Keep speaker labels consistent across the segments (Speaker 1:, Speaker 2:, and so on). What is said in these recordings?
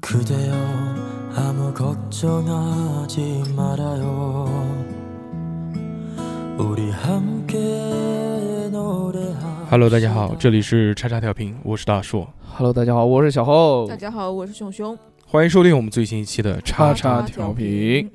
Speaker 1: 그대여 아무 걱정하지 말아요 우리 함께 노래하
Speaker 2: 嗯 Hello，大家好，这里是叉叉调频，我是大硕，
Speaker 3: Hello，大家好，我是小厚
Speaker 2: 哦
Speaker 4: 大。家好，我是熊熊。
Speaker 2: 欢迎收听我们最新一期的叉
Speaker 3: 叉
Speaker 2: 叉。
Speaker 3: 叉调频，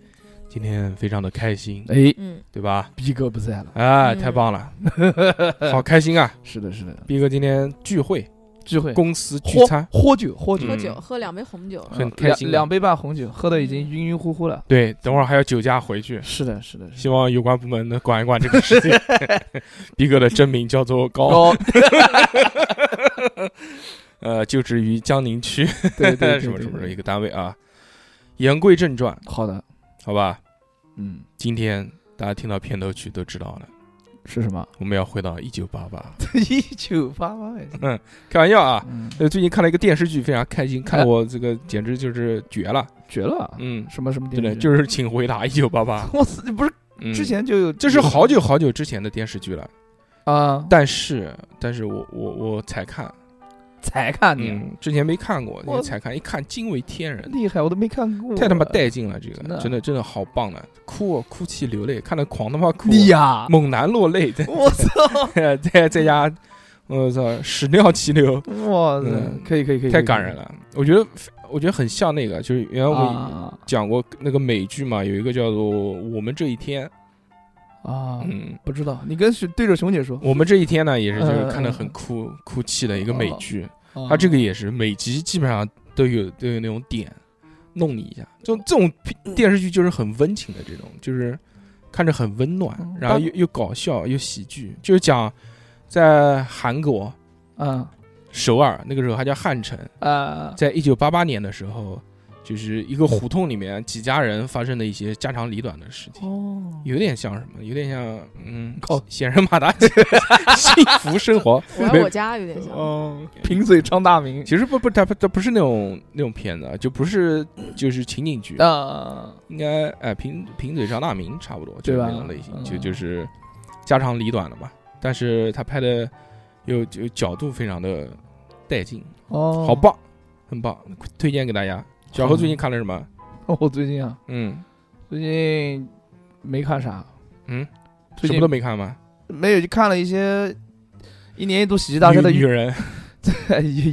Speaker 2: 今天非常的开心，
Speaker 3: 哎，
Speaker 4: 嗯，
Speaker 2: 对吧？
Speaker 3: 逼哥不在了，
Speaker 2: 哎，
Speaker 4: 嗯
Speaker 2: 太棒了， 好开心啊！
Speaker 3: 是的，是的，
Speaker 2: 毕哥今天聚会，
Speaker 3: 聚会
Speaker 2: 公司聚
Speaker 3: 喝
Speaker 2: 餐，
Speaker 3: 喝酒，喝酒，
Speaker 4: 喝
Speaker 2: 嗯
Speaker 4: 酒，喝两杯 红酒。
Speaker 2: 很
Speaker 3: 嗯
Speaker 2: 开心
Speaker 3: 两两杯半红酒，喝的已经晕晕乎乎了。
Speaker 2: 对，等会儿还要酒驾回去，
Speaker 3: 是的，是的，是
Speaker 2: 希望有关部门能管一管这个 事情。毕哥的真名叫做
Speaker 3: 的。
Speaker 2: 高，
Speaker 3: 高，
Speaker 2: 呃，就职于江宁区
Speaker 3: 对对 对，
Speaker 2: 什么
Speaker 3: 对
Speaker 2: 什么
Speaker 3: 对
Speaker 2: 一个单位啊。言归正传，
Speaker 3: 好的，
Speaker 2: 好吧，
Speaker 3: 嗯，
Speaker 2: 今天大家听到片头曲都知道了，
Speaker 3: 是什么？
Speaker 2: 我们要回到一九八八。
Speaker 3: 一九八八。
Speaker 2: 开玩笑啊，
Speaker 3: 嗯，
Speaker 2: 呃，最近看了一个电视剧，非常开心，看
Speaker 3: 哎
Speaker 2: 得我这个简直就是绝了。
Speaker 3: 绝了。
Speaker 2: 嗯，
Speaker 3: 什么什么
Speaker 2: 对
Speaker 3: 电
Speaker 2: 的，
Speaker 3: 视？
Speaker 2: 就是请回答一九八八。
Speaker 3: 我操，不是
Speaker 2: 嗯，
Speaker 3: 之前就有，
Speaker 2: 这是好久好久之前的电视剧了，
Speaker 3: 啊，
Speaker 2: 但是但是我我我才看，
Speaker 3: 才看你啊
Speaker 2: 嗯，之前没看过，
Speaker 3: 我
Speaker 2: 才看，一看惊为天人，
Speaker 3: 厉害，我都没看过，
Speaker 2: 太他妈带劲了，这
Speaker 3: 真的啊
Speaker 2: 个真的真的好棒的，哭哦哭泣流泪，看得狂他妈哭，啊
Speaker 3: 你啊呀！
Speaker 2: 猛男落泪，在
Speaker 3: 我操，
Speaker 2: 在在家，我操，屎尿齐 流，
Speaker 3: 哇塞
Speaker 2: 嗯，
Speaker 3: 可以可以可以，
Speaker 2: 太感人
Speaker 3: 了
Speaker 2: 了，我觉得我觉得很像那个，就是原来我。
Speaker 3: 啊
Speaker 2: 讲过那个美剧嘛，有一个叫做《我们这一天》，
Speaker 3: 啊！
Speaker 2: 嗯，
Speaker 3: 不知道，你跟熊对着熊姐说，
Speaker 2: 我们这一天呢也是就是
Speaker 3: 嗯
Speaker 2: 看得很哭、哭泣的一个美剧，
Speaker 3: 啊
Speaker 2: 它这个也是每集基本上都有都有那种点弄你一下，就这种片电视剧就是很温情的这种，就是看着很温暖
Speaker 3: 嗯，
Speaker 2: 然后又又搞笑又喜剧，就是讲在韩国
Speaker 3: 嗯
Speaker 2: 首尔那个时候还叫汉城，
Speaker 3: 啊
Speaker 2: 在一九八八年的时候，就是一个胡同里面几家人发生的一些家长里短的事情。
Speaker 3: 哦，
Speaker 2: 有点像什么？有点像，嗯，
Speaker 3: 靠
Speaker 2: 闲人马达基 幸福生活。
Speaker 4: 我爱我家有点像。
Speaker 3: 哦，贫嘴张大民
Speaker 2: 其实不不，它不它不是那种那种片子，啊，就不是就是情景剧，
Speaker 3: 啊，
Speaker 2: 应该哎贫贫嘴张大民差不多，就是
Speaker 3: 对吧
Speaker 2: 那种类型，
Speaker 3: 嗯
Speaker 2: 就就是家长里短的嘛。但是他拍的有有角度非常的带劲，
Speaker 3: 哦，
Speaker 2: 好，棒，很棒，推荐给大家。小何
Speaker 3: 嗯
Speaker 2: 最近看了什么？
Speaker 3: 我最近啊，
Speaker 2: 嗯
Speaker 3: 最近没看啥，
Speaker 2: 嗯，
Speaker 3: 最
Speaker 2: 什
Speaker 3: 近
Speaker 2: 么都没看吗？
Speaker 3: 没有，就看了一些一年一度喜剧大赛的
Speaker 2: 女女
Speaker 3: 预，
Speaker 2: 人，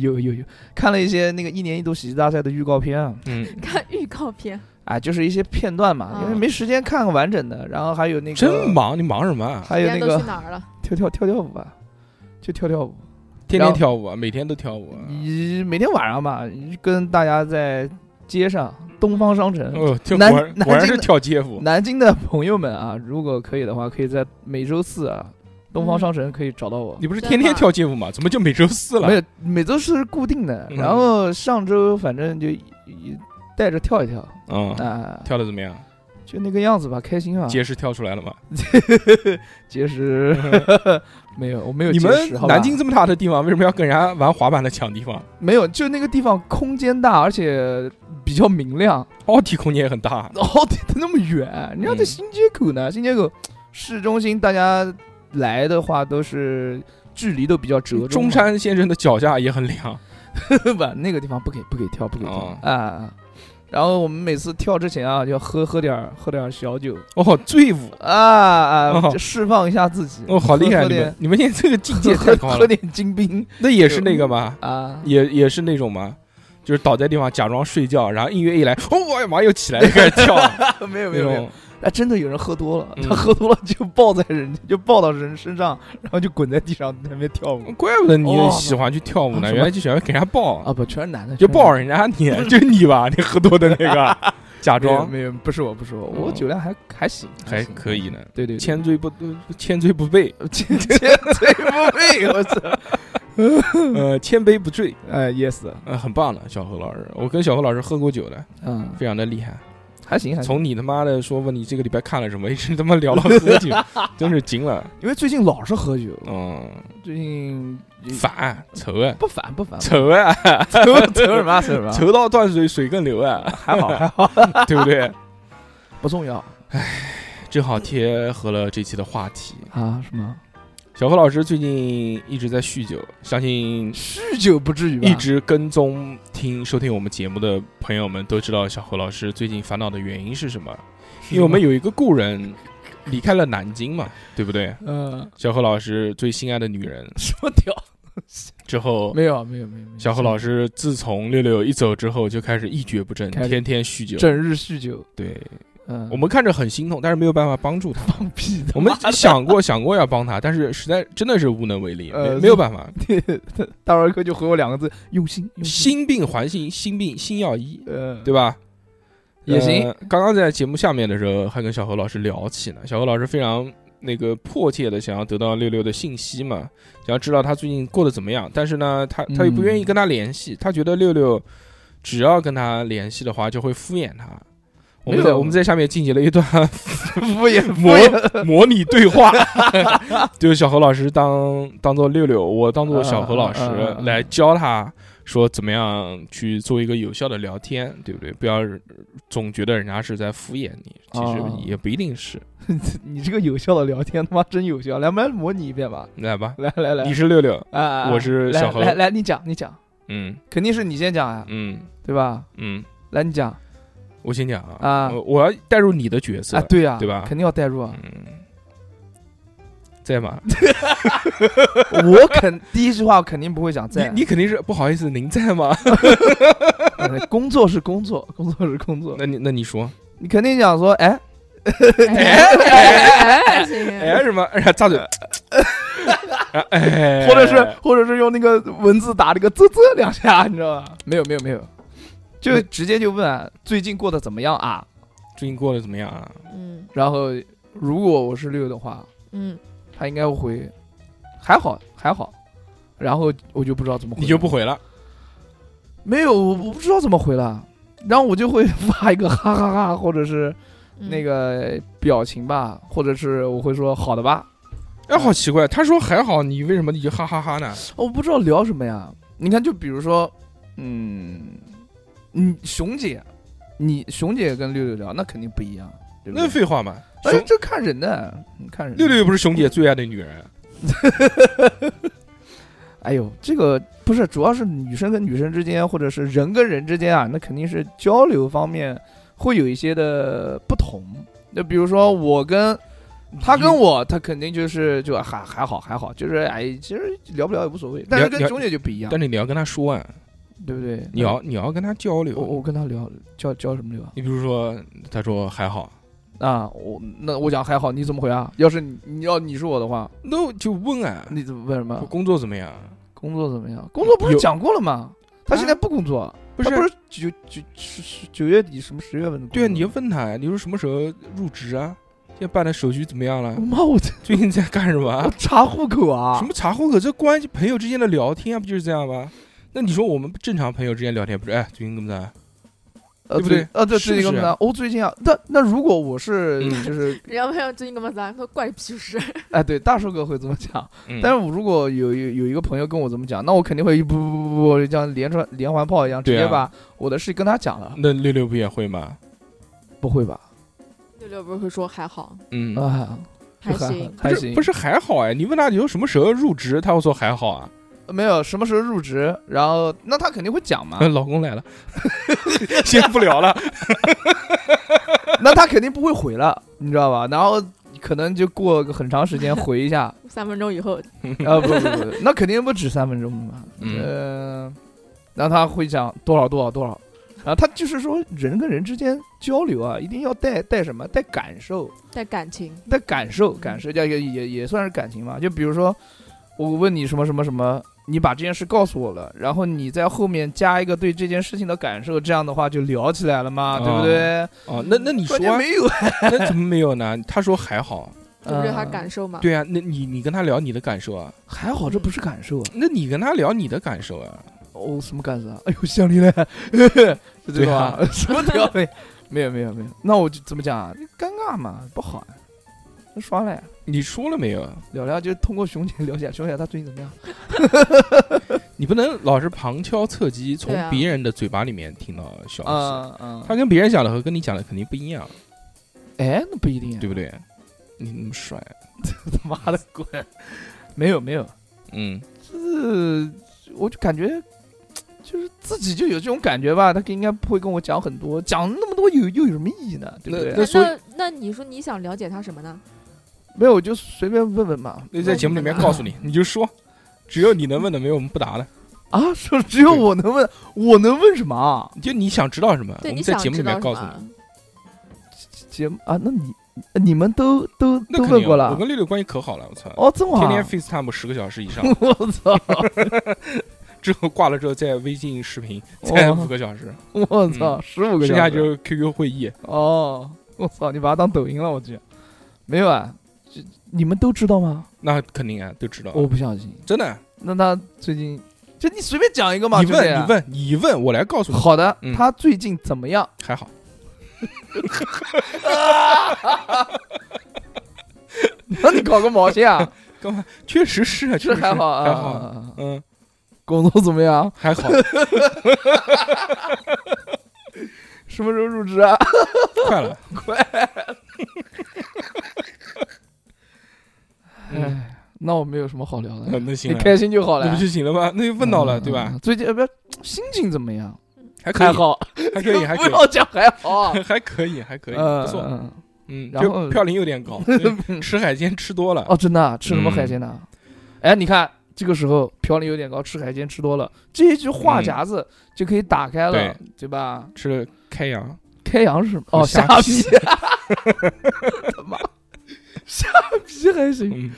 Speaker 3: 有有有有，看了一些那个一年一度喜剧大赛的预告片啊，
Speaker 2: 嗯，
Speaker 4: 看预告片，
Speaker 3: 啊，就是一些片段嘛，因为
Speaker 4: 嗯
Speaker 3: 没时间看完整的，然后还有那个
Speaker 2: 真，忙，你忙什么啊？
Speaker 3: 还有那
Speaker 4: 人家都
Speaker 3: 个
Speaker 4: 去哪儿了？
Speaker 3: 跳跳跳跳舞吧，就跳跳舞。
Speaker 2: 天天
Speaker 3: 然后
Speaker 2: 跳舞啊，每天都跳舞啊。
Speaker 3: 你每天晚上吧，跟大家在街上东方商城。
Speaker 2: 哦，跳
Speaker 3: 嗯南
Speaker 2: 果然
Speaker 3: 南
Speaker 2: 果然
Speaker 3: 京
Speaker 2: 是
Speaker 3: 的
Speaker 2: 跳街舞。
Speaker 3: 南京的朋友们啊，如果可以的话，可以在每周四啊， 东方商城可以找到我。
Speaker 2: 你不是
Speaker 4: 真
Speaker 2: 天天
Speaker 4: 的
Speaker 2: 跳街舞吗？怎么就每周四了？
Speaker 3: 啊没有，每周四是固定的。
Speaker 2: 嗯
Speaker 3: 然后上周反正就一带着跳一跳
Speaker 2: 嗯，
Speaker 3: 啊，
Speaker 2: 跳的怎么样？
Speaker 3: 就那个样子吧，开心啊。
Speaker 2: 结石跳出来了吗？
Speaker 3: 结石 没有，我没有
Speaker 2: 你
Speaker 3: 结
Speaker 2: 们
Speaker 3: 石。好吧
Speaker 2: 南京这么大的地方，为什么要跟人家玩滑板的抢地方？
Speaker 3: 没有，就那个地方空间大，而且比较明亮。
Speaker 2: 奥体空间也很大，
Speaker 3: 哦，对，它那么远，人家在
Speaker 2: 嗯
Speaker 3: 新街口呢，新街口市中心，大家来的话都是距离都比较折中嘛。
Speaker 2: 中山先生的脚下也很凉。
Speaker 3: 不， 那个地方不给不给跳，不给跳、
Speaker 2: 哦
Speaker 3: 啊。然后我们每次跳之前啊，就要喝喝点儿喝点儿小酒
Speaker 2: 哦，醉 舞，
Speaker 3: 啊啊，
Speaker 2: 哦
Speaker 3: 就释放一下自己。
Speaker 2: 哦，好厉害！
Speaker 3: 喝喝
Speaker 2: 你们
Speaker 3: 点
Speaker 2: 你们现在这个境界太
Speaker 3: 喝
Speaker 2: 高
Speaker 3: 喝
Speaker 2: 了。
Speaker 3: 点精兵
Speaker 2: 那也是那个吗？
Speaker 3: 啊，
Speaker 2: 也也是那种吗？就是倒在地方假装睡觉，然后音乐一来，哦，我马上又起来了，开始跳了
Speaker 3: 没 有没
Speaker 2: 那
Speaker 3: 有没有，
Speaker 2: 种。
Speaker 3: 啊，真的有人喝多了，
Speaker 2: 嗯
Speaker 3: 他喝多了就抱在人就抱到人身上，然后就滚在地上在那边跳舞
Speaker 2: 怪不得你
Speaker 3: 哦
Speaker 2: 喜欢去跳舞
Speaker 3: 啊
Speaker 2: 呢，
Speaker 3: 什
Speaker 2: 原来
Speaker 3: 么
Speaker 2: 就喜欢给人家抱
Speaker 3: 啊，不，全是男的，
Speaker 2: 哦就
Speaker 3: 全是男
Speaker 2: 抱
Speaker 3: 的
Speaker 2: 人家你，就你吧，你喝多的那个，假
Speaker 3: 没有
Speaker 2: 装
Speaker 3: 没有，不是我，不是我，我
Speaker 2: 嗯
Speaker 3: 酒量还还行，
Speaker 2: 还
Speaker 3: 行
Speaker 2: 可以。呢，
Speaker 3: 对对，
Speaker 2: 千醉不千醉不备，
Speaker 3: 千千岁不备，我操！
Speaker 2: 呃，千杯不醉，
Speaker 3: 哎，yes，
Speaker 2: 呃，很棒的小何老师，我跟小何老师喝过酒的，
Speaker 3: 嗯，
Speaker 2: 非常的厉害，
Speaker 3: 还行还行，
Speaker 2: 从你他妈的说问你这个礼拜看了什么，一直他妈 聊到喝酒，真是惊了。
Speaker 3: 因为最近老是喝酒，
Speaker 2: 嗯，
Speaker 3: 最近
Speaker 2: 烦愁啊，
Speaker 3: 不烦 不烦，
Speaker 2: 愁啊，
Speaker 3: 愁愁什么愁什么，
Speaker 2: 愁到断水水更流啊，
Speaker 3: 还好还好，
Speaker 2: 对不对？
Speaker 3: 不重要
Speaker 2: 正好贴合了这期的话题。
Speaker 3: 啊什么
Speaker 2: 小何老师最近一直在酗酒，相信
Speaker 3: 酗酒不至于吧？
Speaker 2: 一 直跟踪听收听我们节目的朋友们都知道，小何老师最近烦恼的原因是什么？因为我们有一个故人离开了南京嘛，对不对？
Speaker 3: 嗯
Speaker 2: 小何老师最心爱的女人
Speaker 3: 什么屌，
Speaker 2: 之后，
Speaker 3: 没有没有没有没有，
Speaker 2: 小何老师自从六六一走之后，就开始一蹶不振，
Speaker 3: 开始
Speaker 2: 天天酗酒。
Speaker 3: 整日酗酒，
Speaker 2: 对
Speaker 3: 嗯，
Speaker 2: 我们看着很心痛，但是没有办法帮助他。
Speaker 3: 放屁的，
Speaker 2: 我们想过想过要帮他，但是实在真的是无能为力，
Speaker 3: 呃
Speaker 2: 没没有办法。
Speaker 3: 大耳哥就回我两个字，用心用心，
Speaker 2: 心病还心，心病心药医，
Speaker 3: 呃，
Speaker 2: 对吧？
Speaker 3: 也行
Speaker 2: 呃刚刚在节目下面的时候，还跟小何老师聊起呢。小何老师非常那个迫切的想要得到六六的信息嘛，想要知道他最近过得怎么样。但是呢，他
Speaker 3: 嗯
Speaker 2: 他又不愿意跟他联系，他觉得六六只要跟他联系的话，就会敷衍他。我们
Speaker 3: 没
Speaker 2: 在
Speaker 3: 有
Speaker 2: 我们在下面进行了一段
Speaker 3: 敷衍敷
Speaker 2: 模
Speaker 3: 衍，
Speaker 2: 模拟对话， 就是小何老师当当做六六，我当做小何老师
Speaker 3: 啊啊啊啊
Speaker 2: 来教他说怎么样去做一个有效的聊天，对不对？不要呃总觉得人家是在敷衍你，其
Speaker 3: 啊
Speaker 2: 实也不一定是。
Speaker 3: 你这个有效的聊天他妈真 有效，来我们来模拟一遍吧，
Speaker 2: 来吧，
Speaker 3: 来来来，
Speaker 2: 你是六六，
Speaker 3: 啊啊，啊
Speaker 2: 我是
Speaker 3: 来
Speaker 2: 小何
Speaker 3: 来来你讲你讲，
Speaker 2: 嗯
Speaker 3: 肯定是你先讲呀，
Speaker 2: 嗯
Speaker 3: 对吧？
Speaker 2: 嗯，
Speaker 3: 来你讲
Speaker 2: 我先讲啊，
Speaker 3: 啊
Speaker 2: 我我要带入你的角色
Speaker 3: 啊，，对呀，
Speaker 2: 对吧
Speaker 3: 肯定要代入 啊，
Speaker 2: 嗯，在吗？
Speaker 3: 我肯第一句话我肯定不会讲 在，
Speaker 2: 你你肯定是不好意思，您在吗？
Speaker 3: 呃工作是工作，工作是工作，
Speaker 2: 那你那你 说，
Speaker 3: 你肯定讲说，哎，
Speaker 4: 哎哎，这个
Speaker 2: 哎什么？哎呀，扎嘴，
Speaker 3: 呃
Speaker 2: 哎，
Speaker 3: 或者是或者是用那个文字打了个啧啧 两下，你知道吧？没有没有没有，就直接就问啊，最近过得怎么样啊？
Speaker 2: 最近过得怎么样啊？
Speaker 4: 嗯
Speaker 3: 然后如果我是六的话，
Speaker 4: 嗯，
Speaker 3: 他应该会回还好还好，然后我就不知道怎么回了，
Speaker 2: 你就不回了？
Speaker 3: 没有我我不知道怎么回了，然后我就会 发一个哈哈哈，或者是
Speaker 4: 嗯
Speaker 3: 那 个表情吧，或者是我会说好的吧，
Speaker 2: 哎，好奇怪，他说还好，你为什么你就哈哈哈呢？
Speaker 3: 我不知道聊什么呀。你看，就比如说，嗯，你熊姐，你熊姐跟六六聊，那肯定不一样，对不
Speaker 2: 那
Speaker 3: 对？
Speaker 2: 废话嘛，
Speaker 3: 哎
Speaker 2: 熊
Speaker 3: 这看人的，嗯看人。
Speaker 2: 六六，又不是熊姐最爱的女人，
Speaker 3: 哎呦，这个不是，主要是女生跟女生之间，或者是人跟人之间啊，那肯定是交流方面会有一些的不同。那比如说我跟。他跟我，他肯定就是就啊还还好还好，就是哎，其实聊不聊也无所谓。但是跟
Speaker 2: 聊
Speaker 3: 熊姐就不一样，
Speaker 2: 嗯但是你要跟她说啊，
Speaker 3: 对不对？
Speaker 2: 你要你要跟她交
Speaker 3: 我
Speaker 2: 流。
Speaker 3: 我跟他聊交交什么流啊？
Speaker 2: 你比如说，她说还好，
Speaker 3: 啊，我那我讲还好，你怎么回啊？要是你你要你是我的话，
Speaker 2: 那就问啊，
Speaker 3: 你怎么问什么？
Speaker 2: 工作怎么样？
Speaker 3: 工作怎么样？工作不是
Speaker 2: 有
Speaker 3: 讲过了吗？他现在不工作，
Speaker 2: 不
Speaker 3: 他
Speaker 2: 是啊嗯
Speaker 3: 不，是九九十十九月底什么十月份的工作？
Speaker 2: 对啊，你就问她呀，你说什么时候入职啊？现在办的手续怎么样了
Speaker 3: 我？妈我
Speaker 2: 最近在干什么
Speaker 3: 我
Speaker 2: 啊？
Speaker 3: 查户口啊
Speaker 2: 什？么查户口？这关系朋友之间的聊天啊，不就是这样吗？那你说我们正常朋友之间聊天，不是？哎，最近怎么着？
Speaker 3: 呃
Speaker 2: 对不对
Speaker 3: 最呃，对，
Speaker 2: 是不
Speaker 3: 最近
Speaker 2: 是
Speaker 3: 干嘛？我最近啊，那那如果我是
Speaker 2: 嗯
Speaker 3: 就是
Speaker 4: 人家朋友最近干嘛咱说怪屁事？
Speaker 3: 哎，对，大叔哥会怎么讲？
Speaker 2: 嗯
Speaker 3: 但是我如果有有有一个朋友跟我怎么讲，那我肯定会一步步步步这样连串连环炮一样，直
Speaker 2: 对啊
Speaker 3: 接把我的事跟他讲了。
Speaker 2: 嗯那六六不也会吗？
Speaker 3: 不会吧？
Speaker 4: 六六不是会说还好，
Speaker 2: 嗯
Speaker 3: 啊，
Speaker 4: 还
Speaker 3: 还
Speaker 4: 行，
Speaker 3: 还行，
Speaker 2: 不是还好哎？你问他以后什么时候入职，他会说还好啊。
Speaker 3: 没有什么时候入职，然后那他肯定会讲 嘛，
Speaker 2: 嗯，老公来了， 先不聊 了。
Speaker 3: 那他肯定不会回了，你知道吧？然后可能就过个很长时间回一下，
Speaker 4: 三分钟以后，
Speaker 3: 呃，不不不，那肯定不止三分钟嘛，
Speaker 2: 嗯
Speaker 3: 呃，然后他会讲多少多少多少，然后他就是说人跟人之间交流啊，一定要带带什么，带感受，
Speaker 4: 带感情，
Speaker 3: 带感受，感受叫也也也算是感情嘛，就比如说我问你什么什么什么。你把这件事告诉我了，然后你在后面加一个对这件事情的感受，这样的话就聊起来了嘛，对不
Speaker 2: 哦
Speaker 3: 对？
Speaker 2: 哦，那那你说
Speaker 3: 关键
Speaker 2: 啊，
Speaker 3: 没有，
Speaker 2: 那怎么没有呢？他说还好。啊
Speaker 4: 对不对？他感受嘛，
Speaker 2: 对啊，那你你跟他聊你的感受啊，
Speaker 3: 嗯还好，这不是感受啊！
Speaker 2: 那你跟他聊你的感受啊。
Speaker 3: 哦，什么感受啊？哎呦，想你了，是这
Speaker 2: 对
Speaker 3: 种
Speaker 2: 啊
Speaker 3: 啊，什么屌味？没有没有没有，那我就怎么讲啊？尴尬嘛，不好啊，那刷了呀，
Speaker 2: 你说了没有？啊？
Speaker 3: 聊聊就通过熊姐了解，熊姐她最近怎么样？
Speaker 2: 你不能老是旁敲侧击，从
Speaker 4: 对啊
Speaker 2: 别人的嘴巴里面听到消息。
Speaker 3: 嗯嗯，
Speaker 2: 他跟别人讲的和跟你讲的肯定不一样，
Speaker 3: 哎，那不一定啊，
Speaker 2: 对不对？你那么帅，
Speaker 3: 他妈的滚！没有没有，
Speaker 2: 嗯，
Speaker 3: 这我就感觉就是自己就有这种感觉吧，他应该不会跟我讲很多，讲那么多有又有什么意义呢？对不
Speaker 2: 那
Speaker 3: 对？
Speaker 2: 所以
Speaker 4: 那那你说你想了解他什么呢？
Speaker 3: 没有，我就随便问问嘛。
Speaker 2: 那在节目里面告诉你，你就说，只有你能问的，没有我们不答的。
Speaker 3: 啊，说只有我能问，我能问什么啊？
Speaker 2: 就你想知道什么，我
Speaker 4: 对，
Speaker 2: 们
Speaker 4: 你
Speaker 2: 在
Speaker 4: 想
Speaker 2: 节目里
Speaker 4: 知道
Speaker 2: 面
Speaker 4: 什
Speaker 2: 告诉
Speaker 4: 么
Speaker 2: 你。？
Speaker 3: 节目啊，那你你们都都
Speaker 2: 那
Speaker 3: 都
Speaker 2: 肯
Speaker 3: 问
Speaker 2: 定啊，我
Speaker 3: 过了？
Speaker 2: 跟六六关系可好了，我操，
Speaker 3: 哦，这么好
Speaker 2: 天
Speaker 3: 啊
Speaker 2: 天 FaceTime 十个小时以上，
Speaker 3: 我操！
Speaker 2: 之后挂了之后再微信视频，再
Speaker 3: 哦
Speaker 2: 五个小时，
Speaker 3: 我操，十五个
Speaker 2: 剩
Speaker 3: 小
Speaker 2: 嗯下
Speaker 3: 时
Speaker 2: 就是 QQ 会议。
Speaker 3: 哦，我操，你把它当抖音了，我去！没有啊，这你们都知道吗？
Speaker 2: 那肯定啊，都知道啊。
Speaker 3: 我不相信。
Speaker 2: 真的，
Speaker 3: 那他最近，就你随便讲一个嘛，
Speaker 2: 你
Speaker 3: 就这样
Speaker 2: 问你问你问，我来告诉你。
Speaker 3: 好的
Speaker 2: 嗯，
Speaker 3: 他最近怎么样？
Speaker 2: 还好，
Speaker 3: 那你搞个毛 线啊？
Speaker 2: 确实是啊，确
Speaker 3: 这
Speaker 2: 实是
Speaker 3: 还好啊，
Speaker 2: 还好，嗯，
Speaker 3: 工作怎么样？
Speaker 2: 还好，
Speaker 3: 什么时候入职啊？
Speaker 2: 快 了， 嗯
Speaker 3: 哎，那我没有什么好聊
Speaker 2: 那
Speaker 3: 的，
Speaker 2: 那行
Speaker 3: 你
Speaker 2: 了，
Speaker 3: 开心就好了
Speaker 2: 那啊不就
Speaker 3: 呀。
Speaker 2: 行了吗？那就问到了，
Speaker 3: 嗯
Speaker 2: 对吧？？
Speaker 3: 最近呃不是心情怎么样？
Speaker 2: 还可
Speaker 3: 还
Speaker 2: 以，
Speaker 3: 好，
Speaker 2: 还可以，还可
Speaker 3: 不要讲还好啊。
Speaker 2: 以， 还可以，还可以，
Speaker 3: 嗯
Speaker 2: 不错，
Speaker 3: 嗯
Speaker 2: 嗯，
Speaker 3: 然后
Speaker 2: 就嘌呤有点高，
Speaker 3: 嗯
Speaker 2: 吃海鲜吃多了
Speaker 3: 哦，，真的啊吃什么海鲜呢？
Speaker 2: 嗯
Speaker 3: 哎，你看这个时候嘌呤有点高，吃海鲜吃多了，这一句话匣子就可以打开了
Speaker 2: 嗯对，
Speaker 3: 对吧？
Speaker 2: 吃了开阳，
Speaker 3: 开阳是什么？
Speaker 2: 和
Speaker 3: 哦，
Speaker 2: 虾
Speaker 3: 虾
Speaker 2: 皮
Speaker 3: 皮， 他妈，虾皮还行。
Speaker 2: 嗯，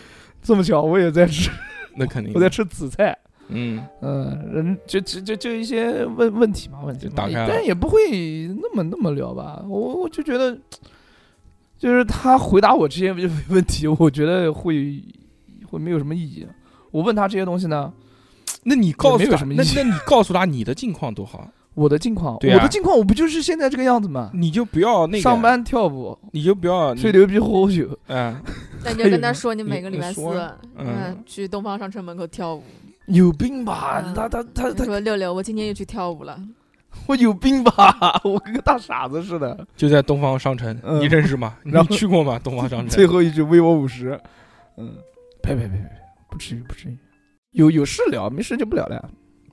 Speaker 3: 这么巧，我也在吃，
Speaker 2: 那肯定
Speaker 3: 我，在吃紫菜。
Speaker 2: 嗯，
Speaker 3: 嗯，人就就就就一些问问题嘛，问题
Speaker 2: 就
Speaker 3: 嘛
Speaker 2: 打开了
Speaker 3: 但也不会那么那么聊吧。我我就觉得，就是他回答我这些问问题，我觉得会会没有什么意义。我问他这些东西呢，
Speaker 2: 那你告
Speaker 3: 也没
Speaker 2: 诉
Speaker 3: 有
Speaker 2: 他，
Speaker 3: 什么
Speaker 2: 那
Speaker 3: 意义
Speaker 2: 那你告诉他你的近况多好，
Speaker 3: 我的近况，
Speaker 2: 对啊
Speaker 3: 我的近况，我不就是现在这个样子吗？
Speaker 2: 你就不要那个啊
Speaker 3: 上，班跳舞，
Speaker 2: 你就不要
Speaker 3: 吹牛逼喝红酒，
Speaker 2: 嗯，
Speaker 4: 那你
Speaker 2: 还
Speaker 4: 就
Speaker 2: 有
Speaker 4: 跟他
Speaker 2: 呢
Speaker 4: 说，你
Speaker 2: 你
Speaker 4: 每个礼
Speaker 2: 你
Speaker 4: 拜四
Speaker 2: 说啊，嗯
Speaker 4: 嗯，去东方商城门口跳舞。
Speaker 3: 有病吧？
Speaker 4: 嗯
Speaker 3: 他他他
Speaker 4: 你
Speaker 3: 呃他，
Speaker 4: 说六六，我今天又去跳舞了。
Speaker 3: 我有病吧？ 我跟个大傻子似的。
Speaker 2: 就在东方商城，
Speaker 3: 嗯
Speaker 2: 你认识吗？你
Speaker 3: 然后
Speaker 2: 去过吗？东方商城
Speaker 3: 最，后一句微我五十，嗯，呸呸呸呸呸，不至于不至于，有有事聊，没事就不聊了呀。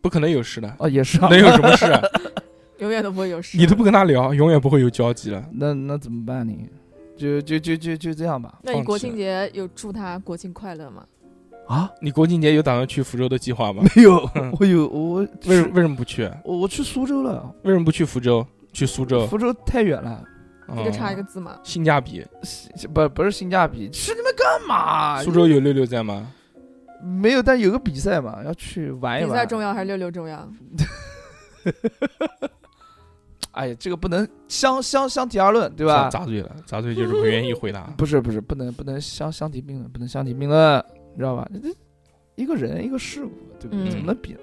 Speaker 2: 不可能有事的，
Speaker 3: 哦，也是啊
Speaker 2: 能，有什么事？
Speaker 4: 永远都不会有事。
Speaker 2: 你都不跟他聊，永远不会有交集了。
Speaker 3: 那那怎么办呢？就就就就就这样吧。
Speaker 4: 那你
Speaker 2: 放
Speaker 4: 国
Speaker 2: 弃
Speaker 4: 庆节有祝他国庆快乐吗？
Speaker 3: 啊，
Speaker 2: 你国庆节有打算去福州的计划吗？
Speaker 3: 没有，我有我
Speaker 2: 嗯为什
Speaker 3: 是
Speaker 2: 为什么不去？
Speaker 3: 我我去苏州了，
Speaker 2: 为什么不去福州？去苏州，
Speaker 3: 福州太远了，
Speaker 4: 不
Speaker 2: 嗯
Speaker 4: 就差一个字吗？
Speaker 2: 性价比。
Speaker 3: 性不不是性价比，去那边干嘛？
Speaker 2: 苏州有六六在吗？
Speaker 3: 没有，但有个比赛嘛，要去玩一
Speaker 4: 比
Speaker 3: 玩。
Speaker 4: 赛重要还是六六重要？
Speaker 3: 哎呀，这个不能相相相提而论，对
Speaker 2: 对
Speaker 3: 吧？
Speaker 2: 砸嘴了，砸嘴就是不愿意回 答。
Speaker 3: 不是不是，不能不能相相提并论，不能相提并论，你知道吧？这一个人一个事物，对不对？
Speaker 4: 嗯
Speaker 3: 怎么能比呢？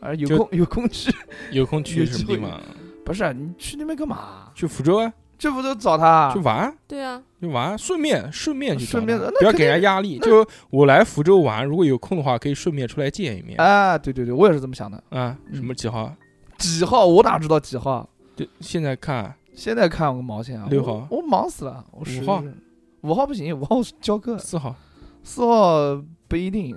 Speaker 3: 而
Speaker 2: 就
Speaker 3: 有空 有空去，
Speaker 2: 有空去什么地方？
Speaker 3: 不是啊你去那边干嘛？
Speaker 2: 去福州啊，
Speaker 3: 这不都找他
Speaker 2: 去？玩，
Speaker 4: 对啊，
Speaker 2: 就玩，顺便顺便去找
Speaker 3: 顺便
Speaker 2: 他
Speaker 3: 那
Speaker 2: 不要
Speaker 3: 肯
Speaker 2: 给
Speaker 3: 定
Speaker 2: 人家压力。就我来福州玩，如果有空的话，可以顺便出来见一面
Speaker 3: 啊，对对对，我也是这么想的。
Speaker 2: 啊。什么几号啊？
Speaker 3: 几号？我哪知道几号？
Speaker 2: 就现在看啊
Speaker 3: 现在看我个毛线啊！
Speaker 2: 六号
Speaker 3: 我，我忙死了。我十
Speaker 2: 号，
Speaker 3: 五号不行，五号是教课，
Speaker 2: 四号，
Speaker 3: 四号不一定。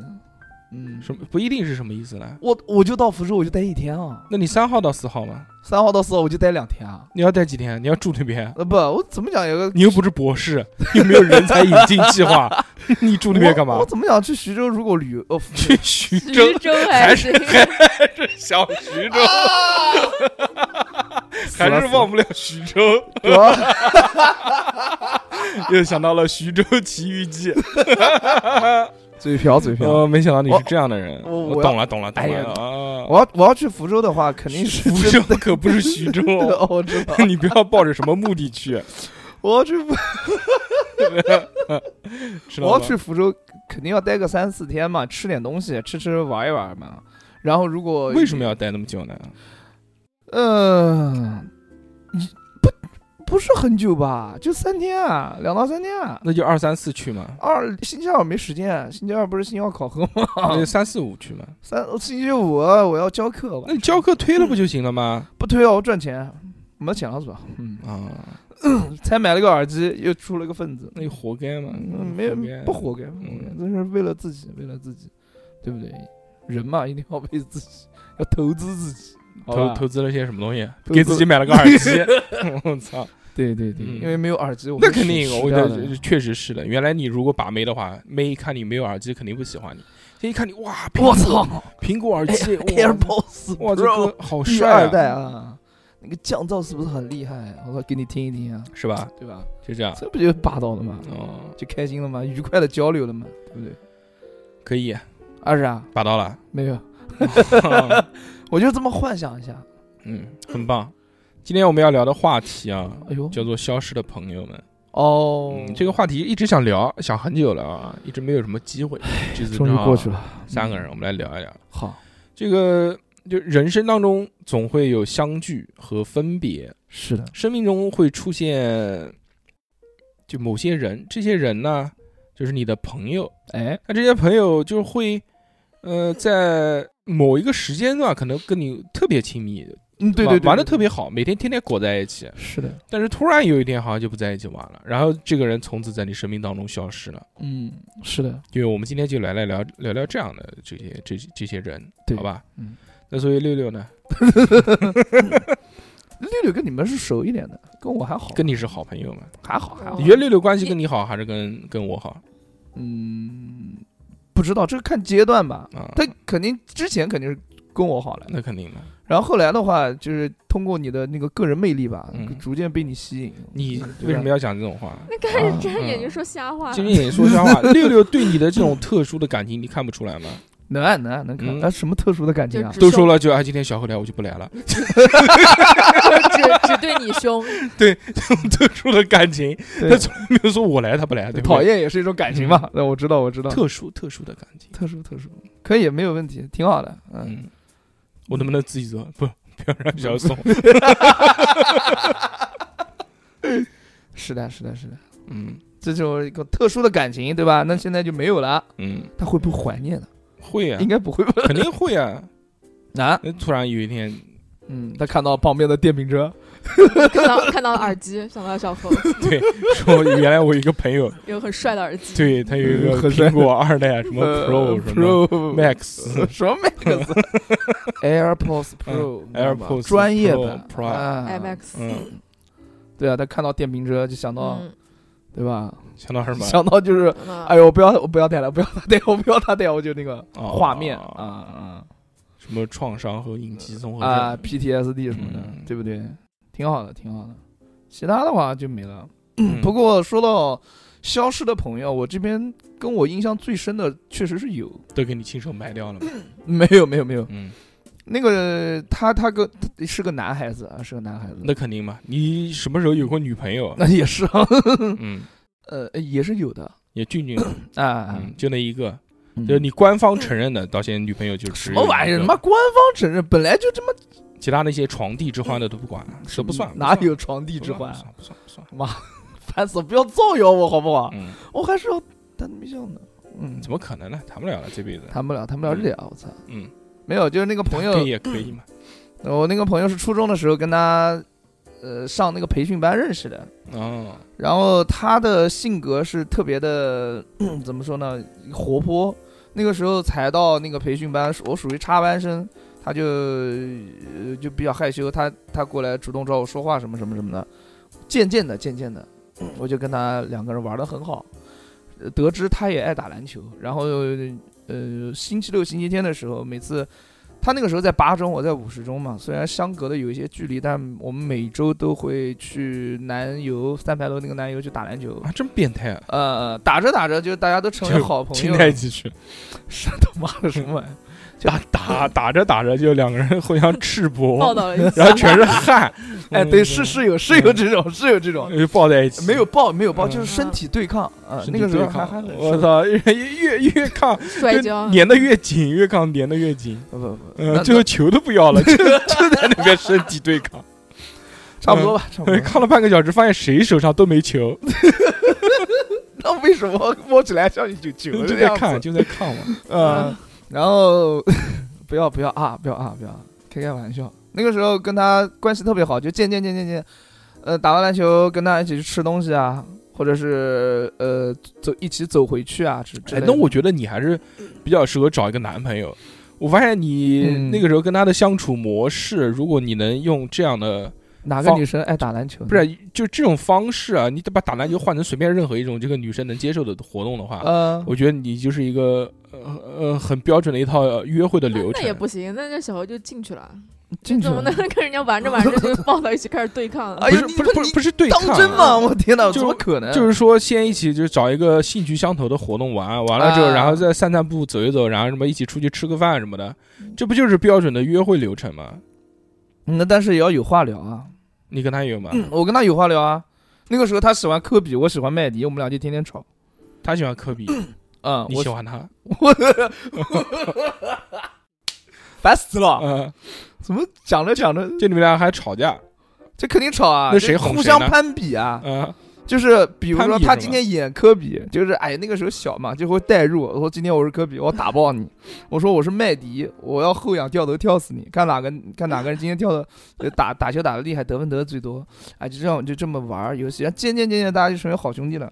Speaker 3: 嗯，
Speaker 2: 什么不一定是什么意思呢？
Speaker 3: 我我就到福州，我就待一天啊。
Speaker 2: 那你三号到四号吗？
Speaker 3: 三号到四号我就待两天啊。
Speaker 2: 你要待几天？你要住那边？啊
Speaker 3: 呃，不，我怎么讲有个
Speaker 2: 你又不是博士，又没有人才引进计划， 你住那边干嘛
Speaker 3: 我？我？怎么想去徐州？如果旅 游，哦，
Speaker 2: 去徐
Speaker 4: 徐
Speaker 2: 州，
Speaker 4: 州
Speaker 2: 还
Speaker 4: 是
Speaker 2: 是 还是小徐州，还是忘不了徐州。
Speaker 3: 我
Speaker 2: 又想到了《徐州奇遇 记》
Speaker 3: 嘴瓢嘴瓢。
Speaker 2: 呃，没想到你是这样的人，
Speaker 3: 我我
Speaker 2: 我懂了，懂了，懂
Speaker 3: 哎呀
Speaker 2: 了啊！
Speaker 3: 我要我要去福州的话，肯定是
Speaker 2: 福 州可不是徐州，
Speaker 3: 真的哦，我知道。
Speaker 2: 你不要抱着什么目的去，
Speaker 3: 我要去福
Speaker 2: 知
Speaker 3: 我
Speaker 2: 道
Speaker 3: 要去
Speaker 2: 吗？
Speaker 3: 福州，肯定要待个三四天嘛，吃点东西，吃吃玩一玩嘛。然后如果
Speaker 2: 为什么要待那么久呢？
Speaker 3: 呃嗯，你不不是很久吧，就三天啊，两到三天啊。
Speaker 2: 那就二三四去嘛，
Speaker 3: 二星期二我没时间，啊星期二不是星期二考核吗？
Speaker 2: 那就三四五去嘛。
Speaker 3: 三星期五啊我要教课，
Speaker 2: 那你教课推
Speaker 3: 嗯
Speaker 2: 了不就行了吗？
Speaker 3: 不推哦，我赚钱，没钱了是吧？嗯，
Speaker 2: 啊，
Speaker 3: 才买了个耳机，又出了个份子，
Speaker 2: 那你嗯活该嘛，
Speaker 3: 嗯，没有
Speaker 2: 活该
Speaker 3: 不活该，不活该，这是为了自己，为了自己，对不对？人嘛，一定要为自己，要投资自己，好吧
Speaker 2: 投投资了些什么东西？
Speaker 3: 投资
Speaker 2: 给自己买了个耳机， 我操！
Speaker 3: 对对对，
Speaker 2: 嗯
Speaker 3: 因为没有耳机，我
Speaker 2: 那
Speaker 3: 会
Speaker 2: 肯
Speaker 3: 死
Speaker 2: 定，
Speaker 3: 死
Speaker 2: 我觉
Speaker 3: 掉
Speaker 2: 得
Speaker 3: 的
Speaker 2: 是确实是的。原来你如果把妹的话，妹一看你没有耳机，肯定不喜欢你。这一看你，哇，苹果
Speaker 3: 我操
Speaker 2: 苹果耳机哇
Speaker 3: ，AirPods
Speaker 2: 哇，这
Speaker 3: Pro
Speaker 2: 歌好
Speaker 3: 第
Speaker 2: 帅
Speaker 3: 二
Speaker 2: 啊，
Speaker 3: 代啊，那个降噪是不是很厉害？我说给你听一听啊，
Speaker 2: 是吧？
Speaker 3: 对吧？
Speaker 2: 就这样，
Speaker 3: 这不就是霸道了吗？
Speaker 2: 哦，
Speaker 3: 就开心了吗？愉快的交流了吗？对不对？
Speaker 2: 可以，
Speaker 3: 二十啊，
Speaker 2: 把到 了，
Speaker 3: 没有，我就这么幻想一下。
Speaker 2: 嗯，很棒。今天我们要聊的话题啊，
Speaker 3: 哎呦，
Speaker 2: 叫做“消失的朋友们”。
Speaker 3: 哦
Speaker 2: 嗯，，这个话题一直想聊，想很久了啊，一直没有什么机会。这次
Speaker 3: 终于
Speaker 2: 正好
Speaker 3: 过去了。嗯
Speaker 2: 三个人，我们来聊一聊
Speaker 3: 好，
Speaker 2: 这个。就人生当中总会有相聚和分别，
Speaker 3: 是的，
Speaker 2: 生命中会出现就某些人，这些人呢，就是你的朋友。
Speaker 3: 哎，
Speaker 2: 那这些朋友就会，呃，在某一个时间段可能跟你特别亲密，
Speaker 3: 嗯，对
Speaker 2: 玩
Speaker 3: 对对，
Speaker 2: 玩的
Speaker 3: 对
Speaker 2: 特别好，每天天天裹在一起。
Speaker 3: 是的，
Speaker 2: 但是突然有一天好像就不在一起玩了，然后这个人从此在你生命当中消失了。
Speaker 3: 嗯，是的，
Speaker 2: 因为我们今天就来来聊聊聊这样的这些这些这些人，
Speaker 3: 对
Speaker 2: 好吧？
Speaker 3: 嗯，
Speaker 2: 那所以六六呢，
Speaker 3: 六六跟你们是熟一点的，跟我还好，
Speaker 2: 跟你是好朋友吗？
Speaker 3: 还好还好
Speaker 4: 哦，
Speaker 2: 你觉得六六关系跟你好还是跟跟我好
Speaker 3: 嗯，不知道这个看阶段吧，
Speaker 2: 啊？
Speaker 3: 他肯定之前肯定是跟我好了，
Speaker 2: 那肯定的。
Speaker 3: 然后后来的话就是通过你的那个个人魅力吧，
Speaker 2: 嗯
Speaker 3: 逐渐被你吸引。
Speaker 2: 你
Speaker 3: 嗯对啊
Speaker 2: 为什
Speaker 3: 吧
Speaker 2: 么要讲这种话？
Speaker 4: 那看
Speaker 3: 啊
Speaker 4: 着睁着眼睛
Speaker 2: 嗯
Speaker 4: 说瞎话，
Speaker 2: 金金也说瞎 话，六六对你的这种特殊的感情，你看不出来吗？
Speaker 3: 能啊能啊能看，
Speaker 2: 嗯
Speaker 3: 那什么特殊的感
Speaker 4: 就
Speaker 3: 情啊
Speaker 4: 只？
Speaker 2: 都说
Speaker 4: 凶
Speaker 2: 了就啊，今天小何来我就不来 了，
Speaker 4: 只只 对你凶，
Speaker 2: 特殊的感情，
Speaker 3: 对
Speaker 2: 他从来没有说我来他不来，对不对
Speaker 3: 讨，厌也是一种感情嘛。那我知道我知道，
Speaker 2: 特殊特殊的感情。
Speaker 3: 嗯特殊特殊，可以没有问题，挺好的。嗯，
Speaker 2: 嗯，我能不能自己做？不，不要让小 宋。
Speaker 3: 是的是的是的，
Speaker 2: 嗯
Speaker 3: 这就是一个特殊的感情，对吧？那现在就没有了，
Speaker 2: 嗯，
Speaker 3: 他会不会怀念呢？
Speaker 2: 会啊
Speaker 3: 应，该不会吧？
Speaker 2: 肯定会 啊。
Speaker 3: 啊，
Speaker 2: 那突然有一天，
Speaker 3: 嗯，他看到旁边的电瓶车，
Speaker 4: 看到看到耳机，想到 小何
Speaker 2: 对，说原来我有一个朋友，
Speaker 4: 有很帅的耳机，
Speaker 2: 对他有一
Speaker 3: 嗯
Speaker 2: 个
Speaker 3: 很帅
Speaker 2: 苹果二代啊什么
Speaker 3: 呃
Speaker 2: Pro 什么
Speaker 3: Pro 呃
Speaker 2: Max
Speaker 3: 什么 Max，AirPods Pro
Speaker 2: 嗯
Speaker 3: 你知道吗
Speaker 2: AirPods
Speaker 3: 专业
Speaker 2: Pro，
Speaker 3: 版
Speaker 2: Pro
Speaker 4: IMAX
Speaker 3: 啊，。
Speaker 2: 嗯，
Speaker 3: 对啊，他看到电瓶车就想到，
Speaker 2: 哦
Speaker 4: 嗯，
Speaker 3: 对吧？
Speaker 2: 想到什么？
Speaker 3: 想到就是，
Speaker 4: 嗯
Speaker 3: 哎呦，我不要，我不要带了，不要他带，我不要他带，我就那个
Speaker 2: 哦
Speaker 3: 画面啊
Speaker 2: 什么创伤和应激综
Speaker 3: 啊
Speaker 2: 合症
Speaker 3: 啊，PTSD 什么的
Speaker 2: 嗯，
Speaker 3: 对不对？挺好的，挺好的。其他的话就没了。
Speaker 2: 嗯
Speaker 3: 不过说到消失的朋友，我这边跟我印象最深的确实是有，
Speaker 2: 都给你亲手埋掉了嘛。
Speaker 3: 没有，没有，没有。
Speaker 2: 嗯，
Speaker 3: 那个他，他跟他是个男孩子啊，是个男孩子，
Speaker 2: 那肯定嘛。你什么时候有过女朋友？
Speaker 3: 那也是啊，
Speaker 2: 嗯，
Speaker 3: 呃，也是有的
Speaker 2: 也俊俊，
Speaker 3: 啊。
Speaker 2: 嗯，就那一个，
Speaker 3: 嗯
Speaker 2: 就是你官方承认的，到现在女朋友就
Speaker 3: 什
Speaker 2: 什
Speaker 3: 么玩意儿？他妈，官方承认，本来就这么
Speaker 2: 其他那些床帝之欢的都不管，这不算，
Speaker 3: 嗯哪
Speaker 2: 不算
Speaker 3: 有床帝之欢
Speaker 2: 不
Speaker 3: 啊？
Speaker 2: 算不算不算。
Speaker 3: 烦死了！不要造谣我好不好？
Speaker 2: 嗯，
Speaker 3: 我还是要谈对象的。嗯，
Speaker 2: 怎么可能呢？谈不了了这辈子。
Speaker 3: 谈不了，谈不了这啊！我操，
Speaker 2: 嗯，
Speaker 3: 没有，就是那个朋友
Speaker 2: 可，以也可以嘛。
Speaker 3: 我那个朋友是初中的时候跟他，呃，上那个培训班认识的。
Speaker 2: 哦，
Speaker 3: 然后他的性格是特别的，嗯怎么说呢，活泼。那个时候才到那个培训班，我属于插班生，他就、呃、就比较害羞，他他过来主动找我说话什么什么什么的。渐渐的，渐渐的，我就跟他两个人玩的很好。呃得知他也爱打篮球，然后呃，星期六、星期天的时候，每次他那个时候在八中，我在五十中嘛，虽然相隔的有一些距离，但我们每周都会去南邮三牌楼那个南邮去打篮球。
Speaker 2: 啊，真变态啊！
Speaker 3: 呃，打着打着就大家都成为
Speaker 2: 就
Speaker 3: 好朋
Speaker 2: 亲
Speaker 3: 友
Speaker 2: 在一
Speaker 3: 了，
Speaker 2: 起去，
Speaker 3: 是他妈的什么玩意儿？
Speaker 2: 打打 打着打着就两个人互相赤
Speaker 4: 报
Speaker 2: 膊，
Speaker 4: 道了一下，
Speaker 2: 然后全是汗。
Speaker 3: 哎，对，是是有是有这种是有这种，
Speaker 2: 就抱在一起，
Speaker 3: 没有抱没有抱，
Speaker 2: 嗯
Speaker 3: 就是身体对抗啊。
Speaker 2: 身体
Speaker 3: 那个时候
Speaker 2: 对
Speaker 3: 还
Speaker 2: 抗
Speaker 3: 还很
Speaker 2: 我操，越越越抗，
Speaker 4: 摔跤
Speaker 2: 就，粘的越紧，越抗粘的越紧，
Speaker 3: 不不不，
Speaker 2: 嗯，
Speaker 3: 呃那
Speaker 2: 最后球都不要了，就就在那边身体对抗。。
Speaker 3: 差不多吧，差不多
Speaker 2: 看了半个小时，发现谁手上都没球，
Speaker 3: 那为什么摸起来像一球球
Speaker 2: 就
Speaker 3: 这
Speaker 2: 在
Speaker 3: 样
Speaker 2: 看，
Speaker 3: 子？
Speaker 2: 就在看嘛。呃
Speaker 3: 嗯，然后 不要不要啊，不要啊，不要啊，开开玩笑。那个时候跟他关系特别好，就见见见见见，呃，打完篮球跟他一起去吃东西啊，或者是呃走一起走回去啊之之类
Speaker 2: 哎
Speaker 3: 的。，
Speaker 2: 那我觉得你还是比较适合找一个男朋友。我发现你
Speaker 3: 嗯
Speaker 2: 那个时候跟他的相处模式，如果你能用这样的，
Speaker 3: 哪个
Speaker 2: 放
Speaker 3: 女生爱打篮球呢？
Speaker 2: 不是就这种方式啊，你得把打篮球换成随便任何一种这个女生能接受的活动的话，
Speaker 4: 嗯
Speaker 3: 呃，
Speaker 2: 我觉得你就是一个呃呃很标准的一套呃约会的流
Speaker 4: 那
Speaker 2: 程
Speaker 4: 也。不行，那这小猴就进去了，
Speaker 3: 进去
Speaker 4: 怎么
Speaker 3: 了
Speaker 4: 能跟人家玩着玩着就抱到一起开始对抗了
Speaker 3: 哎？
Speaker 2: 不
Speaker 3: 呦
Speaker 2: 是
Speaker 3: 你
Speaker 2: 不是不
Speaker 3: 你
Speaker 2: 是不是对
Speaker 3: 当
Speaker 2: 抗
Speaker 3: 真吗？
Speaker 2: 啊，
Speaker 3: 我天哪，
Speaker 2: 就
Speaker 3: 怎么可能？
Speaker 2: 就是说先一起就找一个兴趣相投的活动玩，完了之后，
Speaker 3: 啊
Speaker 2: 然后再散散步、走一走，然后什么一起出去吃个饭什么的，这不就是标准的约会流程吗？
Speaker 3: 那但是也要有话聊啊。
Speaker 2: 你跟他有吗？
Speaker 3: 嗯，我跟他有话聊啊。那个时候他喜欢科比，我喜欢麦迪，我们俩就天天吵。
Speaker 2: 他喜欢科比，
Speaker 3: 嗯，
Speaker 2: 你
Speaker 3: 我
Speaker 2: 喜欢他？
Speaker 3: 烦死了！
Speaker 2: 嗯，
Speaker 3: 怎么讲着讲着
Speaker 2: 就你们俩还吵架
Speaker 3: 这肯定吵啊？
Speaker 2: 那谁
Speaker 3: 这
Speaker 2: 哄谁
Speaker 3: 互相
Speaker 2: 呢
Speaker 3: 攀比啊？
Speaker 2: 啊？
Speaker 3: 就是比如说
Speaker 2: 攀比是
Speaker 3: 他
Speaker 2: 吧
Speaker 3: 今天演科比，就是哎那个时候小嘛，就会代入。我说今天我是科比，我打爆你。我说我是麦迪，我要后仰跳投跳死你，看哪个看哪个人今天跳的呃打打球打的厉害，得分得的最多。哎，就这样就这么玩儿游戏，然后渐渐渐渐大家就成为好兄弟了。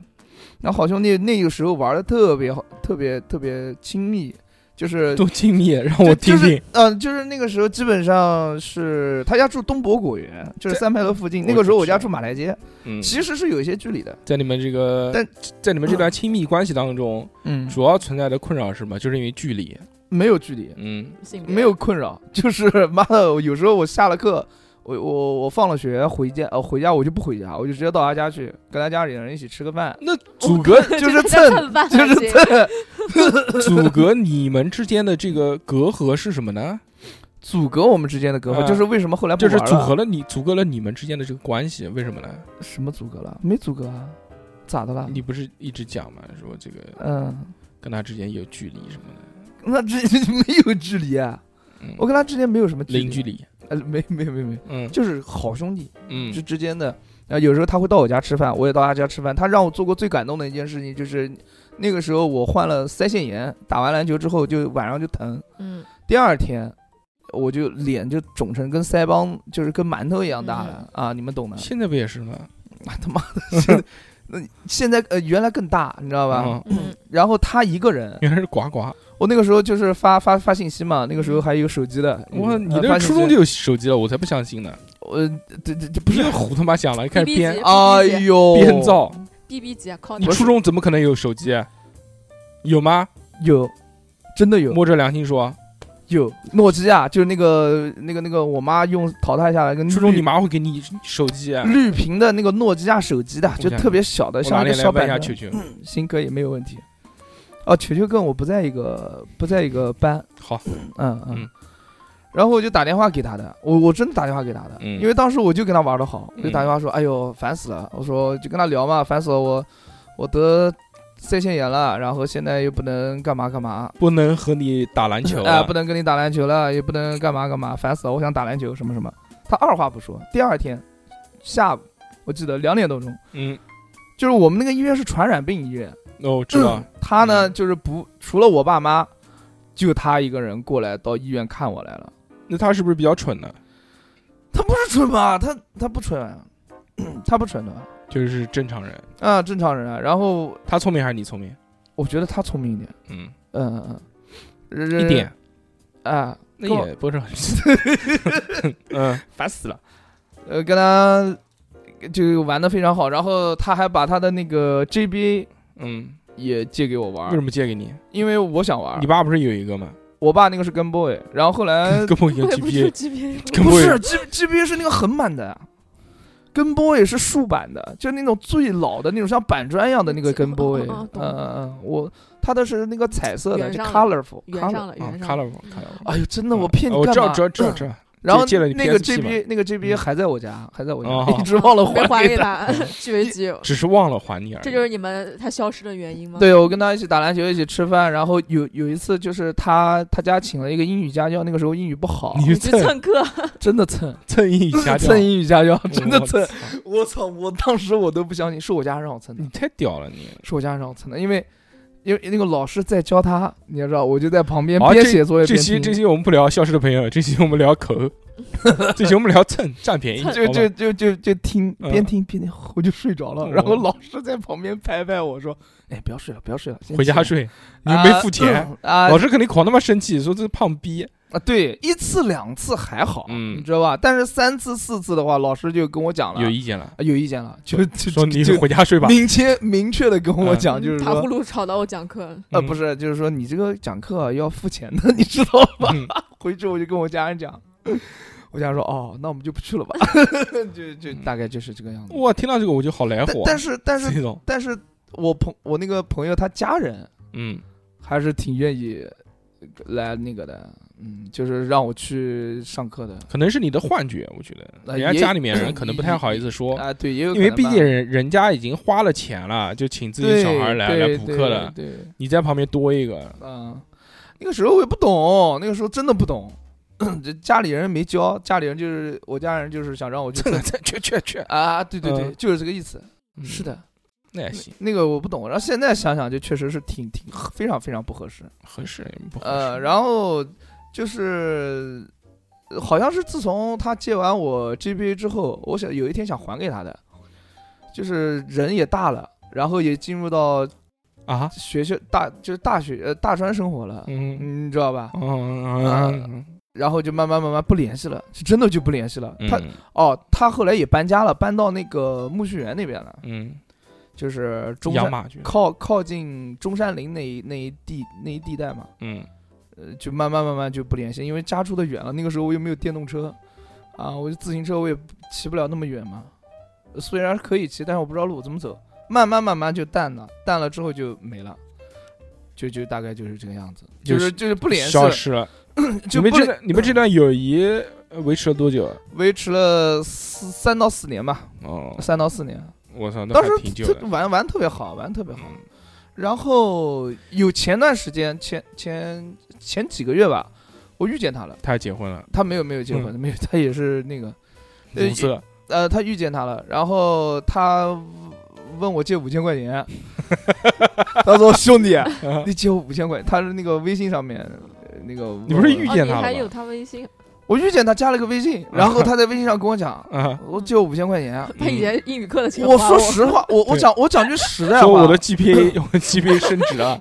Speaker 3: 然后好兄弟那个时候玩的特别好，特别特别亲密，就是
Speaker 2: 多亲密，让我
Speaker 3: 就
Speaker 2: 听
Speaker 3: 就是
Speaker 2: 听。
Speaker 3: 嗯、就是那个时候基本上是他家住东博果园，就是
Speaker 2: 在
Speaker 3: 三牌楼附近。
Speaker 2: 我
Speaker 3: 那个时候我
Speaker 2: 知
Speaker 3: 家
Speaker 2: 道
Speaker 3: 住马来街，
Speaker 2: 嗯，
Speaker 3: 其实是有一些距离的。
Speaker 2: 在你们这个，
Speaker 3: 但
Speaker 2: 在你们这段亲密关系当中，
Speaker 3: 嗯
Speaker 2: 主要存在的困扰是什么？就是因为距离。
Speaker 3: 没有距离，
Speaker 2: 嗯，
Speaker 4: 性别
Speaker 3: 没有困扰， 就是妈的，有时候我下了课，我我我放了学回家，呃，回家我就不回家，我就直接到他家去，跟他家里人一起吃个饭，
Speaker 2: 那
Speaker 3: 阻隔 就
Speaker 4: 这
Speaker 3: 是
Speaker 4: 个
Speaker 3: 蹭，
Speaker 4: 蹭饭
Speaker 3: 就
Speaker 4: 还
Speaker 3: 是
Speaker 4: 行
Speaker 3: 蹭，
Speaker 2: 阻隔你们之间的这个隔阂是什么呢？
Speaker 3: 阻隔我们之间的隔阂，
Speaker 2: 嗯
Speaker 3: 就是为什么后来不
Speaker 2: 就
Speaker 3: 玩
Speaker 2: 是
Speaker 3: 了
Speaker 2: 阻隔了你，阻隔了你们之间的这个关系，为什么呢？
Speaker 3: 什么阻隔了？没阻隔啊，咋的了？
Speaker 2: 你不是一直讲嘛，说这个
Speaker 3: 嗯，
Speaker 2: 跟他之间有距离什么的，
Speaker 3: 那这 没有距离啊，
Speaker 2: 嗯，
Speaker 3: 我跟他之间没有什么
Speaker 2: 零距
Speaker 3: 距离，
Speaker 2: 离，
Speaker 3: 呃，没没没没，
Speaker 2: 嗯
Speaker 3: 就是好兄弟，之
Speaker 2: 嗯，
Speaker 3: 之间的。然后有时候他会到我家吃饭，我也到他家吃饭。他让我做过最感动的一件事情就是，那个时候我患了腮腺炎，打完篮球之后就晚上就疼，
Speaker 4: 嗯，
Speaker 3: 第二天我就脸就肿成跟腮帮就是跟馒头一样大了、
Speaker 2: 嗯
Speaker 3: 啊，你们懂的。
Speaker 2: 现在不也是吗？
Speaker 3: 啊他妈的，现在那现在呃原来更大，你知道吧？
Speaker 2: 嗯，
Speaker 4: 嗯
Speaker 3: 然后他一个人，
Speaker 2: 原来是呱呱，
Speaker 3: 我那个时候就是发发发信息嘛，那个时候还有手机的。
Speaker 2: 我你
Speaker 3: 呃
Speaker 2: 这
Speaker 3: 发
Speaker 2: 个
Speaker 3: 信
Speaker 2: 初
Speaker 3: 息
Speaker 2: 中就有手机了，我才不相信呢。
Speaker 3: 呃这这这
Speaker 2: 不
Speaker 3: 不是
Speaker 2: 是胡他妈想了，开始
Speaker 4: BB
Speaker 2: 编
Speaker 4: 机
Speaker 3: 哎呦
Speaker 2: 编造。
Speaker 3: 哦
Speaker 4: ，B B 级啊，靠
Speaker 2: 你
Speaker 4: 你
Speaker 2: 初中怎么可能有手机？有吗？
Speaker 3: 有真的有
Speaker 2: 摸着良心说，
Speaker 3: 有诺基亚，就是那个那个那个我妈用淘汰下来跟
Speaker 2: 初中
Speaker 3: 绿
Speaker 2: 你妈会给你手机啊？
Speaker 3: 绿屏的那个诺基亚手机的，就
Speaker 2: 我想
Speaker 3: 特别小的，
Speaker 2: 我
Speaker 3: 像
Speaker 2: 哪里
Speaker 3: 一个
Speaker 2: 来
Speaker 3: 小
Speaker 2: 问一
Speaker 3: 板
Speaker 2: 下
Speaker 3: 凳嗯
Speaker 2: 球球？
Speaker 3: 行可以没有问题。哦，球球跟我不在一个不在一个班，
Speaker 2: 好，
Speaker 3: 嗯嗯。
Speaker 2: 嗯
Speaker 3: 然后我就打电话给他的，我我真的打电话给他的，
Speaker 2: 嗯
Speaker 3: 因为当时我就跟他玩的好，我就
Speaker 2: 嗯
Speaker 3: 打电话说：“哎呦，烦死了！”我说就跟他聊嘛，烦死了，我我得腮腺炎了，然后现在又不能干嘛干嘛，
Speaker 2: 不能和你打篮球
Speaker 3: 哎、
Speaker 2: 啊！
Speaker 3: 不能跟你打篮球了，也不能干嘛干嘛，烦死了！我想打篮球什么什么。他二话不说，第二天下午，我记得两点多钟，
Speaker 2: 嗯，
Speaker 3: 就是我们那个医院是传染病医院，
Speaker 2: 那我知道。
Speaker 3: 他呢、
Speaker 2: 嗯
Speaker 3: 就是不除了我爸妈，就他一个人过来到医院看我来了。
Speaker 2: 那他是不是比较蠢呢？
Speaker 3: 他不是蠢吧？他他不蠢、 他不蠢的
Speaker 2: 就是正常人，
Speaker 3: 啊，正常人啊。然后
Speaker 2: 他聪明还是你聪明？
Speaker 3: 我觉得他聪明一点，
Speaker 2: 嗯，
Speaker 3: 嗯嗯嗯，
Speaker 2: 一点，
Speaker 3: 啊，
Speaker 2: 那
Speaker 3: 跟我
Speaker 2: 也不 是很。嗯，
Speaker 3: 烦死了。呃，跟他就玩的非常好，然后他还把他的那个 JBA
Speaker 2: 嗯，
Speaker 3: 也借给我玩
Speaker 2: 为什
Speaker 3: 儿，
Speaker 2: 么借给你？
Speaker 3: 因为我想玩儿
Speaker 2: 你。爸不是有一个吗？
Speaker 3: 我爸那个是跟 boy，然后后来
Speaker 2: 跟我一样
Speaker 4: 我也不
Speaker 2: GPA，
Speaker 4: 是 G P
Speaker 2: 跟
Speaker 3: 不
Speaker 2: 我一
Speaker 3: 是
Speaker 2: 样
Speaker 3: G GBA 是那个横版的，跟 boy 是竖版的，就是那种最老的那种像板砖一样的那个跟 boy。
Speaker 4: 哦哦
Speaker 3: 嗯
Speaker 4: 哦懂
Speaker 3: 嗯嗯，我他的是那个彩色的，
Speaker 4: 圆
Speaker 3: 就
Speaker 4: 上了
Speaker 3: colorful
Speaker 4: 圆上
Speaker 3: color。
Speaker 4: 了，
Speaker 2: 啊
Speaker 4: 圆上了。
Speaker 3: 嗯
Speaker 4: 嗯
Speaker 2: ，colorful，colorful。
Speaker 3: 哎呦，真的，我骗你
Speaker 2: 哦我
Speaker 3: 干
Speaker 2: 知道，
Speaker 3: 嘛？
Speaker 2: 知道，知道，知道。
Speaker 3: 然后
Speaker 2: 借了你
Speaker 3: 那个
Speaker 2: PSP 嘛
Speaker 3: GB 那个 GB 还在我家，还在我
Speaker 2: 哦
Speaker 3: 家， 一直忘了
Speaker 4: 没
Speaker 3: 还
Speaker 4: 还给
Speaker 3: 他。
Speaker 4: 他， 据为 己有。
Speaker 2: 只是忘了还你而已。
Speaker 4: 这就是你们他消失的原因吗？，
Speaker 3: 对，我跟他一起打篮球，一起吃饭，然后有有一次就是他他家请了一个英语家教，那个时候英语不好，
Speaker 2: 你
Speaker 4: 你
Speaker 2: 去
Speaker 4: 去
Speaker 2: 蹭
Speaker 4: 蹭课，
Speaker 3: 真的蹭，
Speaker 2: 蹭英语家教，
Speaker 3: 蹭英语家教，真的
Speaker 2: 嗯我
Speaker 3: 蹭。
Speaker 2: 操
Speaker 3: 我操！我当时我都不相信，是我家让我蹭的
Speaker 2: 你，太屌了你！
Speaker 3: 是我家让我蹭的，因为因为那个老师在教他，你知道，我就在旁边
Speaker 2: 好
Speaker 3: 边
Speaker 2: 啊这
Speaker 3: 写作业
Speaker 2: 这
Speaker 3: 边
Speaker 2: 期
Speaker 3: 听。
Speaker 2: 这期我们不聊消失的朋友，这期我们聊 口，这期我们聊蹭占便宜，
Speaker 3: 就
Speaker 2: 好吧
Speaker 3: 就就就就听，
Speaker 2: 嗯
Speaker 3: 边听边听，我就睡着了。
Speaker 2: 嗯
Speaker 3: 然后老师在旁边拍拍我说：“哎，不要睡了，不要睡了，先
Speaker 2: 回
Speaker 3: 起
Speaker 2: 家
Speaker 3: 来。
Speaker 2: 睡，你
Speaker 3: 啊
Speaker 2: 又没付钱，
Speaker 3: 啊
Speaker 2: 老师肯定狂他妈生气，说这胖逼。
Speaker 3: 啊！对，一次两次还好，
Speaker 2: 嗯
Speaker 3: 你知道吧？但是三次四次的话，老师就跟我讲了，
Speaker 2: 有意见了，
Speaker 3: 啊有意见了，就就
Speaker 2: 说
Speaker 3: 就
Speaker 2: 你
Speaker 3: 就
Speaker 2: 回家睡吧。
Speaker 3: 明确明确的跟我
Speaker 2: 嗯
Speaker 3: 讲，就是
Speaker 4: 打呼
Speaker 3: 说。
Speaker 4: 噜吵到我讲课了，
Speaker 3: 呃，不是，就是说你这个讲课啊要付钱的， 你知道 吧？
Speaker 2: 嗯，
Speaker 3: 回去我就跟我家人讲，我家人说哦，那我们就不去了吧， 就就大概就是这个样子。
Speaker 2: 嗯我听到这个我就好来
Speaker 3: 但
Speaker 2: 火，
Speaker 3: 但是但 是
Speaker 2: 这种，
Speaker 3: 但是我朋我那个朋友他家人
Speaker 2: 嗯，
Speaker 3: 还是挺愿意来那个的，嗯，就是让我去上课的。
Speaker 2: 可能是你的幻觉，我觉得
Speaker 3: 呃
Speaker 2: 人家
Speaker 3: 也
Speaker 2: 家里面 人可能不太好意思说，
Speaker 3: 啊，对，也有
Speaker 2: 因为
Speaker 3: 可能
Speaker 2: 毕
Speaker 3: 吧
Speaker 2: 竟人人家已经花了钱了，就请自己小孩来来
Speaker 3: 对
Speaker 2: 补
Speaker 3: 对
Speaker 2: 课了，
Speaker 3: 对，对
Speaker 2: 你在旁边多一个，
Speaker 3: 嗯，那个时候我也不懂，那个时候真的不懂， 这家里人没教，家里人就是我家人就是想让我去
Speaker 2: 蹭蹭去去去，
Speaker 3: 啊，对对对，
Speaker 2: 嗯
Speaker 3: 就是这个意思。
Speaker 2: 嗯
Speaker 3: 是，的，
Speaker 2: 那也行，
Speaker 3: 那个我不懂，然后现在想想就确实是挺挺非常非常不合适。
Speaker 2: 合适也不合
Speaker 3: 呃，
Speaker 2: 适。
Speaker 3: 然后就是呃好像是自从他借完我 GPA 之后，我想有一天想还给他的，就是人也大了，然后也进入到呃
Speaker 2: 啊，
Speaker 3: 学校大就是大学呃大专生活了，
Speaker 2: 嗯。
Speaker 3: 你知道吧？啊
Speaker 2: 嗯嗯
Speaker 3: 然后就慢慢慢慢不联系了，是真的就不联系了。
Speaker 2: 嗯，
Speaker 3: 他哦，他后来也搬家了，搬到那个苜蓿园那边了，
Speaker 2: 嗯，
Speaker 3: 就是中
Speaker 2: 养
Speaker 3: 山
Speaker 2: 马去，
Speaker 3: 靠靠近中山陵那一那一地那一地带嘛。
Speaker 2: 嗯，
Speaker 3: 呃，就慢慢慢慢就不联系，因为家住的远了，那个时候我又没有电动车，啊，我就自行车我也不骑不了那么远嘛，呃虽然可以骑，但是我不知道路怎么走，慢慢慢慢就淡了，淡了之后就没了，就就大概就是这个样子，
Speaker 2: 就
Speaker 3: 就是就是不联系
Speaker 2: 消
Speaker 3: 了，
Speaker 2: 失了。你
Speaker 3: 就
Speaker 2: 们
Speaker 3: 不
Speaker 2: 这
Speaker 3: 联
Speaker 2: 段你们这段友谊呃维持了多久？
Speaker 3: 维持了四三到四年吧，
Speaker 2: 哦，
Speaker 3: 三到四年，
Speaker 2: 我操，那
Speaker 3: 当
Speaker 2: 还
Speaker 3: 时
Speaker 2: 挺久
Speaker 3: 这
Speaker 2: 的。
Speaker 3: 玩玩特别好，玩特别好，
Speaker 2: 嗯
Speaker 3: 然后有前段时间前前前几个月吧，我遇见他了。
Speaker 2: 他结婚了，
Speaker 3: 他没有没有结
Speaker 2: 嗯
Speaker 3: 婚，没有，他也是那个，呃
Speaker 2: 五色，
Speaker 3: 呃，他遇见他了，然后他问我借五千块 钱，他说兄弟，
Speaker 2: 嗯
Speaker 3: 你借我五千块，他是那个微信上面呃那个问我，
Speaker 2: 你不是遇
Speaker 4: 哦，
Speaker 2: 见
Speaker 4: 你
Speaker 2: 他了
Speaker 4: 还
Speaker 2: 吧
Speaker 4: 有他微信，
Speaker 3: 我遇见他加了个微信，
Speaker 2: 嗯
Speaker 3: 然后他在微信上跟我讲，
Speaker 2: 啊，
Speaker 3: 我借我五千块钱，
Speaker 4: 他以前英语课的钱
Speaker 3: 我
Speaker 4: 花
Speaker 3: 说实话，我我
Speaker 2: 对
Speaker 3: 讲我讲句实在话，
Speaker 2: 说我的 GPA 我 GPA 升值了，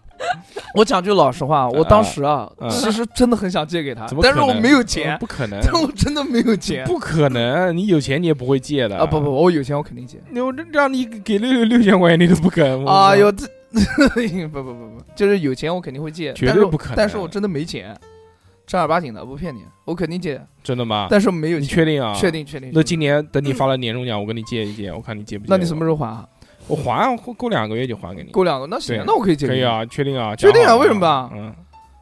Speaker 3: 我讲句老实话，我当时啊
Speaker 2: 嗯，
Speaker 3: 其实真的很想借给他
Speaker 2: 怎么，可
Speaker 3: 啊但
Speaker 2: 能？嗯
Speaker 3: 是我没有钱
Speaker 2: 呃，不可能，
Speaker 3: 但我真的没有钱
Speaker 2: 不可能，你有钱你也不会借的
Speaker 3: 啊！不不，，我有钱我肯定借。
Speaker 2: 你我让你给六六六千块钱你都不肯，我
Speaker 3: 啊哟，这 不不不不，就是有钱我肯定会借，
Speaker 2: 绝
Speaker 3: 但
Speaker 2: 对
Speaker 3: 是我
Speaker 2: 不可
Speaker 3: 但是我
Speaker 2: 能
Speaker 3: 真的没钱，正儿八经的，不骗你，我肯定借，
Speaker 2: 真的吗？
Speaker 3: 但是没有
Speaker 2: 啊你
Speaker 3: 钱。
Speaker 2: 确定啊？
Speaker 3: 确。定确定？
Speaker 2: 那
Speaker 3: 确定
Speaker 2: 今年等你发了年终奖，我跟你借一借，我看你借不借我？
Speaker 3: 那你什么时候还啊？
Speaker 2: 我还啊过过两个月就还给你，
Speaker 3: 过两个那行
Speaker 2: 对，
Speaker 3: 那我可以借。
Speaker 2: 可以，啊？确定啊？
Speaker 3: 确定啊
Speaker 2: 讲好了
Speaker 3: 为什么吧
Speaker 2: 嗯。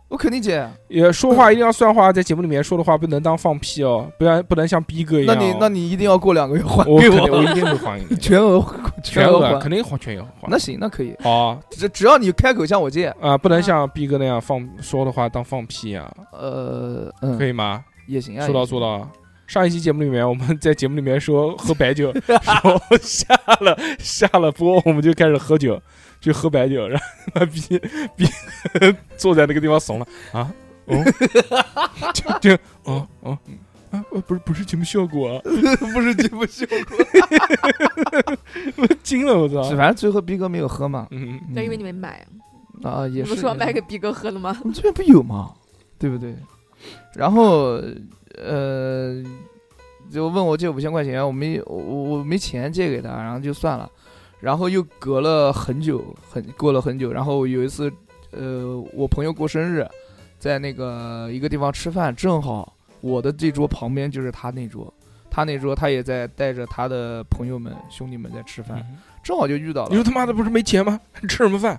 Speaker 3: 我肯定借。啊
Speaker 2: 也说话一定要算话，在节目里面说的话不能当放屁哦，不然不能像逼哥一
Speaker 3: 那
Speaker 2: 样哦、
Speaker 3: 你那你一定要过两个月还
Speaker 2: 我
Speaker 3: 给
Speaker 2: 肯定我
Speaker 3: 我，
Speaker 2: 一定会还给 你，
Speaker 3: 全额
Speaker 2: 全
Speaker 3: 额
Speaker 2: 额
Speaker 3: 还。
Speaker 2: 肯定还全额还。
Speaker 3: 那行，那啊可以，
Speaker 2: 好啊、
Speaker 3: 只只要你开口向我借，
Speaker 2: 呃不能像逼哥那样放说的话当放屁啊，
Speaker 3: 呃，
Speaker 2: 可
Speaker 3: 嗯，
Speaker 2: 以吗？
Speaker 3: 也行啊。
Speaker 2: 说到
Speaker 3: 也行
Speaker 2: 做到。啊。上一期节目里面，我们在节目里面说喝白 酒，说下了下了播，我们就开始喝酒，就喝白酒，然后他妈逼逼坐在那个地方怂了啊，哦，就就哦哦啊，呃不是不是节目效果、啊，
Speaker 3: 不是节目效果。
Speaker 2: 惊了我操！
Speaker 3: 反正最后逼哥没有喝嘛，
Speaker 2: 嗯，
Speaker 4: 那因为你没买，
Speaker 3: 啊
Speaker 4: 你
Speaker 3: 也
Speaker 4: 不
Speaker 3: 是。
Speaker 4: 是说
Speaker 3: 也
Speaker 4: 买
Speaker 3: 是
Speaker 4: 给逼哥喝了吗？
Speaker 3: 我们这边不有吗？对不对？然后呃，就问我借五千块钱，我没我我我没钱借给他，然后就算了。然后又隔了很久，很过了很久。然后有一次，呃，我朋友过生日，在那个一个地方吃饭，正好我的这桌旁边就是他那桌，他那桌他也在带着他的朋友们兄弟们在吃饭，正好就遇到
Speaker 2: 嗯你 说。
Speaker 3: 了
Speaker 2: 他妈的不是没钱吗？吃什么饭？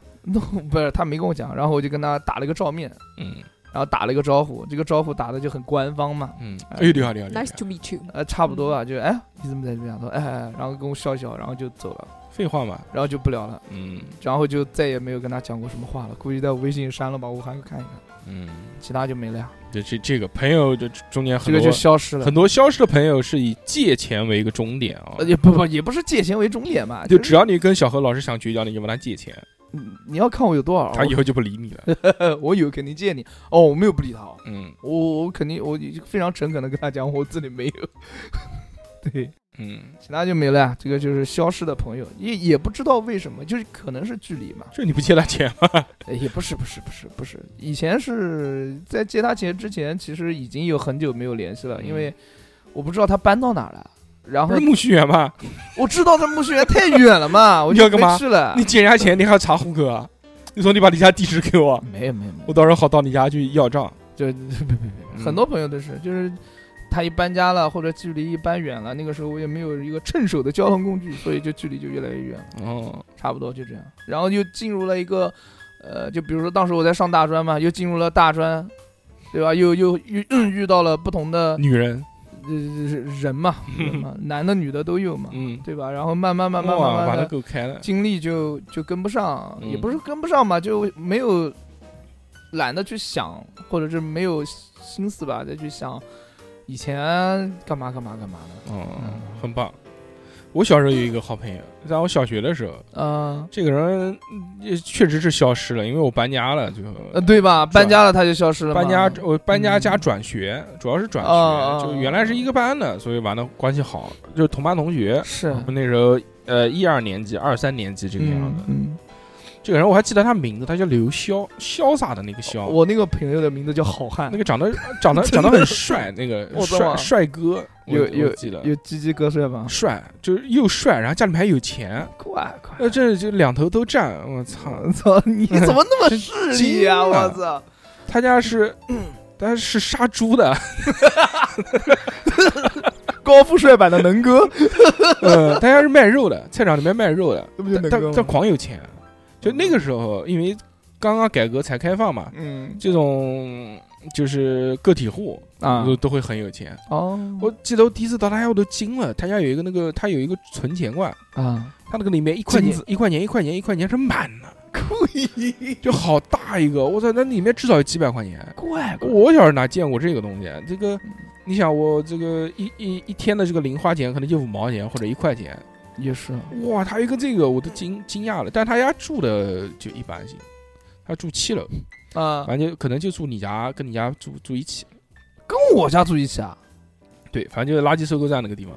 Speaker 3: 不是他没跟我讲，然后我就跟他打了个照面，
Speaker 2: 嗯，
Speaker 3: 然后打了一个招呼，这个招呼打的就很官方嘛，
Speaker 2: 嗯，哎呦，厉害厉害厉害！
Speaker 4: Nice to meet you。
Speaker 3: 呃，差不多
Speaker 2: 嗯
Speaker 3: 吧，就哎，你怎么在这边啊？他说哎，哎然后跟我笑笑，然后就走了，
Speaker 2: 废话嘛，
Speaker 3: 然后就不聊了，
Speaker 2: 嗯
Speaker 3: 然后就再也没有跟他讲过什么话了，估计在我微信删了吧，我还会看一看，
Speaker 2: 嗯，
Speaker 3: 其他就没了呀，
Speaker 2: 这这这个朋友这中间
Speaker 3: 这
Speaker 2: 很
Speaker 3: 个
Speaker 2: 多
Speaker 3: 就消失了
Speaker 2: 很。多消失的朋友是以借钱为一个终点啊
Speaker 3: 呃，也不不也不是借钱为终点吧，
Speaker 2: 就是只要你跟小何老师想绝交，你就问他借钱，
Speaker 3: 嗯你要看我有多少，
Speaker 2: 他以后就不理你了。
Speaker 3: 我 我有肯定借你，哦，我没有不理他哦，
Speaker 2: 嗯
Speaker 3: 我我肯定我非常诚恳的跟他讲，我这里没有， 对，
Speaker 2: 嗯，
Speaker 3: 其他就没了呀。这个就是消失的朋友，也也不知道为什么，就是可能是距离嘛，
Speaker 2: 就你不借他钱吗？
Speaker 3: 哎也不是不是不是不是，以前是在接他钱之前，其实已经有很久没有联系了，
Speaker 2: 嗯
Speaker 3: 因为我不知道他搬到哪儿了。然
Speaker 2: 不
Speaker 3: 后
Speaker 2: 是木须园吗？
Speaker 3: 我知道他墓穴太远了嘛，我
Speaker 2: 你
Speaker 3: 就
Speaker 2: 要干嘛
Speaker 3: 没去了
Speaker 2: 你。借人家钱，你还要查户口啊？你说你把你家地址给我，
Speaker 3: 没有没有没有，
Speaker 2: 我到时嗯候好到你家去要账。
Speaker 3: 就很多朋友都是，就是他一搬家了，或者距离一搬远了，那个时候我也没有一个趁手的交通工具，所以就距离就越来越远了，
Speaker 2: 哦，
Speaker 3: 差不多就这样。然后又进入了一个，呃，就比如说当时我在上大专嘛，又进入了大专，对吧？又又遇遇到了不同的
Speaker 2: 女人，
Speaker 3: 呃人 嘛，人嘛男的女的都有嘛，
Speaker 2: 嗯，
Speaker 3: 对吧？然后慢慢啊慢慢慢
Speaker 2: 哇，
Speaker 3: 慢
Speaker 2: 玩
Speaker 3: 的
Speaker 2: 的够开了。
Speaker 3: 精力就就跟不上，
Speaker 2: 嗯
Speaker 3: 也不是跟不上吧，就没有懒得去想，或者是没有心思吧，再去想以前干嘛干嘛干嘛的。
Speaker 2: 哦
Speaker 3: 嗯，
Speaker 2: 很棒。我小时候有一个好朋友，在我小学的时候，
Speaker 3: 嗯、
Speaker 2: 这个人嗯也确实是消失了，因为我搬家了，最后。
Speaker 3: 呃，对吧？搬家了他就消失了嘛，
Speaker 2: 啊搬家，我搬家加
Speaker 3: 嗯
Speaker 2: 转学，主要是转
Speaker 3: 哦哦
Speaker 2: 学，
Speaker 3: 哦
Speaker 2: 就原来是一个班的，所以玩的关系好，就是同班同学。
Speaker 3: 是
Speaker 2: 我，们那时候呃一二年级、二三年级啊这个样子。
Speaker 3: 嗯，
Speaker 2: 这个人我还记得他名字，他叫刘潇，潇洒的那个潇，
Speaker 3: 我那个朋友的名字叫好汉
Speaker 2: 那，个长得长 得长得很帅，那个
Speaker 3: 我懂
Speaker 2: 帅
Speaker 3: 了
Speaker 2: 帅哥，我
Speaker 3: 有
Speaker 2: 我记得
Speaker 3: 有鸡鸡哥帅吗？
Speaker 2: 帅，就是又帅，然后家里面还有钱，
Speaker 3: 快快！
Speaker 2: 呃，这 就两头都占，我操！
Speaker 3: 我操！你怎么那么势利呀、
Speaker 2: 真惊
Speaker 3: 我
Speaker 2: 了
Speaker 3: 操！
Speaker 2: 他家是，
Speaker 3: 嗯
Speaker 2: 他是杀猪的，
Speaker 3: 高富帅版的能哥，
Speaker 2: 呃，他家是卖肉的，菜场里面卖肉的，
Speaker 3: 这不就能
Speaker 2: 但
Speaker 3: 哥
Speaker 2: 但
Speaker 3: 吗？
Speaker 2: 狂有钱。啊就那个时候，因为刚刚改革才开放嘛，
Speaker 3: 嗯
Speaker 2: 这种就是个体户
Speaker 3: 啊
Speaker 2: 都都会很有钱。
Speaker 3: 哦，
Speaker 2: 我记得我第一次到他家，我都惊了。他家有一个那个，他有一个存钱罐，
Speaker 3: 啊，
Speaker 2: 他那个里面一块
Speaker 3: 金
Speaker 2: 钱
Speaker 3: 子、
Speaker 2: 一块钱、一块钱、一块钱是满的，
Speaker 3: 故意
Speaker 2: 就好大一个。我操，那里面至少有几百块钱。
Speaker 3: 怪怪。
Speaker 2: 我小时候哪见过这个东西？啊这个，你想我这个一一一天的这个零花钱可能就五毛钱或者一块钱，
Speaker 3: 也是，
Speaker 2: 哇，他有一个这个我都惊惊讶了。但他家住的就一般性，他住七楼，
Speaker 3: 啊，
Speaker 2: 反正就可能就住你家跟你家住住一起，
Speaker 3: 跟我家住一起啊？
Speaker 2: 对，反正就是垃圾收购站那个地方。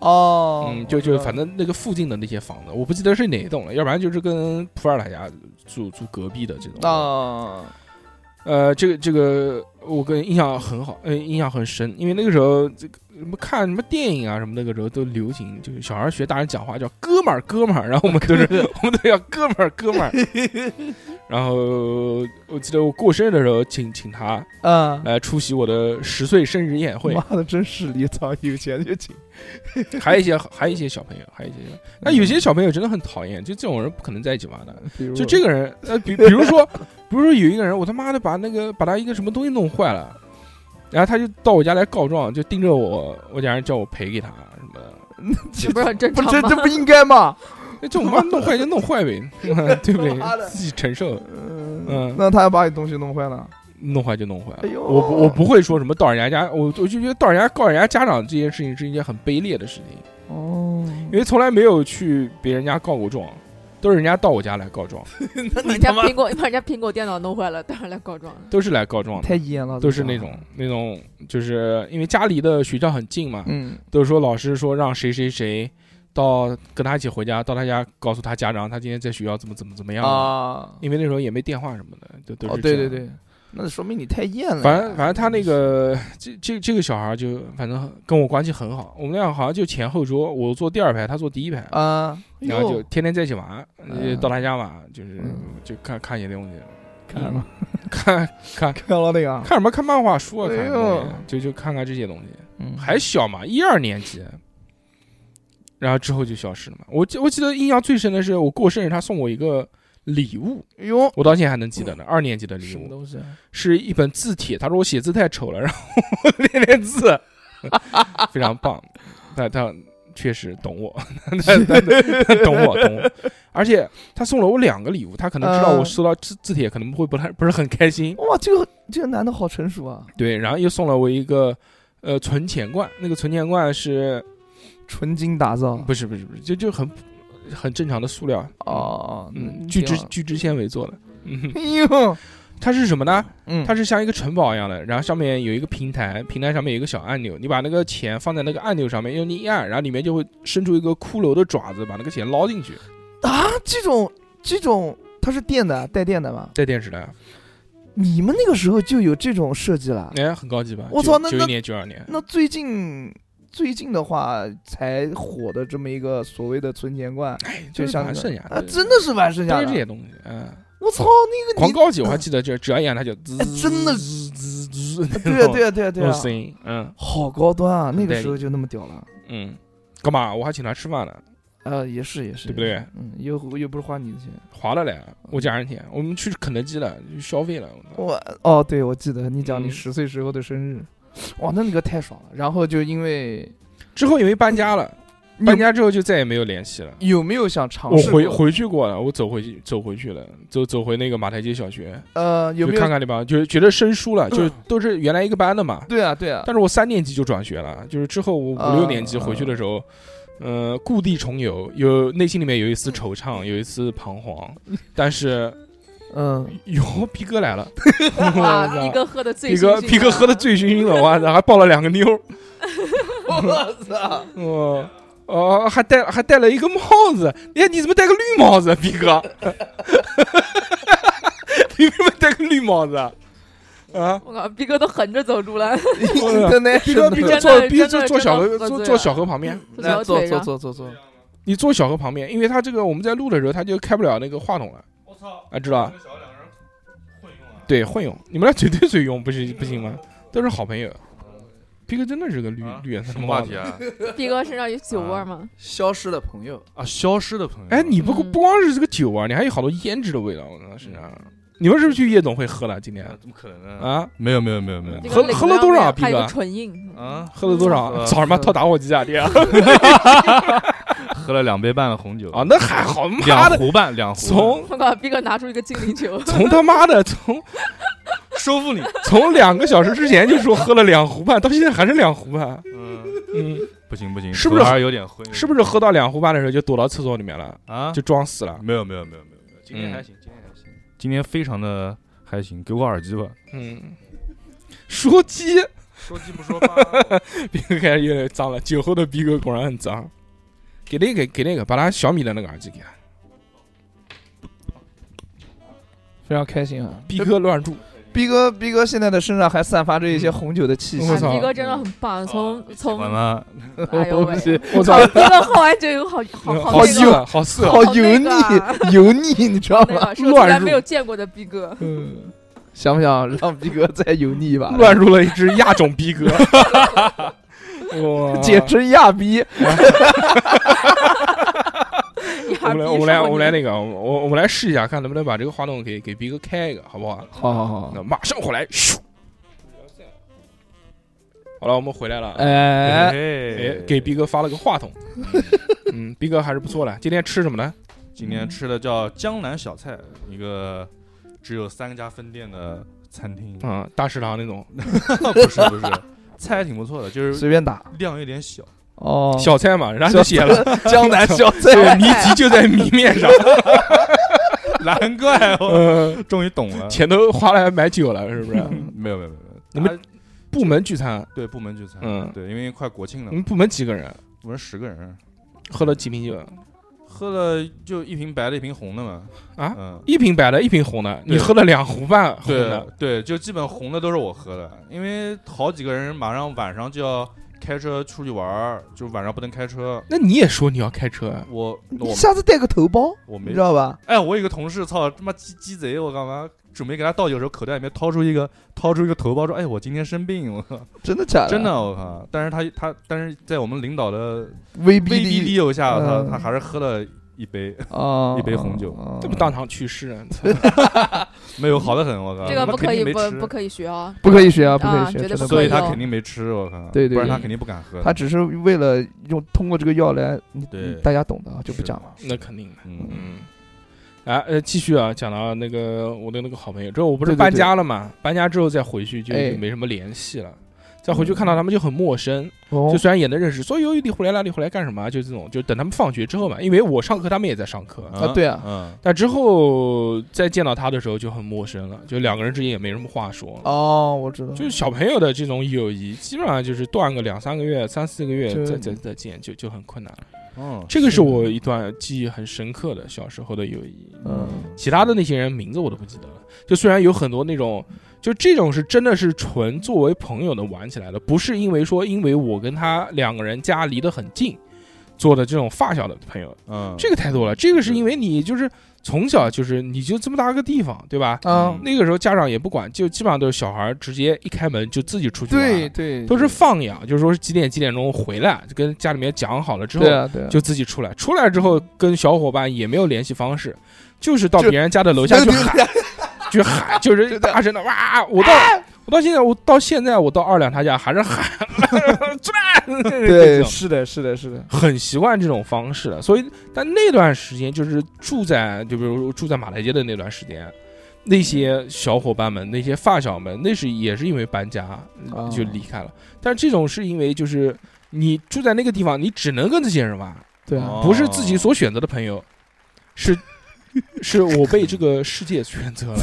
Speaker 3: 哦，
Speaker 2: 嗯，就
Speaker 3: 我知道
Speaker 2: 就反正那个附近的那些房子，我不记得是哪一栋了，要不然就是跟普洱塔家住住隔壁的这种。
Speaker 3: 啊，
Speaker 2: 呃，这个这个我跟印象很好，呃，印象很深，因为那个时候这个什么看什么电影啊什么，那个时候都流行，就是小孩学大人讲话叫哥们儿哥们儿，然后我们都是我们都叫哥们儿哥们儿。然后我记得我过生日的时候请请他
Speaker 3: 嗯，
Speaker 2: 来出席我的十岁生日宴会
Speaker 3: 妈，的真势利，操，有钱就请，
Speaker 2: 还有一些还有一些小朋友，还有一些小那有些小朋友真的很讨厌，就这种人不可能在一起玩的。
Speaker 3: 比如
Speaker 2: 就这个人，呃，比比如说，比如说有一个人，我他妈的把那个把他一个什么东西弄坏了，然后他就到我家来告状，就盯着我，我家人叫我赔给他什么的。
Speaker 4: 这不是很正
Speaker 3: 不
Speaker 4: 常
Speaker 3: 这
Speaker 4: 吗？
Speaker 3: 这不应该吗？
Speaker 2: 那这种嘛，弄坏就弄坏呗， 对不
Speaker 3: 妈的
Speaker 2: 对？自己承受，
Speaker 3: 嗯
Speaker 2: 嗯
Speaker 3: 那他还把你东西弄坏了，
Speaker 2: 弄坏就弄坏。
Speaker 3: 哎呦
Speaker 2: 我不我不会说什么到人家家，我我就觉得到人家告人家家长这件事情是一件很卑劣的事情，
Speaker 3: 哦，
Speaker 2: 因为从来没有去别人家告过状，都是人家到我家来告状，
Speaker 3: 那
Speaker 4: 把人家苹果把人家苹果电脑弄坏了，当然来告 状了。
Speaker 2: 都是来告状的，
Speaker 3: 太严了，
Speaker 2: 都
Speaker 3: 这
Speaker 2: 是那种，啊那种，就是因为家离的学校很近嘛，
Speaker 3: 嗯，
Speaker 2: 都说老师说让谁谁谁到跟他一起回家，到他家告诉他家长，他今天在学校怎么怎么怎么样了，
Speaker 3: 啊，
Speaker 2: 因为那时候也没电话什么的，都都
Speaker 3: 哦，
Speaker 2: 是
Speaker 3: 对
Speaker 2: 这
Speaker 3: 对
Speaker 2: 样
Speaker 3: 对，那说明你太艳了呀，
Speaker 2: 反正反正他那个这这这个小孩就反正跟我关系很好，我们俩好像就前后桌，我坐第二排，他坐第一排，
Speaker 3: 啊，
Speaker 2: 然后就
Speaker 3: 哟
Speaker 2: 天天在一起玩，呃
Speaker 3: 嗯
Speaker 2: 就到他家玩，就是
Speaker 3: 嗯
Speaker 2: 就看看一些东西，
Speaker 3: 看了吗？
Speaker 2: 看看
Speaker 3: 看了那个啊，
Speaker 2: 看什么看漫画书啊，
Speaker 3: 哎
Speaker 2: 看什
Speaker 3: 呦
Speaker 2: 么东西就就看看这些东西。
Speaker 3: 嗯
Speaker 2: 还小嘛，一二年级，然后之后就消失了嘛。我记我记得印象最深的是，我过生日，他送我一个礼物，
Speaker 3: 哟，
Speaker 2: 我到现在还能记得呢，二年级的礼
Speaker 3: 什么
Speaker 2: 物
Speaker 3: 东西啊？
Speaker 2: 是一本字帖，他说我写字太丑了，然后我练练字， 非常棒，他他确实懂我，他他他懂我懂我，而且他送了我两个礼物，他可能知道
Speaker 3: 嗯
Speaker 2: 我收到字字帖可能会不太不是很开心，
Speaker 3: 哇，这个这个男的好成熟啊，
Speaker 2: 对，然后又送了我一个呃存钱罐，那个存钱罐是
Speaker 3: 纯金打造
Speaker 2: 不是不是不是就就很很正常的塑料，
Speaker 3: 哦，
Speaker 2: 嗯，
Speaker 3: 巨
Speaker 2: 聚酯聚酯纤维做的，嗯哼，
Speaker 3: 哎呦，
Speaker 2: 它是什么呢？
Speaker 3: 嗯，
Speaker 2: 它是像一个城堡一样的，然后上面有一个平台，平台上面有一个小按钮，你把那个钱放在那个按钮上面，用力一按，然后里面就会伸出一个骷髅的爪子，把那个钱捞进去，
Speaker 3: 这种这种，它是电的，带电的嘛？
Speaker 2: 带电池
Speaker 3: 啊
Speaker 2: 的，
Speaker 3: 你们那个时候就有这种设计了？
Speaker 2: 哎，很高级吧？
Speaker 3: 我操那
Speaker 2: 九
Speaker 3: 那
Speaker 2: 一年九二年，
Speaker 3: 那最近最近的话才火的这么一个所谓的存钱罐，
Speaker 2: 哎，
Speaker 3: 就
Speaker 2: 就是
Speaker 3: 像
Speaker 2: 像剩下
Speaker 3: 啊，真的是完剩
Speaker 2: 都
Speaker 3: 下
Speaker 2: 是这
Speaker 3: 的。
Speaker 2: 些东西，嗯，
Speaker 3: 我操，那个
Speaker 2: 狂
Speaker 3: 你嗯
Speaker 2: 高级，我还记得，就只要一按它就滋
Speaker 3: 哎，真的
Speaker 2: 滋滋滋，
Speaker 3: 对啊对啊对啊对
Speaker 2: 那
Speaker 3: 啊
Speaker 2: 种，声音，嗯
Speaker 3: 好高端啊！那个
Speaker 2: 对
Speaker 3: 时候就那么屌了。
Speaker 2: 嗯，干嘛？我还请他吃饭呢，
Speaker 3: 呃，也是也是，
Speaker 2: 对不对
Speaker 3: 也是？嗯，又又不是花你的钱。
Speaker 2: 划了嘞，我家人钱，我们去肯德基了，去消费了，我操
Speaker 3: 我嗯哦，对，我记得你讲你
Speaker 2: 嗯
Speaker 3: 十岁时候的生日，哇，那那个太爽了。然后就因为
Speaker 2: 之后因为搬家了，
Speaker 3: 你
Speaker 2: 搬家之后就再也没有联系了。
Speaker 3: 有没有想尝
Speaker 2: 我
Speaker 3: 试
Speaker 2: 回
Speaker 3: 过
Speaker 2: 回去过了，我走回去走回去了，走走回那个马台街小学，
Speaker 3: 呃有没嗯
Speaker 2: 就
Speaker 3: 有
Speaker 2: 看看那帮，就是觉得生疏了，就是都是原来一个班的嘛。
Speaker 3: 对啊对啊
Speaker 2: 但是我三年级就转学了，就是之后我
Speaker 3: 啊
Speaker 2: 五六年级回去的时候，呃，故地重游，有内心里面有一丝惆怅，有一丝彷徨，但是
Speaker 3: 嗯
Speaker 2: 哟，逼哥来了，
Speaker 4: 哇，逼哥喝的醉
Speaker 2: 逼
Speaker 4: 醺醺
Speaker 2: 哥
Speaker 4: 的，
Speaker 2: 逼哥喝的醉醺醺的，我操，还抱了两个妞儿，
Speaker 3: 我操
Speaker 2: 哦哦，还戴还戴了一个帽子，哎，你怎么戴个绿帽子啊，逼哥？ 你为什么戴个绿帽子啊？ 啊，
Speaker 4: 我靠，逼哥都横着走路了，
Speaker 3: 真的
Speaker 2: 逼啊哥逼哥
Speaker 4: 真的
Speaker 2: 坐逼哥
Speaker 4: 真
Speaker 2: 坐
Speaker 4: 的
Speaker 2: 坐小
Speaker 4: 真
Speaker 2: 河
Speaker 4: 的喝
Speaker 2: 坐
Speaker 4: 醉
Speaker 2: 坐
Speaker 4: 了
Speaker 2: 小河旁边，
Speaker 3: 那
Speaker 4: 小
Speaker 3: 坐
Speaker 4: 腿
Speaker 3: 坐
Speaker 4: 上。
Speaker 3: 坐坐坐，
Speaker 2: 你坐小河旁边，因为他这个我们在录的时候他就开不了那个话筒了，
Speaker 5: 我操！
Speaker 2: 啊，知道吧？
Speaker 5: 小两个人混用啊！
Speaker 2: 对，混用，你们俩绝对嘴用，不是不行吗？都是好朋友。逼哥真的是个绿
Speaker 5: 嗯啊
Speaker 2: 绿颜色
Speaker 5: 什
Speaker 2: 的
Speaker 5: 么
Speaker 2: 帽
Speaker 5: 话题
Speaker 2: 子
Speaker 5: 啊？
Speaker 4: 逼哥身上有酒味儿吗？
Speaker 3: 消失的朋友，
Speaker 5: 啊，消失的朋友。
Speaker 2: 哎，你不
Speaker 4: 嗯
Speaker 2: 不光是这个酒啊，你还有好多胭脂的味道，我靠身上。你们是不是去夜总会喝了今天
Speaker 5: 啊怎么可能呢？
Speaker 2: 啊？
Speaker 5: 没有没有没有没有
Speaker 4: 这
Speaker 2: 喝
Speaker 4: 个
Speaker 2: 了
Speaker 4: 领
Speaker 2: 喝了
Speaker 4: 子
Speaker 2: 多
Speaker 4: 上
Speaker 2: 少啊
Speaker 4: 面还有
Speaker 2: 逼
Speaker 4: 个
Speaker 2: 哥
Speaker 4: 唇印，
Speaker 5: 啊，
Speaker 2: 喝了多少啊？
Speaker 5: 嗯
Speaker 2: 早上嘛套打火机啊，爹啊！
Speaker 5: 喝了两杯半的红酒
Speaker 2: 啊，那还好，妈
Speaker 5: 两
Speaker 2: 的，
Speaker 5: 壶半，两壶半。
Speaker 2: 从，
Speaker 4: 我靠，逼哥拿出一个精灵球
Speaker 2: 从他妈的从
Speaker 5: 收复你，
Speaker 2: 从两个小时之前就说喝了两壶半，到现在还是两壶半，
Speaker 5: 嗯，
Speaker 2: 嗯，
Speaker 5: 不行不行，
Speaker 2: 是不是
Speaker 5: 还是有点昏？
Speaker 2: 是不是喝到两壶半的时候就躲到厕所里面了，
Speaker 5: 嗯啊？
Speaker 2: 就装死了？
Speaker 5: 没有没有没有没有没有，今天
Speaker 2: 嗯
Speaker 5: 还行，今天还行，今天非常的还行，给我耳机吧。
Speaker 2: 嗯，说鸡，
Speaker 5: 说鸡不说 八，
Speaker 2: 逼哥开始越来越脏了，酒后的逼哥果然很脏。给那个给那个，把他小米的那个耳机给他。
Speaker 3: 非常开心啊！
Speaker 2: 逼哥乱入，
Speaker 3: 逼哥逼哥现在的身上还散发着一些红酒的气息
Speaker 2: 嗯 我
Speaker 4: 哎，
Speaker 2: 操
Speaker 4: 逼哥真的很
Speaker 5: 哦
Speaker 4: 棒，从从
Speaker 5: 完，了，
Speaker 4: 哎呦喂，
Speaker 2: 我操
Speaker 4: 好，逼哥喝完酒以 后好好
Speaker 2: 好
Speaker 4: 那
Speaker 2: 色
Speaker 4: 个
Speaker 2: 啊，好色啊，
Speaker 3: 好
Speaker 4: 好
Speaker 3: 油
Speaker 4: 那
Speaker 3: 腻
Speaker 4: 个啊
Speaker 3: 油腻，你知道
Speaker 4: 那
Speaker 3: 吗？
Speaker 4: 个是我从来没有见过的逼哥，
Speaker 3: 嗯，想不想让逼哥再油腻一把？
Speaker 2: 乱入了一只亚种逼 哥。哇
Speaker 3: 简直亚逼！
Speaker 2: 我
Speaker 4: 我
Speaker 2: 们来，我们来，我们来那个，我我我们来试一下，看能不能把这个话筒给给逼哥开一个，好不好？
Speaker 3: 好好好
Speaker 2: 那，马上回来，咻！好了，我们回来了。哎，
Speaker 3: 哎，
Speaker 5: 哎
Speaker 2: 给逼哥发了个话 筒。嗯，逼哥还是不错的。今天吃什么呢？
Speaker 5: 今天吃的叫江南小菜，一个只有三家分店的餐厅。
Speaker 2: 嗯，大食堂那种
Speaker 5: 不是不是，菜还挺不错的，就是
Speaker 3: 随便打
Speaker 5: 量有点 小。
Speaker 3: 哦。
Speaker 2: 小菜嘛，人家就写了，
Speaker 3: 江南小
Speaker 2: 这
Speaker 3: 菜，
Speaker 2: 谜题就在谜面上。
Speaker 5: 难怪
Speaker 3: 哦
Speaker 5: 我
Speaker 2: 呃，
Speaker 5: 终于懂了。
Speaker 2: 钱都花来买酒了，是不是？
Speaker 3: 嗯
Speaker 5: 没有没有没有没有，
Speaker 2: 你们
Speaker 5: 大家
Speaker 2: 部门聚餐，
Speaker 5: 对部门聚餐，
Speaker 2: 嗯
Speaker 5: 对，因为快国庆了
Speaker 2: 你
Speaker 5: 嘛
Speaker 2: 们，部门几个人？
Speaker 5: 我们十个人，
Speaker 2: 喝了几瓶酒？
Speaker 5: 喝了就一瓶白的，一瓶红的嘛。
Speaker 2: 啊
Speaker 5: 嗯，
Speaker 2: 一瓶白的，一瓶红的。你
Speaker 5: 对
Speaker 2: 喝了两壶半红
Speaker 5: 对
Speaker 2: 的，
Speaker 5: 对，就基本红的都是我喝的，因为好几个人马上晚上就要开车出去玩儿，就晚上不能开车。
Speaker 2: 那你也说你要开车啊？
Speaker 5: 我
Speaker 3: 你
Speaker 5: 我
Speaker 3: 下次带个头包，
Speaker 5: 我
Speaker 3: 你
Speaker 5: 没
Speaker 3: 知道吧？
Speaker 5: 哎，我有个同事，操他妈鸡鸡贼，我干嘛？准备给他倒酒的时候，口袋里面掏出一个 掏出一个头包，说：“哎，我今天生病，我靠，
Speaker 3: 真的假的？
Speaker 5: 真的，我靠！”但是他他但是在我们领导的
Speaker 3: 威逼
Speaker 5: 威逼
Speaker 3: 利
Speaker 5: 利诱下，我操，
Speaker 3: 嗯
Speaker 5: 他还是喝了一杯，
Speaker 3: 啊，
Speaker 5: 一杯红酒
Speaker 3: 啊
Speaker 2: 这不当场去世啊！
Speaker 5: 没有好的很，我靠，
Speaker 4: 这个
Speaker 5: 他
Speaker 4: 不可以
Speaker 5: 肯定没
Speaker 4: 不
Speaker 5: 吃
Speaker 4: 不可以学 啊！
Speaker 3: 不可以学啊，不可
Speaker 4: 啊
Speaker 3: 以学，
Speaker 4: 绝对
Speaker 3: 真的
Speaker 4: 不
Speaker 5: 所
Speaker 4: 可
Speaker 5: 以
Speaker 4: 以
Speaker 5: 他
Speaker 4: 哦
Speaker 5: 肯定没吃，我靠，
Speaker 3: 对对
Speaker 5: 不然他
Speaker 4: 对
Speaker 5: 肯定不敢喝的，
Speaker 3: 他只是为了用通过这个药来，你
Speaker 5: 对
Speaker 3: 你大家懂的啊，就不
Speaker 5: 是
Speaker 3: 讲了。
Speaker 2: 那肯定的。
Speaker 5: 嗯，
Speaker 2: 嗯，啊呃，继续啊，讲到那个我的那个好朋友，之后我不是
Speaker 3: 对对
Speaker 2: 搬
Speaker 3: 对
Speaker 2: 家了嘛，搬家之后再回去就
Speaker 3: 哎嗯
Speaker 2: 就没什么联系了。再回去看到他们就很陌生，
Speaker 3: 哦
Speaker 2: 就虽然也能认识，所以你回来了，你回来干什么啊？就这种，就等他们放学之后嘛，因为我上课，他们也在上课，
Speaker 5: 嗯
Speaker 3: 对啊
Speaker 5: 嗯，
Speaker 2: 但之后再见到他的时候就很陌生了，就两个人之间也没什么话说。
Speaker 3: 哦，我知道，
Speaker 2: 就是小朋友的这种友谊，基本上就是断个两三个月、三四个月
Speaker 3: 就
Speaker 2: 再再再见，就就很困难了。
Speaker 5: 嗯，
Speaker 2: 这个是
Speaker 3: 是
Speaker 2: 我一段记忆很深刻的小时候的友谊。
Speaker 3: 嗯，
Speaker 2: 其他的那些人名字我都不记得了。就虽然有很多那种，就这种是真的是纯作为朋友的玩起来的，不是因为说因为我跟他两个人家离得很近，做的这种发小的朋友，
Speaker 5: 嗯，
Speaker 2: 这个 太多了。这个是因为你就是从小就是你就这么大个地方，对吧？
Speaker 3: 啊，
Speaker 2: 那个时候家长也不管，就基本上都是小孩儿直接一开门就自己出去玩，
Speaker 3: 对对，
Speaker 2: 都是放养，就是说是几点几点钟回来，就跟家里面讲好了之后
Speaker 3: 对，啊对啊，
Speaker 2: 就自己出来，出来之后跟小伙伴也没有联系方式，就是到
Speaker 3: 就
Speaker 2: 别人家的楼下去
Speaker 3: 对
Speaker 2: 喊，
Speaker 3: 对
Speaker 2: 去喊，就是大声的哇！我到我到现在，我到现在我到二两他家还是喊出来，这
Speaker 3: 对，对
Speaker 2: 种
Speaker 3: 是的，是的，是的，
Speaker 2: 很习惯这种方式了。所以，但那段时间就是住在，就比如说住在马台街的那段时间。那些小伙伴们，那些发小们，那是也是因为搬家
Speaker 3: 啊
Speaker 2: 就离开了。但这种是因为就是你住在那个地方，你只能跟这些人玩，
Speaker 3: 对啊，
Speaker 5: 哦
Speaker 2: 不是自己所选择的朋友， 是是我被这个世界选择了。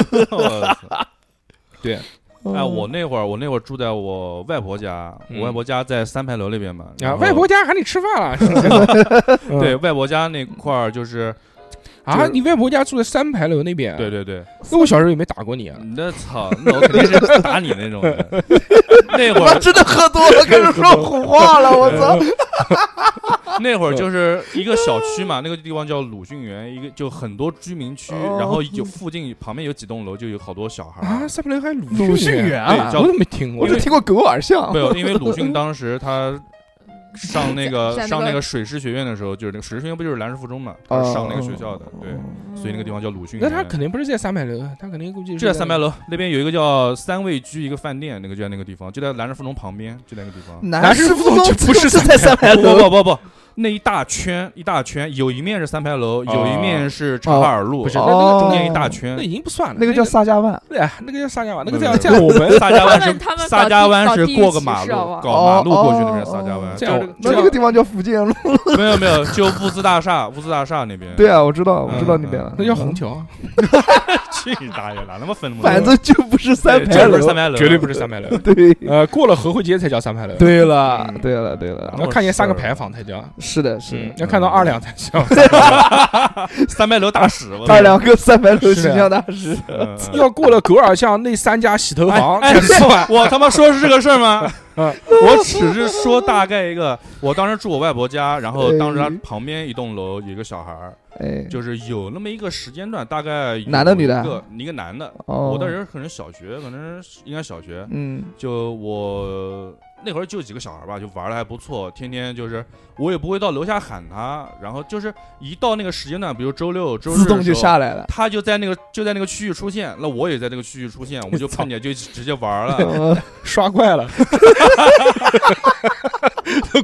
Speaker 5: 我
Speaker 2: 嗯
Speaker 5: 操
Speaker 2: 对，
Speaker 5: 哎，
Speaker 2: 哦
Speaker 5: 我那会儿我那会儿住在我外婆家，
Speaker 2: 嗯
Speaker 5: 我外婆家在三牌楼那边嘛，然
Speaker 2: 啊，
Speaker 5: 后
Speaker 2: 外婆家喊你吃饭 了，是吧
Speaker 5: 对
Speaker 2: 嗯
Speaker 5: 外婆家那块儿就是，
Speaker 2: 啊，你外婆家住在三牌楼那边，啊
Speaker 5: 对，对对，
Speaker 2: 那我小时候有没有打过你啊？
Speaker 5: 那操，那我肯定是打你那种 的，那会
Speaker 3: 我
Speaker 5: 儿
Speaker 3: 真的喝多了，跟人说胡话了，我操！
Speaker 5: 那会儿就是一个小区嘛，那个地方叫鲁迅园，一个就很多居民区，
Speaker 3: 哦
Speaker 5: 然后有附近旁边有几栋楼，就有好多小孩
Speaker 2: 啊，
Speaker 5: 儿。
Speaker 2: 三牌楼还有
Speaker 3: 鲁
Speaker 2: 迅
Speaker 3: 迅园
Speaker 2: 啊，
Speaker 3: 啊
Speaker 2: 对我怎么没听过
Speaker 3: 我？就听过狗耳巷
Speaker 5: 没，有，因为鲁迅当时他
Speaker 4: 嗯
Speaker 5: 上那个
Speaker 4: 在在那个
Speaker 5: 上那个水师学院的时候，就是那个水师学院不就是兰氏附中嘛，他是上那个学校的，对，所以那个地方叫鲁
Speaker 2: 哦
Speaker 5: 迅
Speaker 2: 那
Speaker 5: 园。
Speaker 2: 他肯定不是在三牌楼，啊他肯定估计
Speaker 3: 嗯
Speaker 2: 是
Speaker 5: 就在三牌。楼那边有一个叫三味居一个饭店，那个就在那个地方，就在兰氏附中旁边，就在那个地方。
Speaker 3: 南
Speaker 2: 师
Speaker 3: 师
Speaker 2: 附中
Speaker 3: 附中
Speaker 2: 就不是
Speaker 3: 是嗯在三牌
Speaker 5: 不
Speaker 3: 楼，
Speaker 5: 不不不，那一大圈一大圈，有一面是三牌楼，有一面是察哈尔路，
Speaker 2: 不是，那
Speaker 3: 哦
Speaker 2: 那个
Speaker 5: 中
Speaker 2: 中
Speaker 5: 间
Speaker 2: 间
Speaker 5: 一大
Speaker 2: 那
Speaker 5: 圈。
Speaker 2: 已经不算了，
Speaker 3: 那个叫萨家万，
Speaker 2: 对啊，那个叫撒家湾，那个
Speaker 5: 没
Speaker 2: 叫
Speaker 5: 有
Speaker 2: 在我们
Speaker 5: 撒家湾
Speaker 4: 他
Speaker 5: 是
Speaker 4: 们 他们
Speaker 5: 撒家湾
Speaker 4: 搞
Speaker 5: 是
Speaker 4: 地
Speaker 5: 过个
Speaker 4: 搞地
Speaker 5: 马
Speaker 4: 区
Speaker 5: 路
Speaker 4: 是好吧，哦
Speaker 5: 搞马路过去那边是
Speaker 3: 哦
Speaker 5: 撒家湾，
Speaker 2: 这
Speaker 5: 就
Speaker 2: 样
Speaker 5: 是
Speaker 3: 那
Speaker 2: 这
Speaker 3: 那个地方叫福建路。
Speaker 5: 没有没有，就乌兹大厦，乌兹大厦那边。
Speaker 3: 对啊，我知道，我知
Speaker 5: 嗯
Speaker 3: 道那边了。
Speaker 2: 那叫虹桥啊，
Speaker 5: 去你大爷了，他妈分那
Speaker 3: 嗯
Speaker 5: 么多？
Speaker 3: 反正就不是三
Speaker 5: 对
Speaker 3: 牌
Speaker 5: 就
Speaker 3: 楼
Speaker 5: 不是，三牌楼，
Speaker 2: 绝对不是三牌楼。
Speaker 3: 对。
Speaker 2: 呃，过了和汇街才叫三牌楼。
Speaker 3: 对了
Speaker 5: 嗯，
Speaker 3: 对了，对了，
Speaker 2: 要看见三个牌坊才叫。
Speaker 3: 是的，是
Speaker 2: 嗯，
Speaker 3: 的，
Speaker 2: 要看到二两才叫。
Speaker 5: 三牌楼大使。我操
Speaker 3: 二两个三牌楼
Speaker 2: 是的
Speaker 5: 啊
Speaker 3: 形象大师，
Speaker 5: 嗯 嗯
Speaker 2: 要过了狗耳巷那三家洗头房
Speaker 5: 哎
Speaker 2: 才
Speaker 5: 哎
Speaker 2: 算。
Speaker 5: 我他妈说是这个事儿吗？
Speaker 2: 嗯
Speaker 5: 我只是说大概一个，我当时住我外婆家，然后当时她旁边一栋楼有一个小孩儿，
Speaker 3: 哎，
Speaker 5: 就是有那么一个时间段，大概有
Speaker 3: 男的女的
Speaker 5: 一个一个男的，
Speaker 3: 哦，
Speaker 5: 我的人可能小学，可能是应该小学，
Speaker 3: 嗯，
Speaker 5: 就我那会儿就几个小孩儿吧，就玩的还不错，天天就是我也不会到楼下喊他，然后就是一到那个时间段，比如周六周日的
Speaker 3: 自动就
Speaker 5: 时候
Speaker 3: 下 来了。
Speaker 5: 他就在那个就在那个区域出现，那我也在那个区域 出现，我们就碰见就直接玩儿了。
Speaker 3: 嗯
Speaker 2: 刷怪 了，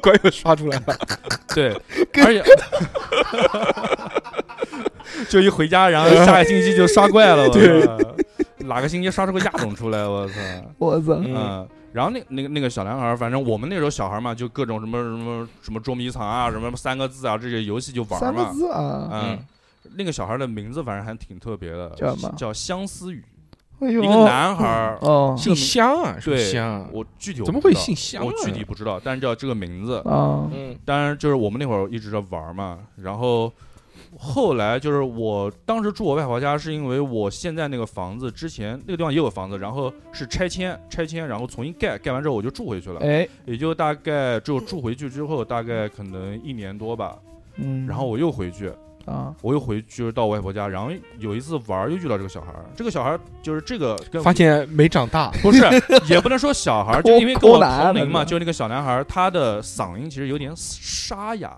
Speaker 2: 怪又刷出来了。
Speaker 5: 对，而且 就一回家，然后下个星期就刷怪了。我
Speaker 2: 对
Speaker 5: 操，哪个星期刷出个亚种出来，我操！
Speaker 3: 我操，
Speaker 2: 嗯，
Speaker 5: 嗯，然后那那个那个小男孩儿，反正我们那时候小孩儿嘛，就各种什么什么什么捉迷藏啊，什么三个字啊这些游戏就玩儿
Speaker 3: 三个
Speaker 5: 嘛。
Speaker 3: 字啊，
Speaker 5: 嗯，那个小孩儿的名字反正还挺特别的，
Speaker 3: 叫什么
Speaker 5: 叫相思雨，
Speaker 3: 哎呦，
Speaker 5: 一个男孩儿。
Speaker 3: 哦
Speaker 2: 姓香啊，是不是
Speaker 5: 对
Speaker 2: 香
Speaker 3: 嗯
Speaker 2: 啊，
Speaker 5: 我具体我
Speaker 2: 怎么
Speaker 5: 不
Speaker 2: 会
Speaker 5: 知道
Speaker 2: 姓香？啊
Speaker 5: 我具体，不知道，但是叫这个名字。
Speaker 3: 啊，
Speaker 2: 嗯
Speaker 5: 当然，就是我们那会儿一直在玩嘛，然后后来就是我当时住我外婆家，是因为我现在那个房子之前那个地方也有房子，然后是拆迁，拆迁然后重新盖，盖完之后我就住回去了，
Speaker 3: 哎，
Speaker 5: 也就大概只有住回去之后大概可能一年多吧，
Speaker 3: 嗯，
Speaker 5: 然后我又回去，
Speaker 3: 啊，
Speaker 5: 我又回就是到我外婆家，然后有一次玩儿又遇到这个小孩儿，这个小孩儿就是这个跟
Speaker 2: 发现没长大，
Speaker 5: 不是，也不能说小孩儿，
Speaker 3: 抠
Speaker 5: 就因为跟我
Speaker 3: 抠男
Speaker 5: 同龄
Speaker 3: 了
Speaker 5: 嘛，
Speaker 3: 是吧
Speaker 5: 就那个小男孩儿，他的嗓音其实有点沙哑，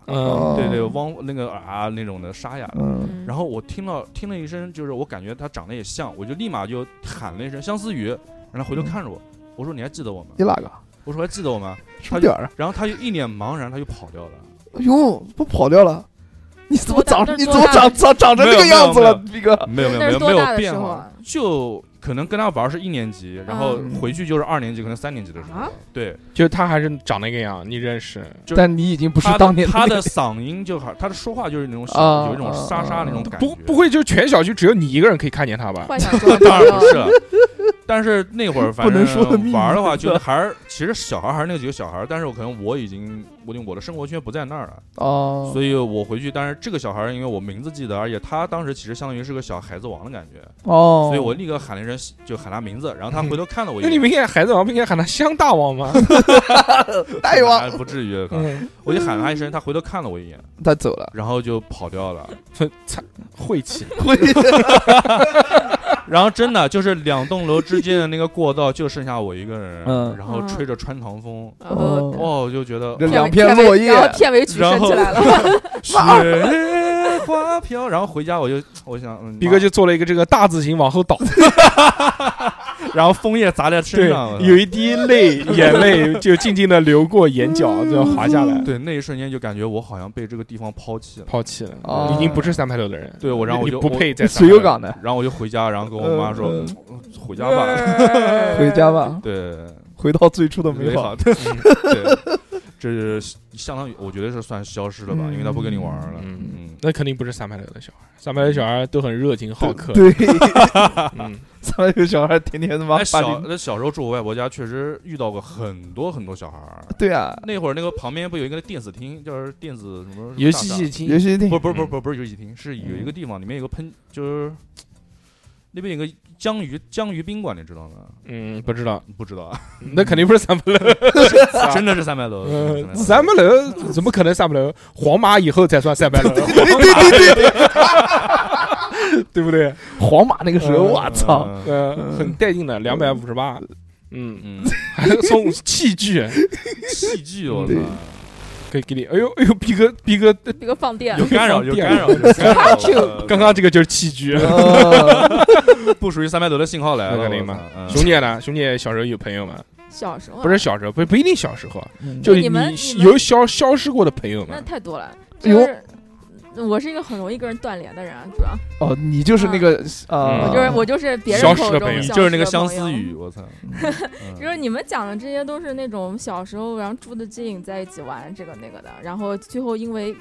Speaker 2: 嗯，
Speaker 3: 哦
Speaker 5: 对对，汪那个啊那种的沙哑的。
Speaker 3: 嗯，
Speaker 5: 然后我听到听了一声，就是我感觉他长得也像，我就立马就喊了一声相思雨，让他回头看着我，我说你还记得我吗？
Speaker 3: 你哪个？
Speaker 5: 我说还记得我吗？
Speaker 3: 什么点儿啊？
Speaker 5: 然后他就一脸茫然，他就跑掉了。
Speaker 3: 哎呦，不跑掉了？你怎么长
Speaker 4: 多大？
Speaker 3: 你怎么长长长成这个样子了，逼哥？
Speaker 5: 没有没有
Speaker 4: 那
Speaker 5: 没
Speaker 4: 是
Speaker 5: 有
Speaker 4: 多
Speaker 5: 没
Speaker 4: 大
Speaker 5: 有
Speaker 4: 的
Speaker 5: 变
Speaker 4: 时候
Speaker 5: 化
Speaker 4: 啊，
Speaker 5: 就可能跟他玩儿是一年级，然后
Speaker 3: 嗯
Speaker 5: 回去就是二年级，可能三年级的时候
Speaker 4: 啊，
Speaker 5: 对，
Speaker 2: 就他还是长那个样，你认识，
Speaker 5: 就
Speaker 3: 但你已经不是
Speaker 5: 他
Speaker 3: 当年
Speaker 5: 的
Speaker 3: 的
Speaker 5: 他
Speaker 3: 那个
Speaker 5: 的嗓音就好，他的说话就是那种小
Speaker 3: 啊
Speaker 5: 有一种
Speaker 3: 啊
Speaker 5: 沙沙那种感觉。
Speaker 2: 不不会就是全小区只有你一个人可以看见他吧？
Speaker 4: 幻想中的
Speaker 5: 当
Speaker 4: 朋
Speaker 5: 然
Speaker 4: 友
Speaker 5: 不是了， 但是那会儿反
Speaker 3: 不能说的秘
Speaker 5: 正
Speaker 3: 密
Speaker 5: 玩儿的话，就是还是其实小孩儿还是那几个小孩儿，但是我可能我已经我已经我的生活圈不在那儿了，
Speaker 3: 哦，
Speaker 5: 所以我回去，但是这个小孩儿因为我名字记得，而且他当时其实相当于是个小孩子王的感觉，
Speaker 3: 哦，
Speaker 5: 所以我立刻喊了一声就喊他名字，然后他回头看了我 一
Speaker 2: 那你
Speaker 5: 眼，
Speaker 2: 明显孩子王不应该喊他香大王 吗？
Speaker 3: 大王
Speaker 5: 还哎不至于，可能
Speaker 2: 嗯，
Speaker 5: 我就喊他一声，他回头看了我一眼，
Speaker 3: 他走了，
Speaker 5: 然后就跑掉 了。
Speaker 2: 很惨，晦 气，
Speaker 5: 然后真的就是两栋楼之间的那个过道就剩下我一个人，
Speaker 3: 嗯
Speaker 5: 然后吹着穿堂风，
Speaker 2: 嗯
Speaker 4: 啊然后
Speaker 3: 哦
Speaker 5: 哇，我就觉得
Speaker 3: 这
Speaker 4: 片
Speaker 3: 两
Speaker 4: 尾
Speaker 3: 片落叶
Speaker 4: 片尾然后片 尾曲
Speaker 5: 然
Speaker 4: 升
Speaker 5: 后
Speaker 4: 起来 了，
Speaker 5: 雪花飘， 然后回家我就我想，嗯
Speaker 2: 逼哥就做了一个这个大字形往后 倒，
Speaker 5: 然后枫叶砸在身
Speaker 2: 对
Speaker 5: 上，，
Speaker 2: 有一滴泪，眼泪就静静的流过眼角，这样滑下来，
Speaker 5: 对那一瞬间就感觉我好像被这个地方抛弃了，
Speaker 2: 抛弃了，
Speaker 3: 哦
Speaker 2: 已经不是三排头的人，
Speaker 5: 对我，然后我
Speaker 2: 你
Speaker 5: 就
Speaker 2: 不，配在
Speaker 3: 水游港的，
Speaker 5: 我然后我就回家，然后跟我妈说
Speaker 3: 嗯
Speaker 5: 嗯回家吧，
Speaker 3: 回家 吧，
Speaker 5: 对，
Speaker 3: 回到最初的美
Speaker 5: 美
Speaker 3: 好
Speaker 5: 好，。对，这是相当于我觉得是算消失了吧，
Speaker 2: 嗯
Speaker 5: 因为他不跟你玩了，
Speaker 2: 嗯
Speaker 5: 嗯，
Speaker 2: 那肯定不是三排头的小孩，三排头小孩都很热情好客，
Speaker 3: 对，
Speaker 2: 嗯，
Speaker 3: 上面有小孩天天
Speaker 2: 啊
Speaker 3: 他妈
Speaker 5: 哎，
Speaker 3: 把
Speaker 5: 小
Speaker 3: 你，
Speaker 5: 那小时候住我外婆家，确实遇到过很多很多小孩儿。
Speaker 3: 对啊，
Speaker 5: 那会儿那个旁边不有一个电子厅，就是电子什么
Speaker 2: 游戏
Speaker 5: 大厦
Speaker 2: 机嗯厅
Speaker 3: 游戏厅
Speaker 5: 不是不是不是不是不是游戏厅，是有一个地方里面有个喷，就是那边有个江鱼江鱼宾馆，你知道吗？
Speaker 2: 嗯，不知道，
Speaker 5: 不知 道啊，
Speaker 2: 那肯定不是三排楼，
Speaker 5: 真的是三百楼，真的
Speaker 3: 呃
Speaker 2: 嗯，
Speaker 5: 是
Speaker 2: 三
Speaker 5: 三
Speaker 2: 排
Speaker 5: 百
Speaker 2: 楼怎么可能三排楼？皇马以后才算三排楼，
Speaker 3: 对对对对，
Speaker 2: 对不对？
Speaker 3: 皇马那个时候，
Speaker 2: 嗯
Speaker 3: 我操，！
Speaker 5: 嗯
Speaker 2: 呃，很带劲的，两百五十八， 嗯，
Speaker 5: 嗯，
Speaker 2: 还送器具，
Speaker 5: 戏剧我操
Speaker 3: 对，
Speaker 2: 可以给你，哎呦哎呦，逼哥逼哥，
Speaker 4: 一个放电
Speaker 5: 有，干扰有干扰，有干扰呃
Speaker 2: 刚刚这个就是器
Speaker 5: 嗯
Speaker 2: 具。
Speaker 3: 呃
Speaker 5: 不属于三百楼的信号来
Speaker 2: 那
Speaker 5: 了，
Speaker 2: 肯定
Speaker 5: 我
Speaker 2: 嘛
Speaker 5: 操嗯
Speaker 2: 熊姐呢？熊姐小时候有朋友吗？
Speaker 4: 小时候啊
Speaker 2: 不是小时候，不不一定小时候啊，就
Speaker 4: 对
Speaker 2: 是
Speaker 3: 嗯
Speaker 4: 你们你们
Speaker 2: 有消消失过的朋友
Speaker 4: 那
Speaker 2: 们。
Speaker 4: 太多了，
Speaker 3: 哎
Speaker 4: 就
Speaker 3: 呦
Speaker 4: 是。嗯我是一个很容易跟人断联的人啊，主要
Speaker 3: 哦，你就是那个
Speaker 2: 嗯
Speaker 3: 呃，
Speaker 4: 我
Speaker 5: 啊
Speaker 4: 就是我就是别
Speaker 2: 消
Speaker 4: 人
Speaker 2: 失
Speaker 4: 口
Speaker 2: 的
Speaker 4: 中
Speaker 2: 朋友
Speaker 4: 消
Speaker 5: 就是那
Speaker 4: 失
Speaker 5: 个
Speaker 4: 的
Speaker 5: 相
Speaker 4: 朋
Speaker 5: 思
Speaker 4: 友
Speaker 5: 雨， 我操！嗯
Speaker 4: 就是你们讲的这些都是那种小时候，然后住的近，在一起玩这个那个的，然后最后因为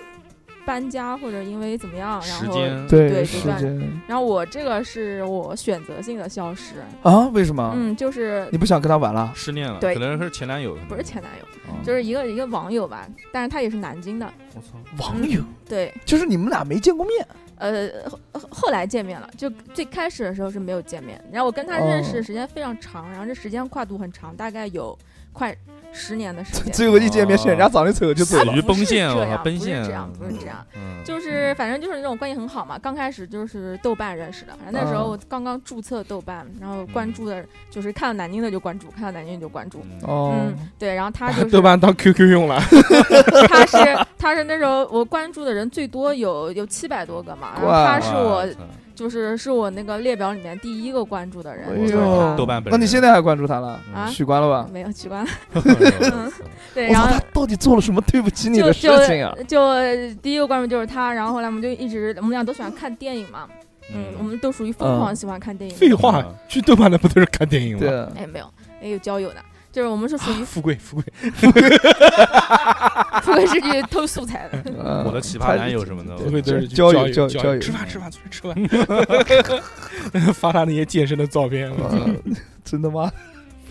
Speaker 4: 搬家或者因为怎么样，
Speaker 5: 嗯时
Speaker 4: 然后
Speaker 5: 间
Speaker 3: 对
Speaker 4: 对
Speaker 3: 时
Speaker 4: 不断
Speaker 3: 间
Speaker 4: 然后我这个是我选择性的消失，
Speaker 3: 啊？为什么？
Speaker 4: 嗯，就是
Speaker 3: 你不想跟他玩了？
Speaker 5: 失恋了，
Speaker 4: 对
Speaker 5: 可能是前男友，
Speaker 4: 不是前男友，
Speaker 5: 哦，
Speaker 4: 就是一个一个网友吧，但是他也是南京的，
Speaker 5: 我操，
Speaker 3: 网友
Speaker 4: 对，
Speaker 3: 嗯就是你们俩没见过面，
Speaker 4: 呃，后后后来见面了，就最开始的时候是没有见面，然后我跟他
Speaker 3: 哦
Speaker 4: 认识时间非常长，然后这时间跨度很长，大概有快十年的时间，
Speaker 3: 最后一见面，是人家长得丑就走
Speaker 5: 死
Speaker 3: 了
Speaker 5: 于啊奔现，
Speaker 4: 不是这
Speaker 5: 我操，
Speaker 4: 样
Speaker 5: 奔
Speaker 4: 不是
Speaker 5: 现，
Speaker 4: 这样不是这样
Speaker 5: 嗯，
Speaker 4: 就是反正就是那种关系很好嘛。刚开始就是豆瓣认识的，然后那时候我刚刚注册豆瓣，然后关注的就是看到南京的就关注，看到南京就关注。
Speaker 5: 嗯
Speaker 3: 哦
Speaker 4: 嗯，对，然后他就是
Speaker 2: 豆瓣当 QQ 用了，
Speaker 4: 他是他是那时候我关注的人最多有有七百多个嘛，然后
Speaker 3: 哇
Speaker 4: 他是我
Speaker 5: 操
Speaker 4: 就是是我那个列表里面第一个关注的
Speaker 3: 哎
Speaker 4: 人，
Speaker 3: 呦
Speaker 4: 就是他
Speaker 5: 豆。瓣本人。
Speaker 3: 那 你现在还关注他了？
Speaker 4: 啊
Speaker 3: 取关了吧？
Speaker 4: 没有奇怪，
Speaker 5: 嗯
Speaker 4: 对，
Speaker 3: 我操，
Speaker 4: 然后
Speaker 3: 他到底做了什么对不起你
Speaker 4: 就
Speaker 3: 的事
Speaker 4: 就
Speaker 3: 情啊？
Speaker 4: 就第一个关注就是他，然后后来我们就一直我们俩都喜欢看电影嘛，嗯，我们都属于疯狂
Speaker 3: 嗯
Speaker 4: 喜欢看电影的
Speaker 2: 废话
Speaker 5: 嗯，
Speaker 2: 去豆瓣的不都是看电影吗？
Speaker 3: 对，
Speaker 4: 哎，没有，哎，有交友的，就是我们是属于
Speaker 2: 富贵富贵，
Speaker 4: 富贵是去偷素材的，
Speaker 3: 我
Speaker 5: 我的奇葩男友什么的，
Speaker 2: 富贵都是去
Speaker 3: 交友
Speaker 2: 友
Speaker 3: 交友交
Speaker 2: 交
Speaker 3: 友
Speaker 2: 吃饭吃饭出去吃饭， 发他那些健身的照片，
Speaker 3: 嗯 真的吗？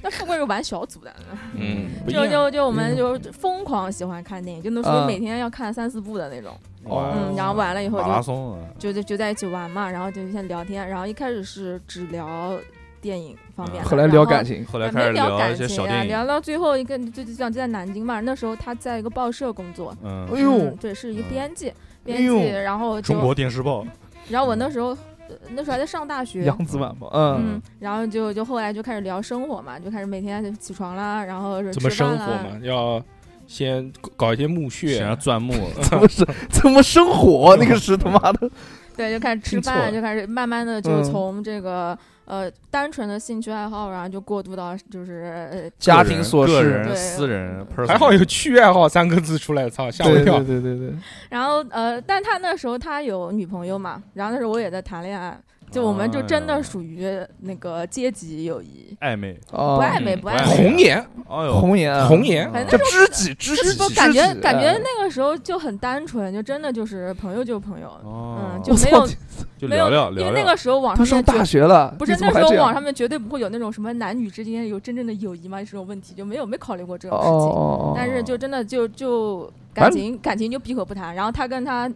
Speaker 4: 那富贵是玩小组的，
Speaker 2: 嗯，不一
Speaker 4: 就
Speaker 2: 样
Speaker 4: 就就我们就疯狂喜欢看电影，就能说每天要看三四部的那种，
Speaker 5: 哇
Speaker 4: 嗯，然后完了以后
Speaker 5: 马拉
Speaker 4: 就
Speaker 5: 松啊，
Speaker 4: 就就就在一起玩嘛，然后就先聊天，然后一开始是只聊电影方面
Speaker 3: 嗯
Speaker 4: 的，
Speaker 3: 后来聊感
Speaker 4: 情。
Speaker 3: 情，
Speaker 5: 后来
Speaker 4: 也
Speaker 5: 开
Speaker 4: 没
Speaker 5: 始
Speaker 4: 聊
Speaker 5: 一
Speaker 4: 感
Speaker 5: 些
Speaker 4: 情
Speaker 5: 小
Speaker 4: 啊，
Speaker 5: 电
Speaker 4: 聊
Speaker 5: 影，
Speaker 4: 到最后一个就就就讲就在南京嘛，那时候他在一个报社工作，
Speaker 5: 嗯
Speaker 3: 哎呦
Speaker 4: 嗯，对，是一个
Speaker 5: 嗯
Speaker 4: 编辑。编
Speaker 3: 哎
Speaker 4: 辑，
Speaker 3: 呦
Speaker 4: 然后
Speaker 5: 中
Speaker 4: 就，
Speaker 5: 国电视报，
Speaker 4: 然后我那时候呃那时候还在上大学，
Speaker 3: 扬子晚报，嗯，
Speaker 4: 嗯，然后就就后来就开始聊生活嘛，就开始每天起床啦，然后是
Speaker 2: 怎么
Speaker 4: 吃饭
Speaker 2: 生活
Speaker 4: 啦
Speaker 2: 嘛，要先搞一些墓
Speaker 5: 想要
Speaker 2: 穴，
Speaker 5: 钻木，
Speaker 3: 怎么是怎么生活？那个是他妈的，
Speaker 4: 对，就开始吃
Speaker 2: 听错了
Speaker 4: 饭，就开始慢慢的就
Speaker 3: 嗯
Speaker 4: 从这个、呃单纯的兴趣爱好，然后就过渡到就是呃
Speaker 3: 家
Speaker 5: 个
Speaker 3: 庭
Speaker 5: 人
Speaker 3: 琐
Speaker 5: 个
Speaker 3: 事，
Speaker 5: 人、
Speaker 4: 对嗯
Speaker 5: 私人，
Speaker 2: 还好
Speaker 5: personal
Speaker 2: 有趣爱好三个字出来，操，吓我一
Speaker 3: 对
Speaker 2: 跳
Speaker 3: 对。对对对，
Speaker 4: 然后呃，但他那时候他有女朋友嘛，然后那时候我也在谈恋爱，就我们就真的属于那个阶级友谊，
Speaker 5: 暧昧，
Speaker 3: 哦
Speaker 4: 不，暧昧
Speaker 5: 嗯
Speaker 4: 不
Speaker 5: 不
Speaker 4: 暧
Speaker 5: 暧昧
Speaker 4: 昧。
Speaker 2: 红颜，
Speaker 5: 哎呦，
Speaker 3: 红颜啊，
Speaker 2: 红颜，
Speaker 4: 反
Speaker 3: 叫
Speaker 4: 正
Speaker 3: 知己知
Speaker 4: 就是
Speaker 3: 己，
Speaker 4: 不
Speaker 3: 知
Speaker 4: 感觉
Speaker 3: 己
Speaker 4: 感觉
Speaker 3: 哎
Speaker 4: 那个时候就很单纯，就真的就是朋友就朋友，
Speaker 5: 哦
Speaker 4: 嗯，
Speaker 3: 我
Speaker 4: 就没
Speaker 3: 操
Speaker 4: 有
Speaker 5: 就
Speaker 4: 没
Speaker 5: 聊
Speaker 4: 有
Speaker 5: 聊
Speaker 4: 因
Speaker 5: 聊
Speaker 4: 为
Speaker 5: 聊，
Speaker 4: 那个时候
Speaker 3: 嗯
Speaker 4: 网
Speaker 3: 他上
Speaker 4: 上面
Speaker 3: 大
Speaker 4: 就
Speaker 3: 学了，
Speaker 4: 不是
Speaker 3: 你怎
Speaker 4: 那
Speaker 3: 么
Speaker 4: 时
Speaker 3: 还
Speaker 4: 候
Speaker 3: 这样
Speaker 4: 网上面绝对不会有那种什么男女之间有真正的友谊嘛这种问题，就没有没考虑过这
Speaker 3: 哦
Speaker 4: 种事情。
Speaker 3: 哦哦，
Speaker 4: 但是就真的就就
Speaker 3: 反
Speaker 4: 感
Speaker 3: 正
Speaker 4: 情感情就闭口不谈。然后他跟他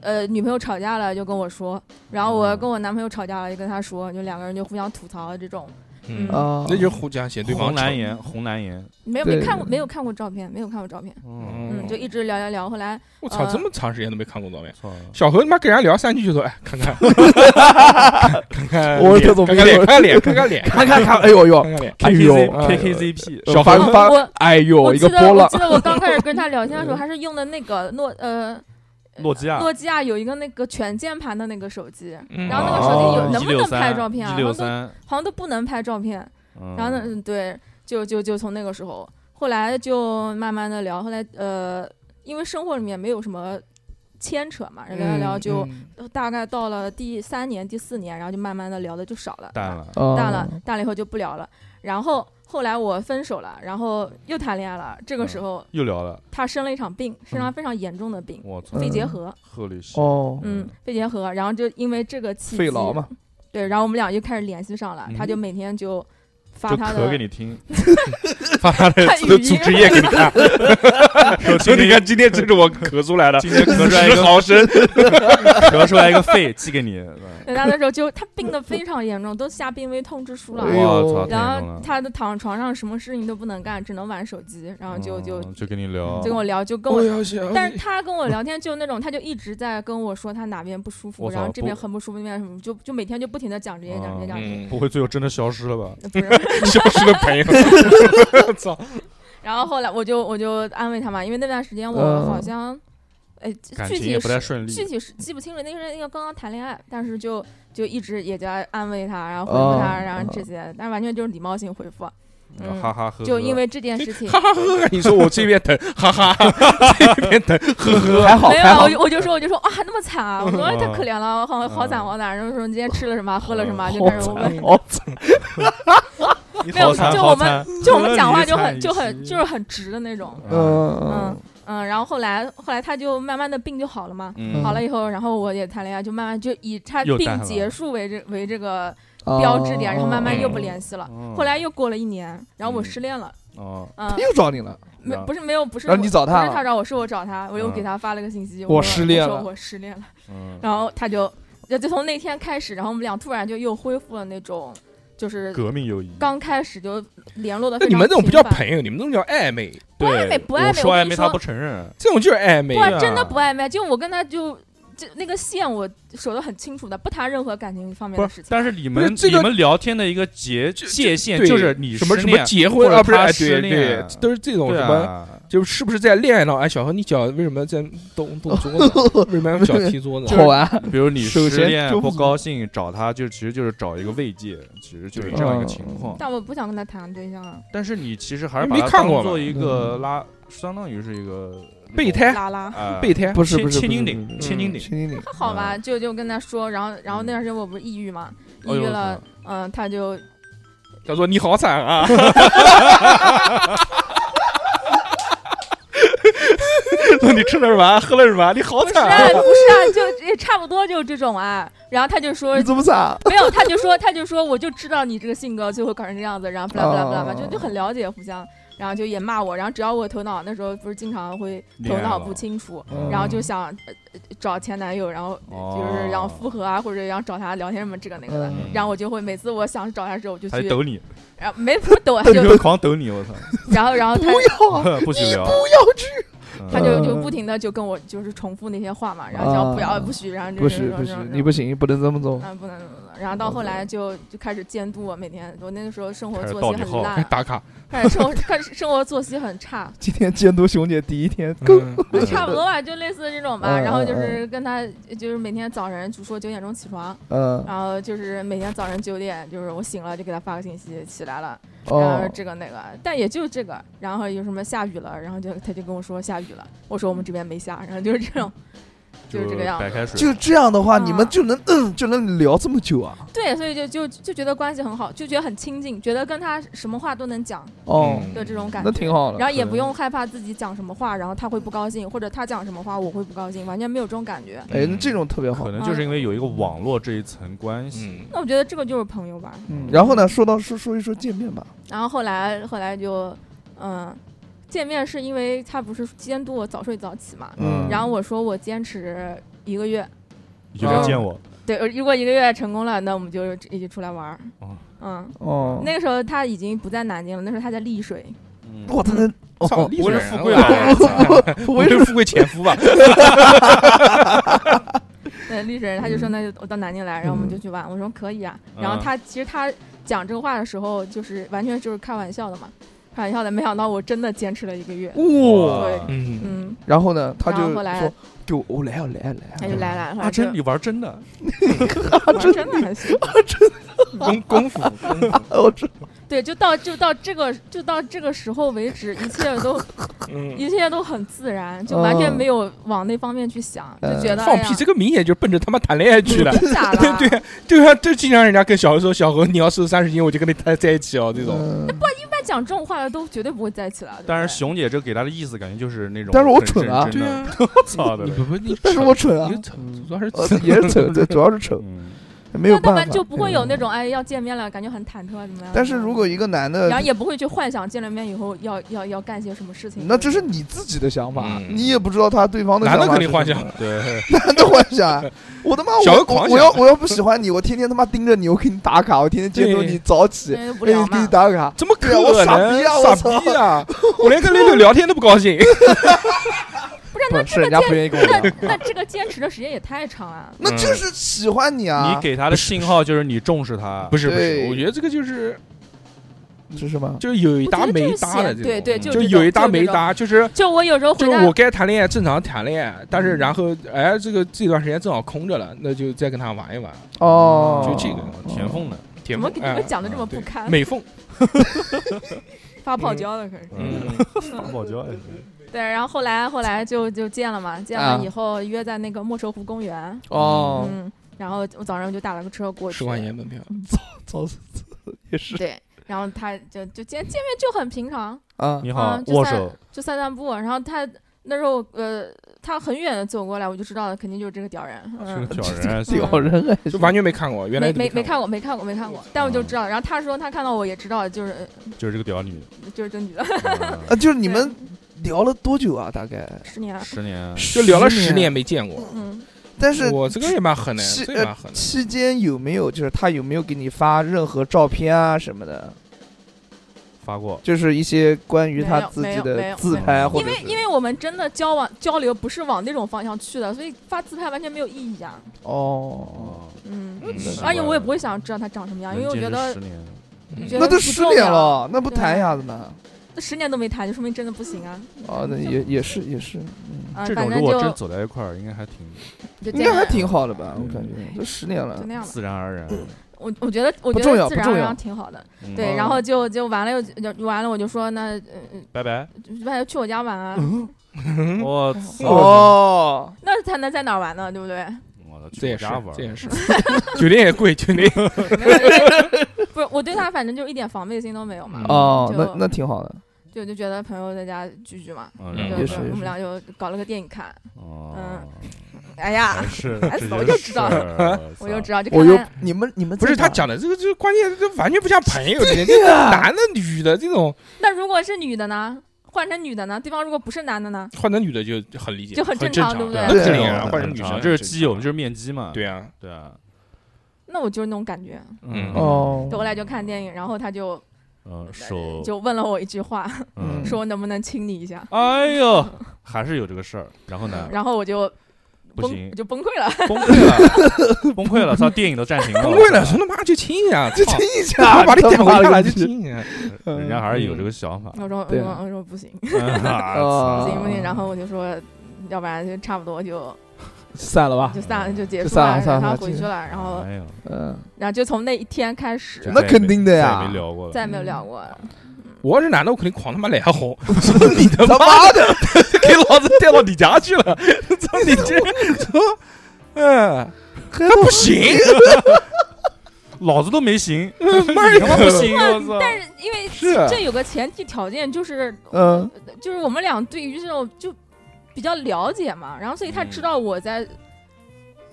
Speaker 4: 呃女朋友吵架了，就跟我说；然后我
Speaker 5: 哦
Speaker 4: 跟我男朋友吵架了，就跟他说，就两个人就互相吐槽啊这种。
Speaker 2: 嗯，
Speaker 3: 哦，
Speaker 2: 那就互相嫌对方
Speaker 5: 红
Speaker 2: 丑
Speaker 5: 蓝颜，红蓝颜，
Speaker 4: 没有没
Speaker 3: 对哦
Speaker 4: 看过没有看过照片，没有看过照片。
Speaker 5: 嗯，
Speaker 4: 嗯，就一直聊聊聊。后来
Speaker 2: 我操，
Speaker 4: 呃
Speaker 2: 这么长时间都没看过照片。
Speaker 5: 错了，
Speaker 2: 小何他妈跟人家聊三句就说，哎，看 看，看看
Speaker 3: 我
Speaker 2: 脸
Speaker 3: 这种
Speaker 2: 看看
Speaker 3: 没有
Speaker 2: 脸，看看脸，看看 脸，
Speaker 3: 看看看，哎呦哎呦，
Speaker 2: 看看脸。
Speaker 3: 哎呦，
Speaker 2: 哎
Speaker 5: KKZP，
Speaker 2: 小
Speaker 3: 发
Speaker 2: 韩
Speaker 4: 哦
Speaker 3: 发
Speaker 4: 我，
Speaker 3: 哎
Speaker 4: 我
Speaker 3: 呦，一
Speaker 4: 记
Speaker 3: 个
Speaker 4: 得
Speaker 3: 波
Speaker 4: 我
Speaker 3: 浪嗯
Speaker 4: 记，得我刚开始 跟他聊天的时候，还是用的那个诺呃
Speaker 5: 诺
Speaker 3: 啊
Speaker 5: 基亚，
Speaker 4: 诺基亚有一个那个全键盘的那个手机，
Speaker 2: 嗯
Speaker 4: 然后那个手机有
Speaker 3: 哦
Speaker 4: 能不能拍照片啊？
Speaker 5: 一
Speaker 4: 好
Speaker 5: 六
Speaker 4: 像都
Speaker 5: 三，
Speaker 4: 好像都不能拍照片。
Speaker 5: 嗯
Speaker 4: 然后呢，嗯对，就就就从那个时候，后来就慢慢的聊，后来呃，因为生活里面没有什么牵扯嘛，聊聊
Speaker 5: 嗯
Speaker 4: 聊就、大概到了第三年、第四年，然后就慢慢的聊的就少了，
Speaker 5: 淡了，
Speaker 4: 淡
Speaker 3: 淡
Speaker 4: 了，淡了以后就不聊了。然后后来我分手了，然后又谈恋爱了，这
Speaker 5: 嗯
Speaker 4: 个时候
Speaker 5: 又聊了，
Speaker 4: 他生了一场病，身
Speaker 5: 嗯
Speaker 4: 上非常严重的病，
Speaker 5: 我操，
Speaker 4: 肺结
Speaker 3: 嗯
Speaker 4: 核，
Speaker 5: 鹤立西，
Speaker 3: 哦，
Speaker 4: 嗯，肺结核，然后就因为这个契机，
Speaker 3: 肺痨嘛，
Speaker 4: 对，然后我们俩就开始联系上了，他
Speaker 5: 嗯
Speaker 4: 就每天就发
Speaker 5: 就
Speaker 4: 他
Speaker 5: 咳
Speaker 4: 的
Speaker 5: 给 你听，
Speaker 2: 发他的
Speaker 4: 看
Speaker 2: 组
Speaker 4: 语音
Speaker 2: 织页给你看，说你看今天这是我咳出来的，
Speaker 5: 今天咳出来一
Speaker 2: 十
Speaker 5: 个
Speaker 2: 毫升，
Speaker 5: 咳出来一个肺，寄给你，
Speaker 4: 对，他那时候就他病得非常严重，都下病危通知书了
Speaker 3: 哎。呦
Speaker 5: 我操，太
Speaker 4: 然
Speaker 5: 严重
Speaker 4: 后
Speaker 5: 了，
Speaker 4: 他就躺床上，什么事情都不能干，只能玩手机，然后就就
Speaker 5: 嗯就跟你聊，
Speaker 4: 就跟我聊，就跟
Speaker 2: 我
Speaker 4: 我，
Speaker 2: 哦要想
Speaker 4: 但是他跟我聊天就那种，他就一直在跟我说他哪边不舒服，
Speaker 5: 我操
Speaker 4: 然后这边
Speaker 5: 不哦
Speaker 4: 很不舒服，那边什么，就就每天就不停的讲这些讲这些讲这些，
Speaker 2: 嗯，
Speaker 5: 不会最后真的消失了吧？
Speaker 4: 不是。
Speaker 2: 消失的朋 友，操，
Speaker 4: 然后后来我就我就安慰他嘛，因为那段时间我
Speaker 3: 嗯
Speaker 4: 好像，哎，
Speaker 5: 感
Speaker 4: 具
Speaker 5: 情
Speaker 4: 体
Speaker 5: 也不太
Speaker 4: 是
Speaker 5: 顺利，
Speaker 4: 具体是记不清了，那个人应该刚刚谈恋爱，但是就就一直也在安慰他，然后回复他，
Speaker 3: 哦
Speaker 4: 然后这些，但是完全就是礼貌性回复。嗯
Speaker 5: 哈哈呵呵，
Speaker 4: 就因为这件事 情，
Speaker 2: 哈哈呵呵，你说我这边疼，哈哈，这边疼，呵呵，
Speaker 3: 还好
Speaker 4: 没有
Speaker 3: 还
Speaker 4: 啊，
Speaker 3: 好
Speaker 4: 我，就我就说我就说啊，那么惨啊，我说哎太可怜了，好好惨
Speaker 5: 嗯
Speaker 4: 好惨，然后说你今天吃了什么，喝了什么，就
Speaker 3: 好
Speaker 4: 开始
Speaker 3: 惨
Speaker 4: 问。
Speaker 3: 好惨，
Speaker 5: 你
Speaker 4: 没有，
Speaker 5: 好惨
Speaker 4: 就
Speaker 5: 好
Speaker 4: 我
Speaker 5: 惨
Speaker 4: 们，就我
Speaker 5: 你
Speaker 4: 们讲话
Speaker 5: 惨
Speaker 4: 就很
Speaker 5: 一
Speaker 4: 就很
Speaker 5: 期
Speaker 4: 就是很直的那种，
Speaker 2: 呃
Speaker 3: 嗯，
Speaker 4: 嗯，然后后来后来他就慢慢的病就好了嘛，
Speaker 5: 嗯
Speaker 4: 好了以后，然后我也谈恋爱，就慢慢就以他
Speaker 5: 又
Speaker 4: 病
Speaker 5: 淡了
Speaker 4: 结束为这为这个
Speaker 3: 嗯
Speaker 4: 标志
Speaker 5: 哦
Speaker 4: 点，然后慢慢又
Speaker 2: 嗯
Speaker 3: 哦
Speaker 4: 不联系了。
Speaker 5: 嗯
Speaker 4: 后来又过了一年，然后我
Speaker 5: 嗯
Speaker 4: 失恋了，
Speaker 5: 哦，
Speaker 4: 嗯
Speaker 3: 他，又找你了，
Speaker 4: 没
Speaker 5: 然后
Speaker 4: 不是没有不是
Speaker 3: 哎然后
Speaker 4: 我
Speaker 3: 你找他
Speaker 4: 不是
Speaker 3: 了
Speaker 4: 他找我是我找他，我又
Speaker 5: 嗯
Speaker 4: 给他发了个信息，
Speaker 3: 我失恋
Speaker 4: 我
Speaker 3: 了
Speaker 4: 说我失恋了，
Speaker 5: 嗯，
Speaker 4: 然后他就就就从那天开始，然后我们俩突然就又恢复了那种就是。
Speaker 5: 革命友谊，
Speaker 4: 刚开始就联络的，
Speaker 2: 那你们这种不叫朋友，你们这种叫暧昧，
Speaker 5: 对
Speaker 4: 暧昧不暧昧
Speaker 5: 我说
Speaker 4: 我跟
Speaker 5: 暧
Speaker 4: 你
Speaker 5: 昧
Speaker 4: 说
Speaker 5: 他不承认，
Speaker 2: 这种就是暧昧
Speaker 4: 不，
Speaker 5: 啊
Speaker 4: 真的不暧昧，就我跟他就就那个线我守得很清楚的，不谈任何感情方面
Speaker 5: 不
Speaker 4: 的
Speaker 5: 是
Speaker 4: 事，情。
Speaker 5: 但是你
Speaker 2: 不是
Speaker 5: 们
Speaker 2: 这个
Speaker 5: 你们聊天的一个结
Speaker 2: 就
Speaker 5: 界限
Speaker 2: 对
Speaker 5: 就是你
Speaker 2: 什么
Speaker 5: 失
Speaker 2: 什么
Speaker 5: 恋
Speaker 2: 结婚
Speaker 5: 或者
Speaker 2: 啊，不是
Speaker 5: 他
Speaker 2: 哎
Speaker 5: 失
Speaker 2: 对对
Speaker 5: 恋，
Speaker 2: 都是这种
Speaker 5: 对
Speaker 2: 什么。
Speaker 5: 啊，
Speaker 2: 就是是不是在恋爱上？哎，小何，你脚为什么在动动桌子？为什么要脚踢桌 子？
Speaker 3: 好玩，
Speaker 5: 比如你
Speaker 3: 首
Speaker 5: 失
Speaker 3: 先
Speaker 5: 恋
Speaker 3: 就
Speaker 5: 不
Speaker 3: 不
Speaker 5: 高兴找他，就其实就是找一个慰藉，其实就是这样一个
Speaker 3: 嗯
Speaker 5: 情况。
Speaker 4: 但我不想跟他谈对象啊了，
Speaker 5: 但是你其实还是
Speaker 2: 你
Speaker 5: 把
Speaker 2: 没
Speaker 5: 它
Speaker 2: 看
Speaker 5: 当
Speaker 2: 过
Speaker 5: 做
Speaker 2: 吗
Speaker 5: 一个拉，相当于是一个
Speaker 2: 备胎，
Speaker 4: 拉拉。
Speaker 5: 啊
Speaker 2: 备 胎，
Speaker 3: 不是不是
Speaker 5: 千斤
Speaker 3: 不是
Speaker 5: 顶，
Speaker 3: 不是
Speaker 5: 千斤
Speaker 2: 嗯
Speaker 5: 顶，
Speaker 3: 千斤顶，
Speaker 4: 还好吧，就就跟他说，然后然后那段时间我不是抑郁嘛，
Speaker 5: 哎
Speaker 4: 抑
Speaker 5: 呦
Speaker 4: 郁
Speaker 5: 我
Speaker 4: 了
Speaker 5: 操，
Speaker 4: 嗯、他就
Speaker 2: 他说你好惨啊！说你吃了什么，喝了什么？你好
Speaker 4: 不是
Speaker 2: 惨
Speaker 4: 啊
Speaker 2: 啊！
Speaker 4: 不是啊，就也差不多就这种啊。然后他就说
Speaker 3: 你怎么惨？
Speaker 4: 没有，他就说他就说我就知道你这个性格最后搞成这样子，然后不啦不啦不啦，
Speaker 3: 哦
Speaker 4: 就就很了解互相，然后就也骂我，然后只要我头脑那时候不是经常会头
Speaker 5: 恋爱
Speaker 4: 脑
Speaker 5: 脑
Speaker 4: 不清楚，
Speaker 3: 嗯
Speaker 4: 然后就想、呃呃找前男友，然后就是让
Speaker 5: 啊哦
Speaker 4: 复合啊，或者让找他聊天什么这个那个的。
Speaker 3: 嗯，
Speaker 4: 然后我就会每次我想找他的时候，我就
Speaker 5: 他就
Speaker 4: 去，
Speaker 5: 抖你，
Speaker 4: 然后没不抖，他啊
Speaker 5: 就
Speaker 4: 就
Speaker 5: 狂抖你，我操，
Speaker 4: 然后然后他
Speaker 3: 不要啊，
Speaker 5: 不许聊，
Speaker 3: 不要去，
Speaker 5: 嗯
Speaker 4: 他
Speaker 3: 嗯
Speaker 4: 就
Speaker 3: 嗯
Speaker 4: 就
Speaker 3: 嗯
Speaker 4: 不停的就跟我就是重复那些话嘛，然后叫不
Speaker 3: 啊
Speaker 4: 要不许，然后
Speaker 3: 不
Speaker 4: 就是
Speaker 3: 许
Speaker 4: 说
Speaker 3: 不
Speaker 4: 这
Speaker 3: 许
Speaker 4: 种，
Speaker 3: 你不行，不能这么做。
Speaker 4: 啊，不能不能不能。然后到后来就就开始监督我每天，我那个时候生活
Speaker 5: 开始
Speaker 4: 作
Speaker 5: 倒
Speaker 4: 息
Speaker 5: 你
Speaker 4: 很
Speaker 5: 后
Speaker 4: 烂
Speaker 2: 还
Speaker 4: 啊，
Speaker 2: 打卡，
Speaker 4: 开始生活开始生活作息很差，
Speaker 3: 今天监督熊姐第一天，
Speaker 2: 嗯
Speaker 4: 啊
Speaker 5: 嗯
Speaker 4: 差不多吧，就类似这种吧。
Speaker 3: 嗯
Speaker 4: 然后就
Speaker 3: 嗯
Speaker 4: 是跟他就是每天早晨就说九点钟起床，
Speaker 3: 嗯，
Speaker 4: 然后就是每天早晨九点就是我醒了就给他发个信息起来了，然后
Speaker 3: 哦，
Speaker 4: 这个那个，但也就这个。然后有什么下雨了，然后就他就跟我说下雨了，我说我们这边没下，然后就是这种，就是这个样
Speaker 5: 白
Speaker 4: 子。
Speaker 5: 开水，
Speaker 3: 就这样的话，
Speaker 4: 啊
Speaker 3: 你们就能、嗯、就能聊这么久啊？
Speaker 4: 对，所以就就就觉得关系很好，就觉得很亲近，觉得跟他什么话都能讲
Speaker 3: 哦，
Speaker 5: 嗯
Speaker 4: 的这种感觉。
Speaker 3: 那挺好的。
Speaker 4: 然后也不用害怕自己讲什么话，然后他会不高兴，或者他讲什么话我会不高兴，完全没有这种感觉。
Speaker 3: 哎，
Speaker 2: 嗯
Speaker 3: 那这种特别好
Speaker 5: 可。能就是因为有一个网络这一层关系，
Speaker 2: 嗯，
Speaker 4: 那我觉得这个就是朋友吧。
Speaker 3: 嗯，然后呢，说到说说一说见面吧。
Speaker 4: 然后后来后来就，嗯，见面是因为他不是监督我早睡早起嘛，
Speaker 3: 嗯
Speaker 4: 然后我说我坚持一个月，嗯
Speaker 5: 你就来见我，
Speaker 4: 对，呃如果一个月成功了，那我们就一起出来玩儿
Speaker 5: 哦。
Speaker 4: 嗯，
Speaker 3: 哦，
Speaker 4: 那个时候他已经不在南京了，那时候他在丽水。
Speaker 5: 嗯
Speaker 3: 哇，他 能
Speaker 2: 操
Speaker 3: 哦，
Speaker 2: 丽水
Speaker 5: 我是
Speaker 2: 人
Speaker 5: 富贵啊
Speaker 2: 我
Speaker 3: 我
Speaker 2: 我
Speaker 3: 也
Speaker 2: 是富贵前夫 吧？
Speaker 4: 对，丽水人他就说那就我到南京来，然后我们就去玩。我说可以啊。然后他其实他讲这个话的时候，就是完全就是开玩笑的嘛，开玩笑的。没想到我真的坚持了一个月。
Speaker 5: 哦
Speaker 3: 哇，
Speaker 4: 对，
Speaker 2: 嗯，
Speaker 4: 嗯，
Speaker 3: 然后呢，他
Speaker 4: 然后
Speaker 3: 就
Speaker 4: 后来哎
Speaker 3: 说，就我来啊，来啊，来啊，
Speaker 4: 他就来了，后来
Speaker 5: 阿
Speaker 4: 就
Speaker 5: 珍，你玩真的，
Speaker 4: 玩真的还行。
Speaker 2: 功功 夫，功夫
Speaker 3: 哎我知
Speaker 4: 对，就到就到这个就到这个时候为止，一切都
Speaker 2: 嗯，
Speaker 4: 一切都很自然，就完全
Speaker 3: 嗯
Speaker 4: 没有往那方面去想，就
Speaker 3: 呃
Speaker 4: 觉得
Speaker 2: 放
Speaker 4: 哎呀
Speaker 2: 屁，这个明显就是奔着他妈谈恋爱去 了。
Speaker 4: 真假的，
Speaker 2: 对，就像就经常人家跟小何说，小何你要瘦三十斤，我就跟你在在一起哦，这种。
Speaker 3: 嗯
Speaker 4: 但讲这种话的都绝对不会在一起了。对不
Speaker 5: 但
Speaker 4: 对
Speaker 5: 是熊姐这给他的意思感觉就是那种，
Speaker 3: 但是我蠢啊
Speaker 5: 真的，， 操的
Speaker 2: 你，不不，你
Speaker 3: 但是我蠢啊
Speaker 2: 你，丑，
Speaker 4: 嗯
Speaker 2: 主要是
Speaker 3: 呃
Speaker 2: 丑，
Speaker 3: 也是 丑，对，主要是丑，
Speaker 5: 嗯，
Speaker 3: 没有
Speaker 4: 那
Speaker 3: 办
Speaker 4: 根
Speaker 3: 法，
Speaker 4: 本就不会有那
Speaker 3: 嗯。
Speaker 4: 种哎要见面了，感觉很忐忑啊怎么样。嗯
Speaker 3: 但是如果一个男的
Speaker 4: 然后也不会去幻想见了面以后要要要干些什么事情。
Speaker 3: 那这是你自己的想法，
Speaker 2: 嗯
Speaker 3: 你也不知道他对方的
Speaker 2: 男的
Speaker 3: 想法
Speaker 2: 肯
Speaker 3: 是
Speaker 2: 定
Speaker 3: 什么。
Speaker 2: 幻想，
Speaker 5: 对，
Speaker 3: 男的幻 想啊，我他妈
Speaker 2: 小
Speaker 3: 我
Speaker 2: 的狂
Speaker 3: 我我要
Speaker 2: 想
Speaker 3: 我要不喜欢你，我天天他妈盯着你，我给你打卡，我天天监督
Speaker 2: 对
Speaker 3: 你早起，
Speaker 4: 那就无
Speaker 3: 给
Speaker 4: 聊
Speaker 3: 你给你
Speaker 4: 嘛。
Speaker 3: 打卡。
Speaker 2: 怎么可
Speaker 3: 对啊我
Speaker 2: 能？
Speaker 3: 傻逼啊我操
Speaker 2: 傻逼 啊！我连跟六六聊天都不高兴。
Speaker 4: 不是，
Speaker 3: 不
Speaker 4: 那
Speaker 3: 是
Speaker 4: 这
Speaker 3: 人
Speaker 4: 个
Speaker 3: 家不
Speaker 4: 坚
Speaker 3: 愿意跟我聊，
Speaker 4: 那这个坚持的时间也太长啊了。
Speaker 2: 嗯
Speaker 3: 那就是喜欢你啊！
Speaker 5: 你给他的信号就是你重视他，
Speaker 2: 不是不是，
Speaker 3: 对
Speaker 2: 我觉得这个就是
Speaker 3: 是什么？
Speaker 2: 就是有一搭
Speaker 4: 我觉得
Speaker 2: 没
Speaker 4: 就是
Speaker 2: 搭的
Speaker 4: 闲
Speaker 2: 这种，
Speaker 4: 对对
Speaker 2: 嗯
Speaker 4: 就
Speaker 2: 就是
Speaker 4: 这
Speaker 2: 有
Speaker 4: 种
Speaker 2: 一搭
Speaker 4: 就是
Speaker 2: 没
Speaker 4: 这种
Speaker 2: 搭，就是
Speaker 4: 就我有时候
Speaker 2: 就
Speaker 4: 回嗯
Speaker 2: 是
Speaker 4: 家，
Speaker 2: 我该谈恋爱正常谈恋爱，但是然后哎，这个这段时间正好空着了，那就再跟他玩一玩。
Speaker 3: 哦，
Speaker 2: 就这个
Speaker 5: 田凤的，
Speaker 2: 甜
Speaker 4: 怎
Speaker 2: 梦
Speaker 4: 么给你
Speaker 2: 哎
Speaker 4: 们讲的这么
Speaker 5: 对
Speaker 4: 不堪？
Speaker 2: 美 凤，
Speaker 4: 发泡椒的可是。
Speaker 5: 嗯，保教
Speaker 4: 对，然后后来后来就就见了嘛，见了
Speaker 3: 啊
Speaker 4: 以后约在那个莫愁湖公园，
Speaker 3: 哦，
Speaker 4: 嗯，然后我早上就打了个车过去，
Speaker 2: 十块钱门票，
Speaker 3: 早死也是
Speaker 4: 对，然后他就就见见面就很平常，
Speaker 3: 啊，
Speaker 5: 你好
Speaker 4: 嗯，就
Speaker 5: 握
Speaker 4: 散
Speaker 5: 手，
Speaker 4: 就散散步。然后他那时候呃，他很远的走过来，我就知道了，肯定就是这个屌人。
Speaker 5: 是
Speaker 4: 嗯，
Speaker 5: 个 小人啊，
Speaker 4: 嗯
Speaker 3: 屌人还
Speaker 2: 就是完全没看过，原来
Speaker 4: 没
Speaker 2: 都
Speaker 4: 没没
Speaker 2: 看
Speaker 4: 看过，没看过，没看过，但我就知道。然后他说他看到我也知道，就是呃
Speaker 5: 就是这个屌女，嗯
Speaker 4: 就是这女的，
Speaker 2: 呃
Speaker 3: 啊，就是你 们聊了多久啊？大概
Speaker 4: 十年，
Speaker 5: 十年，
Speaker 2: 就聊了十年，没见过。
Speaker 4: 嗯，
Speaker 3: 但是
Speaker 2: 我这个也蛮狠的，
Speaker 3: 期
Speaker 2: 这
Speaker 4: 呃
Speaker 2: 也蛮狠的。
Speaker 3: 期间有没有就是他有没有给你发任何照片啊什么的？
Speaker 5: 发过，
Speaker 3: 就是一些关于他自
Speaker 4: 没
Speaker 3: 己
Speaker 4: 有没有没
Speaker 3: 的
Speaker 4: 有
Speaker 3: 自拍，或
Speaker 4: 因
Speaker 3: 者
Speaker 4: 为
Speaker 3: 是
Speaker 4: 因为我们真的交往交流不是往那种方向去的，所以发自拍完全没有意义啊，
Speaker 3: 哦，
Speaker 5: 哦，
Speaker 4: 嗯，
Speaker 2: 嗯
Speaker 5: 是
Speaker 4: 而且我也不会想知道他长什么啊样，因为我觉得
Speaker 5: 十年，
Speaker 2: 嗯
Speaker 4: 觉得
Speaker 3: 那都
Speaker 4: 不
Speaker 3: 十
Speaker 4: 重
Speaker 3: 年
Speaker 4: 要
Speaker 3: 了，那不
Speaker 4: 对啊
Speaker 3: 谈一下子呢？
Speaker 4: 十年都没谈，就说明真的不行啊。
Speaker 3: 哦，那也也是也是，嗯，
Speaker 4: 啊，
Speaker 5: 这
Speaker 4: 反
Speaker 5: 种
Speaker 4: 正
Speaker 5: 如
Speaker 4: 就嗯
Speaker 5: 果真走在一块儿，应该还挺
Speaker 4: 就
Speaker 3: 应
Speaker 4: 这
Speaker 3: 该
Speaker 4: 样
Speaker 3: 还挺好的吧？
Speaker 5: 嗯
Speaker 3: 我感觉都十年了
Speaker 4: 就，那样吧。
Speaker 5: 自然而然，
Speaker 2: 嗯
Speaker 4: 我我觉得我
Speaker 3: 不
Speaker 4: 觉
Speaker 3: 重要
Speaker 4: 得自
Speaker 3: 不
Speaker 4: 然
Speaker 3: 重
Speaker 4: 而
Speaker 3: 要
Speaker 4: 然挺好的，
Speaker 5: 嗯
Speaker 4: 对，
Speaker 3: 哦
Speaker 4: 然后就就完了又就完了，我就说那嗯，
Speaker 5: 拜拜，
Speaker 4: 呃还要去我家玩
Speaker 3: 嗯
Speaker 4: 啊，
Speaker 2: 嗯
Speaker 5: 我
Speaker 4: 嗯
Speaker 5: 操，
Speaker 3: 哦，
Speaker 4: 那才能在哪儿玩呢，对不对？
Speaker 5: 我操，
Speaker 2: 这
Speaker 5: 去
Speaker 2: 也
Speaker 5: 我
Speaker 2: 是
Speaker 5: 家玩，，
Speaker 2: 这也 是，酒店也贵，酒店
Speaker 4: 没有因为不是我对他反正就一点防备心都没有嘛，
Speaker 3: 哦，
Speaker 4: 就
Speaker 3: 那那挺好的，
Speaker 4: 就就觉得朋友在家聚聚嘛，
Speaker 5: 嗯，
Speaker 4: 就
Speaker 2: 嗯
Speaker 5: 然后
Speaker 3: 也
Speaker 4: 就是我们俩就搞了个电影看，
Speaker 5: 哦，
Speaker 4: 哎呀
Speaker 5: 还，是，啊
Speaker 4: 哎
Speaker 5: 这
Speaker 4: 我
Speaker 5: 些
Speaker 4: 就知道
Speaker 5: 事儿，
Speaker 4: 我就知
Speaker 5: 道，
Speaker 4: 道就
Speaker 3: 我
Speaker 4: 看
Speaker 3: 又
Speaker 4: 看
Speaker 3: 你们你们
Speaker 2: 不是
Speaker 3: 在
Speaker 2: 他
Speaker 3: 哪啊
Speaker 2: 讲的这个，这个关键这完全不像朋友 之间，这
Speaker 3: 呀
Speaker 2: 男的女的这种
Speaker 4: 那如果是女的呢，换成女的呢，对方如果不是男的呢，
Speaker 2: 换成女的就很理解，
Speaker 4: 就
Speaker 2: 很
Speaker 4: 很正
Speaker 2: 常，
Speaker 4: 常对不
Speaker 2: 啊
Speaker 4: 对
Speaker 2: 很
Speaker 3: 对
Speaker 2: 正常
Speaker 3: 啊
Speaker 2: 啊，换成女
Speaker 5: 啊
Speaker 2: 生
Speaker 5: 这是
Speaker 2: 很
Speaker 5: 基
Speaker 2: 正
Speaker 5: 友，就是面基嘛，
Speaker 2: 常对啊，
Speaker 5: 对啊，
Speaker 4: 那我就是那种感觉。
Speaker 2: 嗯
Speaker 3: 哦
Speaker 4: 就，后来就看电影，然后他就
Speaker 5: 嗯，手
Speaker 4: 就问了我一句话，
Speaker 3: 嗯
Speaker 4: 说能不能亲你一下。
Speaker 5: 哎呦，还是有这个事儿。然后呢，
Speaker 4: 然后我就
Speaker 5: 嗯不
Speaker 4: 崩
Speaker 5: 行
Speaker 4: 我就崩溃了。
Speaker 5: 崩溃了，崩溃了，操，电影都暂停了，
Speaker 2: 崩溃了，说他妈就亲一下，
Speaker 3: 这
Speaker 2: 啊操
Speaker 3: 亲一
Speaker 2: 然
Speaker 3: 下，
Speaker 2: 后把你
Speaker 3: 他
Speaker 2: 点回
Speaker 3: 妈
Speaker 2: 家
Speaker 3: 了
Speaker 2: 来
Speaker 3: 个
Speaker 2: 就
Speaker 3: 逼
Speaker 2: 亲一下，
Speaker 5: 人家还是有这个想法。
Speaker 4: 我说
Speaker 3: 对
Speaker 4: 我我说不行 不
Speaker 5: 嗯啊
Speaker 3: 啊
Speaker 4: 行不行，然后我就说。要不然就差不多就
Speaker 3: 散
Speaker 5: 啊
Speaker 3: 了吧
Speaker 4: 就，散了，就结
Speaker 3: 就
Speaker 4: 束
Speaker 3: 散了散
Speaker 4: 然
Speaker 3: 了
Speaker 4: 后回
Speaker 3: 这
Speaker 4: 去
Speaker 3: 个
Speaker 4: 了，然后
Speaker 5: 哎呦，
Speaker 3: 嗯，
Speaker 4: 然后就从那一天开始
Speaker 5: 就
Speaker 3: 那
Speaker 5: 再也
Speaker 3: 肯
Speaker 5: 没
Speaker 3: 定的呀
Speaker 5: 再也没 聊过了。
Speaker 4: 再也没有聊过
Speaker 5: 嗯
Speaker 4: 了。
Speaker 2: 我要是男的，我肯定狂他妈脸红，说你他
Speaker 3: 他
Speaker 2: 妈
Speaker 3: 妈 的，
Speaker 2: 给老子 带到你家去了， 操你这，说， 嗯，
Speaker 3: 还
Speaker 2: 不行，
Speaker 5: 老子都没行，
Speaker 2: 妈
Speaker 5: 你他妈 不行，我操！
Speaker 4: 但是因为
Speaker 2: 是
Speaker 4: 这有个前提条件，就是
Speaker 3: 嗯，
Speaker 4: 就是我们俩对于这种就比较了解嘛，然后所以他
Speaker 5: 嗯
Speaker 4: 知道我在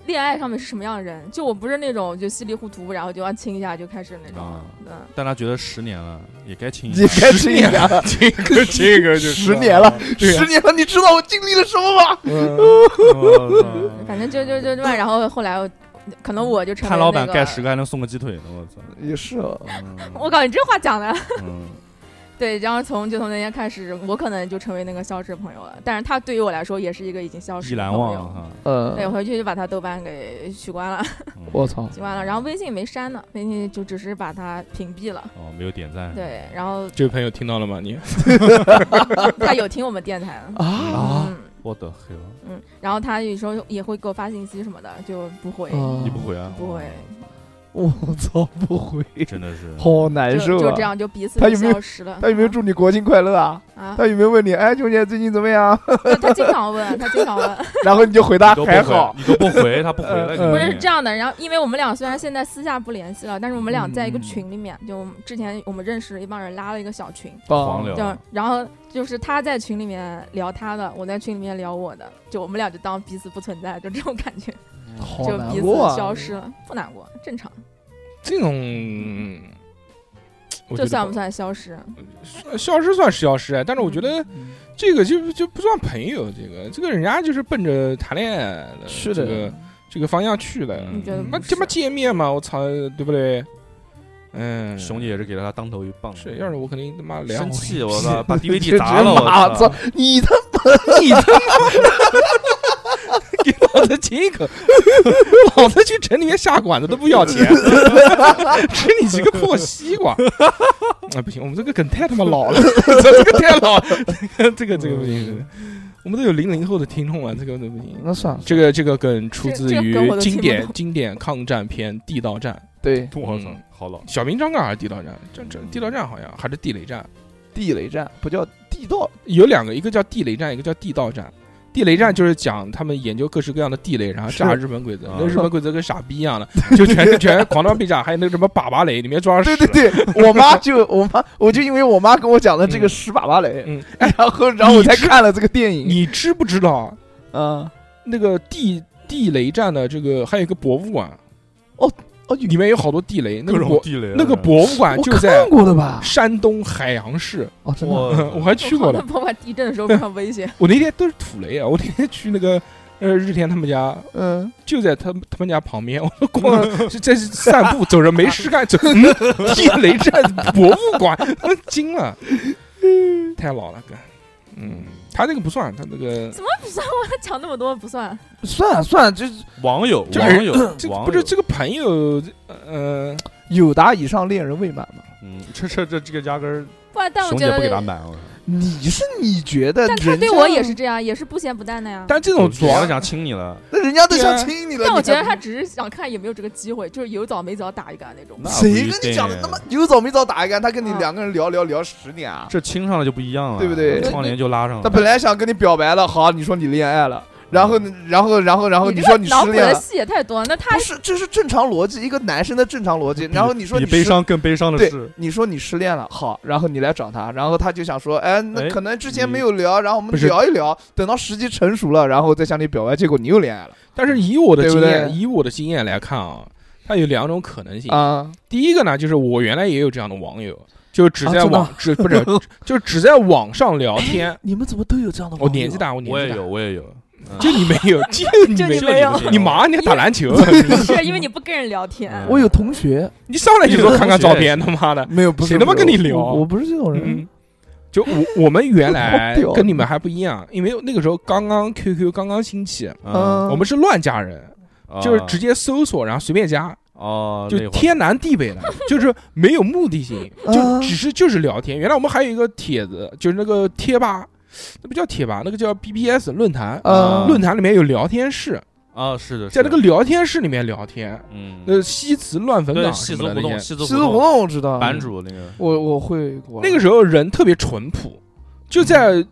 Speaker 4: 恋爱上面是什么样的人，就我不是那种就稀里糊涂，然后就要亲一下就开始那种
Speaker 5: 啊，
Speaker 4: 嗯，
Speaker 5: 但他觉得十年了，也该亲一
Speaker 3: 你
Speaker 5: 下。
Speaker 3: 该亲 一下，
Speaker 2: 这 个这个就是
Speaker 3: 十年了，
Speaker 2: 对啊
Speaker 3: 十年了，你知道我经历了什么吗？
Speaker 2: 嗯
Speaker 5: 我操
Speaker 4: 反正就就就这样，然后后来我可能我就成为
Speaker 5: 嗯看老板
Speaker 4: 那个
Speaker 5: 盖十个还能送个鸡腿呢，我操！
Speaker 3: 也是
Speaker 5: 啊
Speaker 3: 哦，
Speaker 4: 我靠，你这话讲的
Speaker 5: 嗯，
Speaker 4: 对，然后从就从那天开始，我可能就成为那个消失的朋友了，但是他对于我来说也是一个已经消
Speaker 5: 意
Speaker 4: 失的
Speaker 5: 难
Speaker 4: 朋
Speaker 5: 忘
Speaker 4: 友。
Speaker 5: 啊
Speaker 4: 对，
Speaker 3: 嗯，
Speaker 4: 回去就把他豆瓣给取关了，
Speaker 5: 哈。嗯
Speaker 3: 我操，
Speaker 4: 取关了，然后微信没删呢，微信就只是把他屏蔽了。
Speaker 5: 哦，没有点赞。
Speaker 4: 对，然后
Speaker 2: 这位朋友听到了吗？你
Speaker 4: 他有听我们电台 的
Speaker 3: 啊
Speaker 4: 嗯
Speaker 5: 我的黑了，
Speaker 4: 嗯，然后他有时候也会给我发信息什么的，就不回，
Speaker 3: 啊
Speaker 5: 你不回啊？
Speaker 4: 不回，
Speaker 3: 我操，不回，
Speaker 5: 真的是
Speaker 3: 好难
Speaker 4: 就
Speaker 3: 受
Speaker 4: 就
Speaker 3: 啊
Speaker 4: 这！样就彼此
Speaker 3: 他
Speaker 4: 就
Speaker 3: 有没有
Speaker 4: 消失了。
Speaker 3: 他有没有祝你国庆快乐啊？
Speaker 4: 啊？
Speaker 3: 他有没有问你，哎，秋姐最近怎么样？
Speaker 4: 他他经常问，他经常问，
Speaker 3: 然后你就回答
Speaker 5: 你都不
Speaker 3: 还
Speaker 5: 回
Speaker 3: 好，
Speaker 5: 你都不回，他不回了。
Speaker 3: 呃
Speaker 5: 肯定
Speaker 4: 不是是这，样的。然后因为我们俩虽然现在私下不联系了，但是我们俩在一个
Speaker 3: 嗯嗯
Speaker 4: 群里面，就我们之前我们认识了一帮人拉了一个小群，
Speaker 5: 黄
Speaker 3: 哦
Speaker 5: 了
Speaker 4: 就然后就是他在群里面聊他的，我在群里面聊我的，就我们俩就当彼此不存在，就这种感觉，
Speaker 3: 好
Speaker 4: 就
Speaker 3: 难
Speaker 4: 彼此
Speaker 3: 过啊
Speaker 4: 消失了，不难过，正常。
Speaker 2: 这种，我觉
Speaker 4: 这
Speaker 2: 得
Speaker 4: 算不算消失？
Speaker 2: 消失算是消失啊，但是我觉
Speaker 4: 嗯
Speaker 2: 得这个就就不算朋友，这个这个人家就是奔着谈恋爱的
Speaker 3: 是
Speaker 2: 这
Speaker 3: 的
Speaker 2: 个，这个方向去的，
Speaker 5: 嗯
Speaker 4: 你觉得
Speaker 2: 那
Speaker 4: 不
Speaker 2: 他妈
Speaker 4: 是？
Speaker 2: 见面嘛，我操，对不对？嗯，
Speaker 5: 熊姐也是给了他当头一棒。
Speaker 2: 是，要是我肯定他妈脸
Speaker 5: 生
Speaker 2: 红
Speaker 5: 气，
Speaker 2: 一
Speaker 5: 我
Speaker 2: 屁
Speaker 5: 操，把 DVD
Speaker 3: 这
Speaker 5: 砸
Speaker 3: 这
Speaker 5: 了，
Speaker 3: 妈
Speaker 5: 我操
Speaker 3: 操！！你他
Speaker 2: 你他妈给 老子亲一口，老子去城里面下馆子都不要钱，吃你几个破西瓜！啊，不行，我们这个梗太他妈老了，这个太老了，这个这个这个不行，这个我们都有零零后的听众啊了，这个都不行。
Speaker 3: 那算了，
Speaker 2: 这个这个梗出自
Speaker 4: 这这
Speaker 2: 于
Speaker 4: 个梗我都听
Speaker 2: 经
Speaker 4: 不
Speaker 2: 典
Speaker 4: 懂
Speaker 2: 经典抗战片《地道战
Speaker 3: 对
Speaker 5: 我操
Speaker 2: 嗯，
Speaker 5: 好老》，。
Speaker 2: 小明章干还是地道战？这这地道战好像还是地雷战，
Speaker 3: 地雷战不叫地道，
Speaker 2: 呃有两个，一个叫地雷战，一个叫地道战。地雷战就是讲他们研究各式各样的地雷，然后炸
Speaker 3: 是
Speaker 2: 日本鬼子。
Speaker 5: 啊
Speaker 2: 那日本鬼子跟傻逼一样的，就全是全狂刀必炸，还有那个什么粑粑雷，里面装
Speaker 3: 对
Speaker 2: 上
Speaker 3: 对
Speaker 2: 屎。
Speaker 3: 对，我妈就我妈，我就因为我妈跟我讲的这个屎粑粑雷，
Speaker 2: 嗯，
Speaker 3: 然后然后我才
Speaker 2: 你知
Speaker 3: 看了这个电影，
Speaker 2: 你知不知道
Speaker 3: 嗯，
Speaker 2: 那个地地雷战的这个还有一个博物馆？
Speaker 3: 哦哦
Speaker 2: 里面有好多地雷，那
Speaker 5: 各
Speaker 2: 个
Speaker 5: 种
Speaker 2: 博
Speaker 5: 地雷，
Speaker 2: 那个博物馆
Speaker 3: 嗯我
Speaker 2: 就在
Speaker 3: 看过的吧？
Speaker 2: 山东海洋市，
Speaker 3: 哦，真的啊，
Speaker 5: 我
Speaker 2: 我还去过
Speaker 4: 那
Speaker 2: 的。
Speaker 4: 不怕地震的时候非常 危险。
Speaker 2: 我那天都是土雷啊！我那天去那个呃日天他们家，
Speaker 3: 嗯，
Speaker 2: 就在他们他们家旁边，我们逛 就在散步，走着没事干，走、嗯、 地雷战博物馆，我惊 了，太老了哥，嗯，他那个不算，他那个
Speaker 4: 怎么不算？我讲那么多不算。
Speaker 3: 算了算了，就是
Speaker 5: 网友，
Speaker 2: 这个人
Speaker 5: 网友，
Speaker 2: 这
Speaker 5: 网友
Speaker 2: 不是这个朋友，呃，
Speaker 3: 有达以上恋人未满嘛？
Speaker 5: 嗯，这这这这个压根儿，
Speaker 4: 不然，但我
Speaker 5: 熊
Speaker 4: 觉
Speaker 5: 姐不给他
Speaker 4: 得，
Speaker 5: 买，我操
Speaker 3: 你是你觉得，
Speaker 4: 但他
Speaker 3: 人
Speaker 4: 对
Speaker 3: 家
Speaker 4: 我也是，这样，也是不咸不淡的呀。
Speaker 2: 但这种主
Speaker 5: 主要
Speaker 2: 要
Speaker 5: 想亲你了，
Speaker 3: 那人家都
Speaker 2: 对啊
Speaker 3: 想亲你了，
Speaker 4: 但我
Speaker 3: 你
Speaker 4: 觉得
Speaker 3: 还
Speaker 4: 他只是想看有没有这个机会，就是有早没早啊打一杆那种。
Speaker 5: 那不
Speaker 3: 谁
Speaker 5: 一
Speaker 3: 跟你讲的
Speaker 5: 定
Speaker 3: 那么有早没早打一杆？他跟你
Speaker 4: 嗯
Speaker 3: 两个人聊聊聊十年啊，
Speaker 5: 这亲上了就不一样了，
Speaker 3: 对不对
Speaker 5: 窗帘就拉上
Speaker 3: 他
Speaker 5: 了。
Speaker 3: 本来想跟你表白了，好，你说你恋爱了，然后呢然后然后然后
Speaker 4: 你
Speaker 3: 你
Speaker 4: 这
Speaker 3: 说
Speaker 4: 个
Speaker 3: 你
Speaker 4: 脑
Speaker 3: 失
Speaker 4: 补
Speaker 3: 恋
Speaker 4: 的
Speaker 3: 了，
Speaker 4: 戏也太多，那他
Speaker 3: 不是，这是正常逻辑，一个男生的正常逻辑。然后你说
Speaker 5: 比
Speaker 3: 你
Speaker 5: 悲
Speaker 3: 失
Speaker 5: 伤更悲伤的
Speaker 3: 对
Speaker 5: 是，，
Speaker 3: 你说你失恋了，好，然后你来找他，然后他就想说，哎，
Speaker 5: 哎
Speaker 3: 那可能之前
Speaker 5: 你
Speaker 3: 没有聊，然后我们
Speaker 2: 不是
Speaker 3: 聊一聊，等到时机成熟了，然后再向你表白，结果你又恋爱了
Speaker 2: 但是以我的
Speaker 3: 对不
Speaker 2: 经验，
Speaker 3: 对
Speaker 2: 以我的经验来看啊，它有两种可能性。
Speaker 3: 啊！
Speaker 2: 第一个呢，就是我原来也有这样的网友，就只
Speaker 3: 啊
Speaker 2: 在
Speaker 3: 真的
Speaker 2: 网、只不 是就只在网上聊天。
Speaker 3: 你们怎么都有这样的
Speaker 2: 我年纪， 大，我年
Speaker 5: 我
Speaker 2: 纪
Speaker 5: 也
Speaker 2: 大，
Speaker 5: 有，我也有，
Speaker 2: 就你没有，就你
Speaker 4: 就
Speaker 2: 没
Speaker 4: 你
Speaker 2: 有，
Speaker 4: 没有，
Speaker 5: 有
Speaker 2: 你妈，你还打篮球？
Speaker 4: 是因为你不跟人聊天。
Speaker 5: 嗯
Speaker 3: 我有同学
Speaker 2: 你上来就说看看照片，他妈的，
Speaker 3: 没有，不是
Speaker 2: 谁他妈
Speaker 3: 不是
Speaker 2: 跟你聊
Speaker 3: 我我不是这种人，
Speaker 2: 嗯，就我我们原来
Speaker 3: 好屌
Speaker 2: 跟你们还不一样，因为那个时候刚刚 QQ 刚刚兴起，
Speaker 5: 嗯，
Speaker 2: 我们是乱加人，就是直
Speaker 5: 接
Speaker 2: 接搜索，然后随便加，
Speaker 5: 哦，啊那
Speaker 2: 就
Speaker 5: 会儿
Speaker 2: 天南地 北的，就是没有目的性，就只是就是聊天。原来我们还有一个帖子，就是那个贴吧，那不叫贴吧，那个叫 BBS 论坛，
Speaker 3: 啊
Speaker 2: 论坛里面有聊天室，
Speaker 5: 啊，是的，
Speaker 2: 在那
Speaker 5: 是
Speaker 2: 个
Speaker 5: 的
Speaker 2: 聊天室里面聊天，
Speaker 5: 嗯，
Speaker 2: 那戏词乱坟
Speaker 5: 对
Speaker 2: 岗
Speaker 5: 戏
Speaker 2: 什
Speaker 5: 子
Speaker 2: 么的
Speaker 5: 胡
Speaker 2: 那
Speaker 5: 同，
Speaker 2: 些，
Speaker 5: 戏子
Speaker 3: 西子
Speaker 5: 胡同
Speaker 3: 胡同我知道，
Speaker 5: 版主那个，
Speaker 3: 我我会玩
Speaker 2: 那个时候人特别淳朴，就在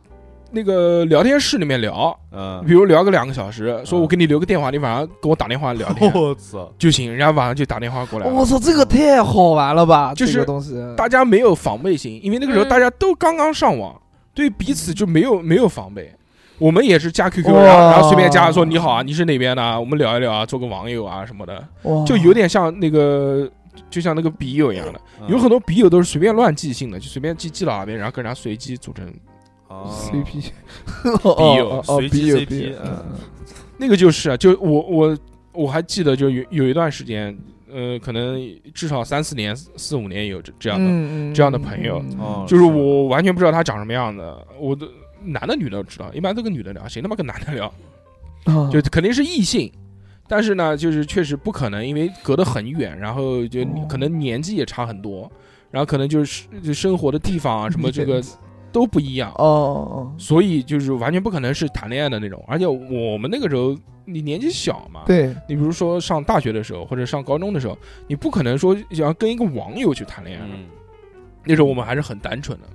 Speaker 2: 那个聊天室里面聊，比
Speaker 5: 嗯，
Speaker 2: 如聊个两个小时，说我给你留个电话，你晚上给我打电话聊天
Speaker 5: 我操，
Speaker 2: 就行，人家晚上就打电话过来了。
Speaker 5: 哦
Speaker 3: 我操，这个太好玩了吧！
Speaker 2: 就是
Speaker 3: 这个东西，
Speaker 2: 大家没有防备心，因为那
Speaker 5: 嗯
Speaker 2: 个时候大家都刚刚上网，对彼此就没有没有防备。我们也是加 QQ，
Speaker 3: 哇
Speaker 2: 然后然后随便加说你好啊，你是哪边的啊？我们聊一聊啊，做个网友啊什么的，
Speaker 5: 哦
Speaker 3: 哇
Speaker 2: 就有点像那个，就像那个笔友一样的。
Speaker 5: 嗯
Speaker 2: 有很多笔友都是随便乱记性的，就随便记记到哪边，然后跟人家随机组成。
Speaker 5: 哦
Speaker 3: CP，
Speaker 5: 笔 友
Speaker 3: 哦哦哦
Speaker 5: 随机
Speaker 3: 笔友
Speaker 5: CP
Speaker 3: 笔友
Speaker 5: 嗯
Speaker 2: 那个就是啊，就我我我还记得，就有有一段时间，呃，可能至少三四年、四五年有这这样的，
Speaker 3: 嗯嗯
Speaker 2: 这样的朋友
Speaker 3: 嗯
Speaker 5: 哦，
Speaker 2: 就是我完全不知道他长什么样的，我的男的女的都知道，一般都跟女的聊，谁他妈跟男的聊？
Speaker 3: 啊
Speaker 2: 就肯定是异性，但是呢，就是确实不可能，因为隔得很远，然后就你
Speaker 3: 哦
Speaker 2: 可能年纪也差很多，然后可能就是就生活的地方啊什么这个都不一样，
Speaker 3: 哦哦，
Speaker 2: 所以就是完全不可能是谈恋爱的那种。而且我们那个时候你年纪小嘛，
Speaker 3: 哦对，
Speaker 2: 你比如说上大学的时候或者上高中的时候，你不可能说想要跟一个网友去谈恋爱的。
Speaker 5: 嗯，
Speaker 2: 那时候我们还是很单纯的，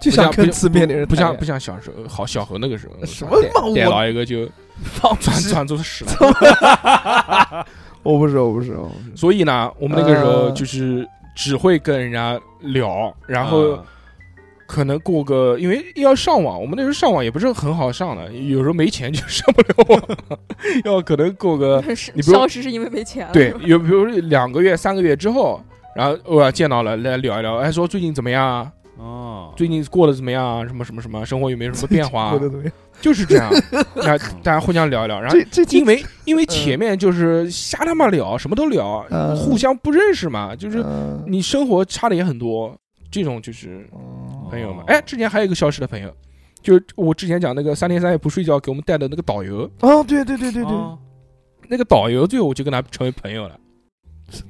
Speaker 3: 就
Speaker 2: 不像
Speaker 3: 想跟
Speaker 2: 不
Speaker 3: 字面的人
Speaker 2: 不像
Speaker 3: 谈
Speaker 2: 不像小时候好小何那个时候
Speaker 3: 什么嘛
Speaker 2: 逮
Speaker 3: 我
Speaker 2: 牢一个就
Speaker 3: 放
Speaker 2: 转
Speaker 3: 屁
Speaker 2: 转出屎来。
Speaker 3: 我不是我不是，我不是
Speaker 2: 所以呢，我们那个时候
Speaker 3: 呃
Speaker 2: 就是只会跟人家聊，然后
Speaker 5: 啊
Speaker 2: 可能过个，因为要上网，我们那时候上网也不是很好上的，有时候没钱就上不了网， 要可能过 个
Speaker 4: 是
Speaker 2: 你不用
Speaker 4: 消失是因为没钱了。
Speaker 2: 对
Speaker 4: 是吧，
Speaker 2: 有比如两个月、三个月之后，然后偶尔见到了来聊一聊，哎，说最近怎么样啊？
Speaker 5: 哦，
Speaker 2: 最近过得怎么样啊？什么什么什么，生活有没有什么变 化啊
Speaker 3: 过？得怎么样？
Speaker 2: 就是这样，那大家互相聊一聊，然后
Speaker 3: 这这
Speaker 2: 因为因为前面就是瞎他妈聊，什么都聊，
Speaker 3: 嗯
Speaker 2: 互相不认识嘛，就
Speaker 3: 就是
Speaker 2: 你生活差的也很多，这种就是朋友嘛
Speaker 5: 哦。
Speaker 2: 哎，之前还有一个消失的朋友，就是我之前讲那个三天三夜不睡觉给我们带的那个导游，
Speaker 3: 哦，对对对对对，
Speaker 5: 哦
Speaker 2: 那个导游最后我就跟他成为朋友了。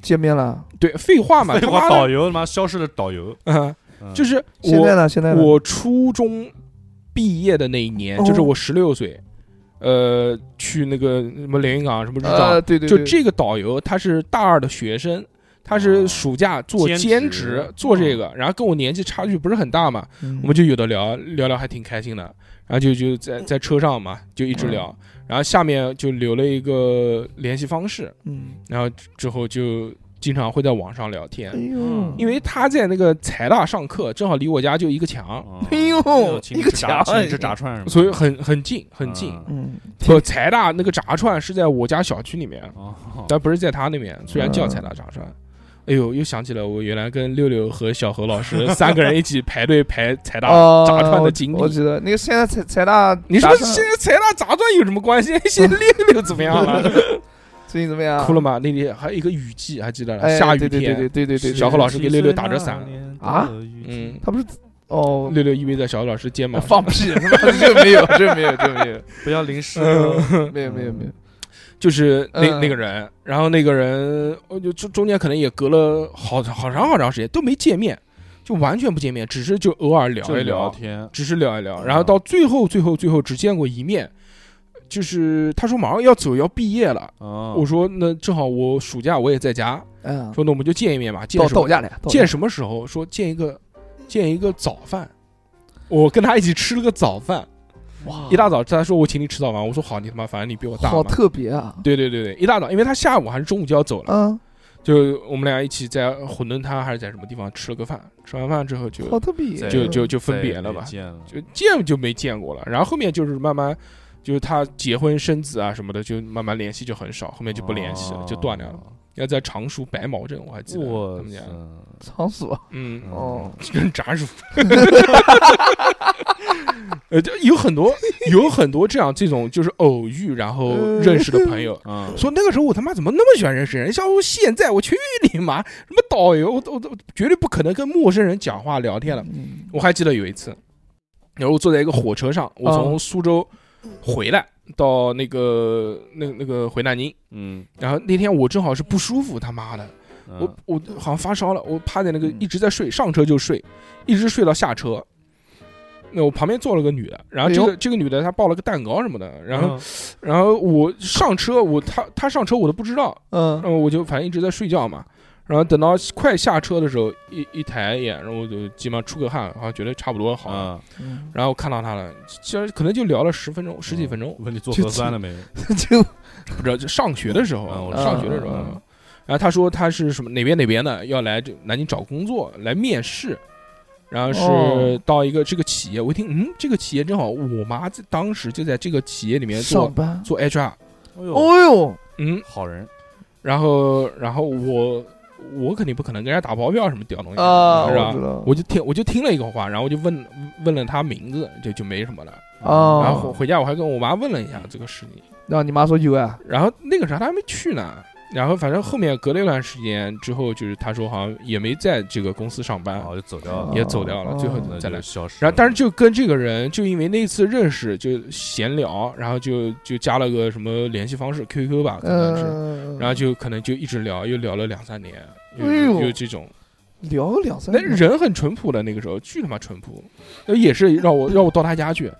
Speaker 3: 见面了，
Speaker 2: 对，废话嘛，
Speaker 5: 废
Speaker 2: 他
Speaker 5: 话，
Speaker 2: 妈
Speaker 5: 导
Speaker 2: 的，
Speaker 5: 游他妈消失的导游，
Speaker 2: 嗯，
Speaker 5: 嗯
Speaker 2: 就是
Speaker 3: 现在
Speaker 2: 我
Speaker 3: 呢？现在呢？
Speaker 2: 我初中毕业的那一年，
Speaker 3: 哦
Speaker 2: 就是我十六岁，呃，去那个什么连云港什么日
Speaker 3: 呃，
Speaker 2: 照，
Speaker 3: 对对，
Speaker 2: 就
Speaker 3: 对，
Speaker 2: 这个导游他是大二的学生。他是
Speaker 5: 哦
Speaker 2: 暑假做
Speaker 5: 兼
Speaker 2: 兼
Speaker 5: 职哦
Speaker 2: 职做这个，然后跟我年纪差距不是很大嘛，
Speaker 5: 嗯
Speaker 2: 我们
Speaker 3: 就
Speaker 2: 就有的聊聊聊，还挺开心的。然后就就在在车上嘛，就一直聊。
Speaker 5: 嗯
Speaker 2: 然后下面就留了一个联系方式，
Speaker 3: 嗯，
Speaker 2: 然后之后就经常会在网上聊天
Speaker 3: 哎。呦
Speaker 5: 嗯，
Speaker 2: 因为他在那个财大上课，正好离我家就一个墙，
Speaker 5: 哦
Speaker 3: 哎呦
Speaker 5: 请你
Speaker 3: 一个
Speaker 5: 吃炸
Speaker 3: 墙
Speaker 5: 请你吃
Speaker 3: 哎
Speaker 5: 炸串是吗？
Speaker 2: 所以很很近很近。
Speaker 5: 嗯
Speaker 3: 嗯，
Speaker 2: 不，财大那个炸串是在我家小区里面，
Speaker 5: 哦，嗯
Speaker 2: 但不是在他那边。虽然叫财大炸串，哎呦，又想起了我原来跟六六和小何老 师三个人一起排队排财大
Speaker 3: 哦，
Speaker 2: 炸串
Speaker 3: 我
Speaker 2: 的经
Speaker 3: 我
Speaker 2: 历。
Speaker 3: 记得那个现在财财大，
Speaker 2: 你说
Speaker 3: 打算
Speaker 2: 现在财大炸串有什么关系？ 现在六六怎么样 了？
Speaker 3: 最近怎么样？
Speaker 2: 哭了吗？那里还有一个雨季，还记得了？
Speaker 3: 啊哎，
Speaker 2: 下雨
Speaker 3: 对
Speaker 2: 天，
Speaker 3: 对对对对对对，
Speaker 2: 小何老师给六六打着伞
Speaker 3: 啊，
Speaker 2: 嗯，
Speaker 3: 他不是哦，
Speaker 2: 六六依偎在小何老师肩膀上，
Speaker 3: 放屁， 这没有，这没有，这没有，
Speaker 5: 不要淋湿哦。
Speaker 2: 嗯
Speaker 3: 没有没有没有，
Speaker 2: 就是那
Speaker 3: 嗯
Speaker 2: 那个人，然后那个人，我就中中间可能也隔了好好长好长时间都没见面，就完全不见面，只是就偶尔聊
Speaker 5: 就
Speaker 2: 一
Speaker 5: 聊，天，
Speaker 2: 只是聊一
Speaker 3: 嗯
Speaker 2: 聊，然后到最后最后最后只见过一面，就是他说马上要走要毕业了，
Speaker 5: 我
Speaker 2: 我说那正好我暑假我也在家，
Speaker 3: 嗯，
Speaker 2: 说那我们就见一面吧，见
Speaker 3: 到
Speaker 2: 什么
Speaker 3: 到家来，到
Speaker 2: 见
Speaker 3: 家
Speaker 2: 什么时候说见一个见一个早饭，我跟他一起吃了个早饭。
Speaker 3: 哇
Speaker 2: 一大早他说我请你吃早饭，我说好，你他妈反正你比我大
Speaker 3: 好
Speaker 2: 嘛。
Speaker 3: 特别啊，
Speaker 2: 对对对对，一大早，因为他下午还是中午就要走了，
Speaker 3: 嗯，
Speaker 2: 就我们俩一起在馄饨摊还是在什么地方吃了个饭，吃完饭之后就
Speaker 3: 好特别，
Speaker 2: 就就就分别了吧，就见就没见过了。然后后面就是慢慢，就是他结婚生子啊什么的，就慢慢联系就很少，后面就不联
Speaker 5: 哦
Speaker 2: 系了，就断掉
Speaker 3: 哦
Speaker 2: 了。。要在常熟白毛镇，我还记得
Speaker 5: 我
Speaker 2: 他们家，
Speaker 3: 仓鼠，
Speaker 2: 嗯，
Speaker 3: 哦，
Speaker 2: 跟炸薯， 呃，就有很多有很多这样这种就是偶遇然后认识的朋友。
Speaker 5: 嗯，
Speaker 2: 说那个时候我他妈怎么那么喜欢认识人？像我现在我去你妈！什么导游，我都我都绝对不可能跟陌生人讲话聊天了。
Speaker 3: 嗯
Speaker 2: 我还记得有一次，然后我坐在一个火车上，我从苏州回来到那个那那个回南宁，
Speaker 5: 嗯，
Speaker 2: 然后那天我正好是不舒服，他妈的，我
Speaker 5: 嗯
Speaker 2: 我好像发烧了，我趴在那个
Speaker 3: 嗯
Speaker 2: 一直在睡，上车就睡，一直睡到下车。那我旁边坐了个女的，然后这
Speaker 3: 哎
Speaker 2: 个
Speaker 3: 呦嗯
Speaker 2: 这个女的她抱了个蛋糕什么的，然
Speaker 5: 嗯
Speaker 2: 后然后我上车，我她她上车我都不知道，
Speaker 3: 嗯
Speaker 2: 然后我就反正一直在睡觉嘛。然后等到快下车的时候，一一抬眼，然后我就急忙出个汗，好像觉得差不多好了。
Speaker 5: 啊，
Speaker 3: 嗯，
Speaker 2: 然后看到她了，其实可能就聊了十分钟、十几分钟，
Speaker 5: 问你做
Speaker 3: 就
Speaker 5: 核酸了没？
Speaker 3: 就
Speaker 2: 不知道就上学的时候，
Speaker 5: 嗯
Speaker 2: 我
Speaker 5: 嗯
Speaker 2: 上学的时候。啊
Speaker 3: 嗯嗯
Speaker 2: 然后她说她是什么哪边哪边的，要来这南京找工作，来面试。然后是
Speaker 3: 哦
Speaker 2: 到一个这个企业，我一听，嗯，这个企业正好，我妈在当时就在这个企业里面做
Speaker 3: 上班，
Speaker 2: 做 HR，
Speaker 5: 哎
Speaker 3: 哦
Speaker 5: 呦，
Speaker 3: 呦，
Speaker 2: 嗯，
Speaker 5: 好人，
Speaker 2: 然后然后我我肯定不可能跟人家打包票什么屌东西
Speaker 3: 啊，
Speaker 2: 是
Speaker 3: 我
Speaker 2: 吧
Speaker 3: 知？道，
Speaker 2: 我就听我就听了一个话，然后我就问问了他名字，就就没什么了。
Speaker 3: 哦
Speaker 2: 然后回回家我还跟我妈问了一下这个事情，
Speaker 3: 让你妈说有啊，
Speaker 2: 然后那个时候她还没去呢。然后反正后面隔了一段时间之后，就是她说好像也没在这个公司上班，
Speaker 5: 然后就走掉了，
Speaker 2: 也走掉了，
Speaker 3: 哦
Speaker 2: 最后
Speaker 5: 那
Speaker 2: 再来
Speaker 5: 就。消失了。
Speaker 2: 然后但是就跟这个人就因为那次认识就闲聊，然后就就加了个什么联系方式 QQ 吧，可能是。
Speaker 3: 嗯，
Speaker 2: 然后就可能就一直聊，又聊了两三年，又、
Speaker 3: 哎呦
Speaker 2: 又这种。
Speaker 3: 聊个两三
Speaker 2: 那
Speaker 3: 年，
Speaker 2: 人很淳朴的，那个时候巨他妈淳朴，那也是让我让我到他家去。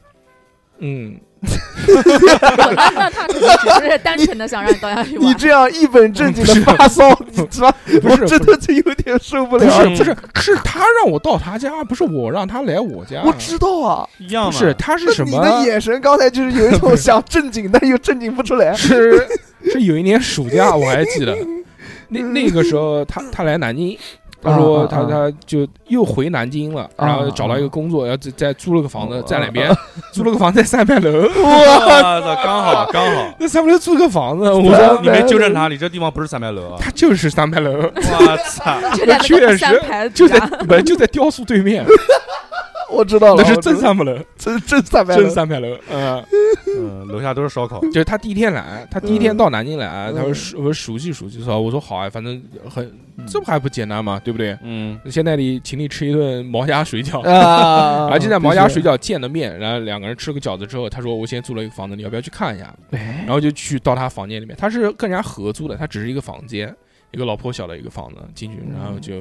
Speaker 2: 嗯，
Speaker 4: 那那他肯定只是单纯的想让你到家去
Speaker 3: 你
Speaker 4: 玩。
Speaker 3: 这样一本正经
Speaker 2: 不
Speaker 3: 的
Speaker 2: 是
Speaker 3: 发骚，你知道，
Speaker 2: 啊 不是
Speaker 3: 我真的这有点受不
Speaker 2: 不
Speaker 3: 了。
Speaker 2: 是不是，是他让我到他家，不是我让他来我家。
Speaker 3: 我知道啊，
Speaker 5: 一样
Speaker 2: 不
Speaker 5: 嘛，
Speaker 2: 是他是
Speaker 3: 那
Speaker 2: 什
Speaker 3: 你
Speaker 2: 么？
Speaker 3: 的眼神刚才就是有一种想正经，但又正经不出 来。
Speaker 2: 是是有一年暑假我还 记得，那那个时候他他来南京，他说
Speaker 3: 啊
Speaker 2: 他
Speaker 3: 啊
Speaker 2: 他就又回南京了，
Speaker 3: 啊哦
Speaker 2: 然后找到一个工作，然后再再租了个房子在哪边，租了个房子在三牌楼，。
Speaker 5: 哇塞，刚好刚好
Speaker 2: 那三牌楼租个房子，我
Speaker 5: 我
Speaker 3: 啊
Speaker 2: 说
Speaker 5: 说你没纠正他，你这地方不是三牌楼啊！
Speaker 2: 他就是三牌楼，
Speaker 5: 我操，
Speaker 4: 就在那
Speaker 2: 确
Speaker 4: 个
Speaker 2: 实
Speaker 4: 三排
Speaker 2: 就
Speaker 4: 之
Speaker 2: 在
Speaker 4: 家，
Speaker 2: 不是就在雕塑对面，
Speaker 3: 我知道了，
Speaker 2: 那是
Speaker 3: 我知
Speaker 2: 真三牌楼，
Speaker 3: 真真三百
Speaker 2: 真
Speaker 3: 了。
Speaker 2: 三牌楼，嗯，
Speaker 5: 嗯，楼下都是烧烤，
Speaker 2: 就是他第一天来，他第一天到南京来，
Speaker 3: 嗯嗯
Speaker 2: 他说熟我熟悉熟悉，说我说好啊，反正很这不还不简单嘛，对不对？
Speaker 5: 嗯，
Speaker 2: 现在你请你吃一顿毛鸭水饺，
Speaker 3: 啊！
Speaker 2: 然后就在毛
Speaker 3: 必须
Speaker 2: 鸭水，饺见了面，然后两个人吃了个饺子之后，他说我先租了一个房子，你要不要去看一下？
Speaker 3: 哎
Speaker 2: 然后就去到他房间里面，他是跟人家合租的，他只是一个房间，一个老破小的一个房子进去，然后就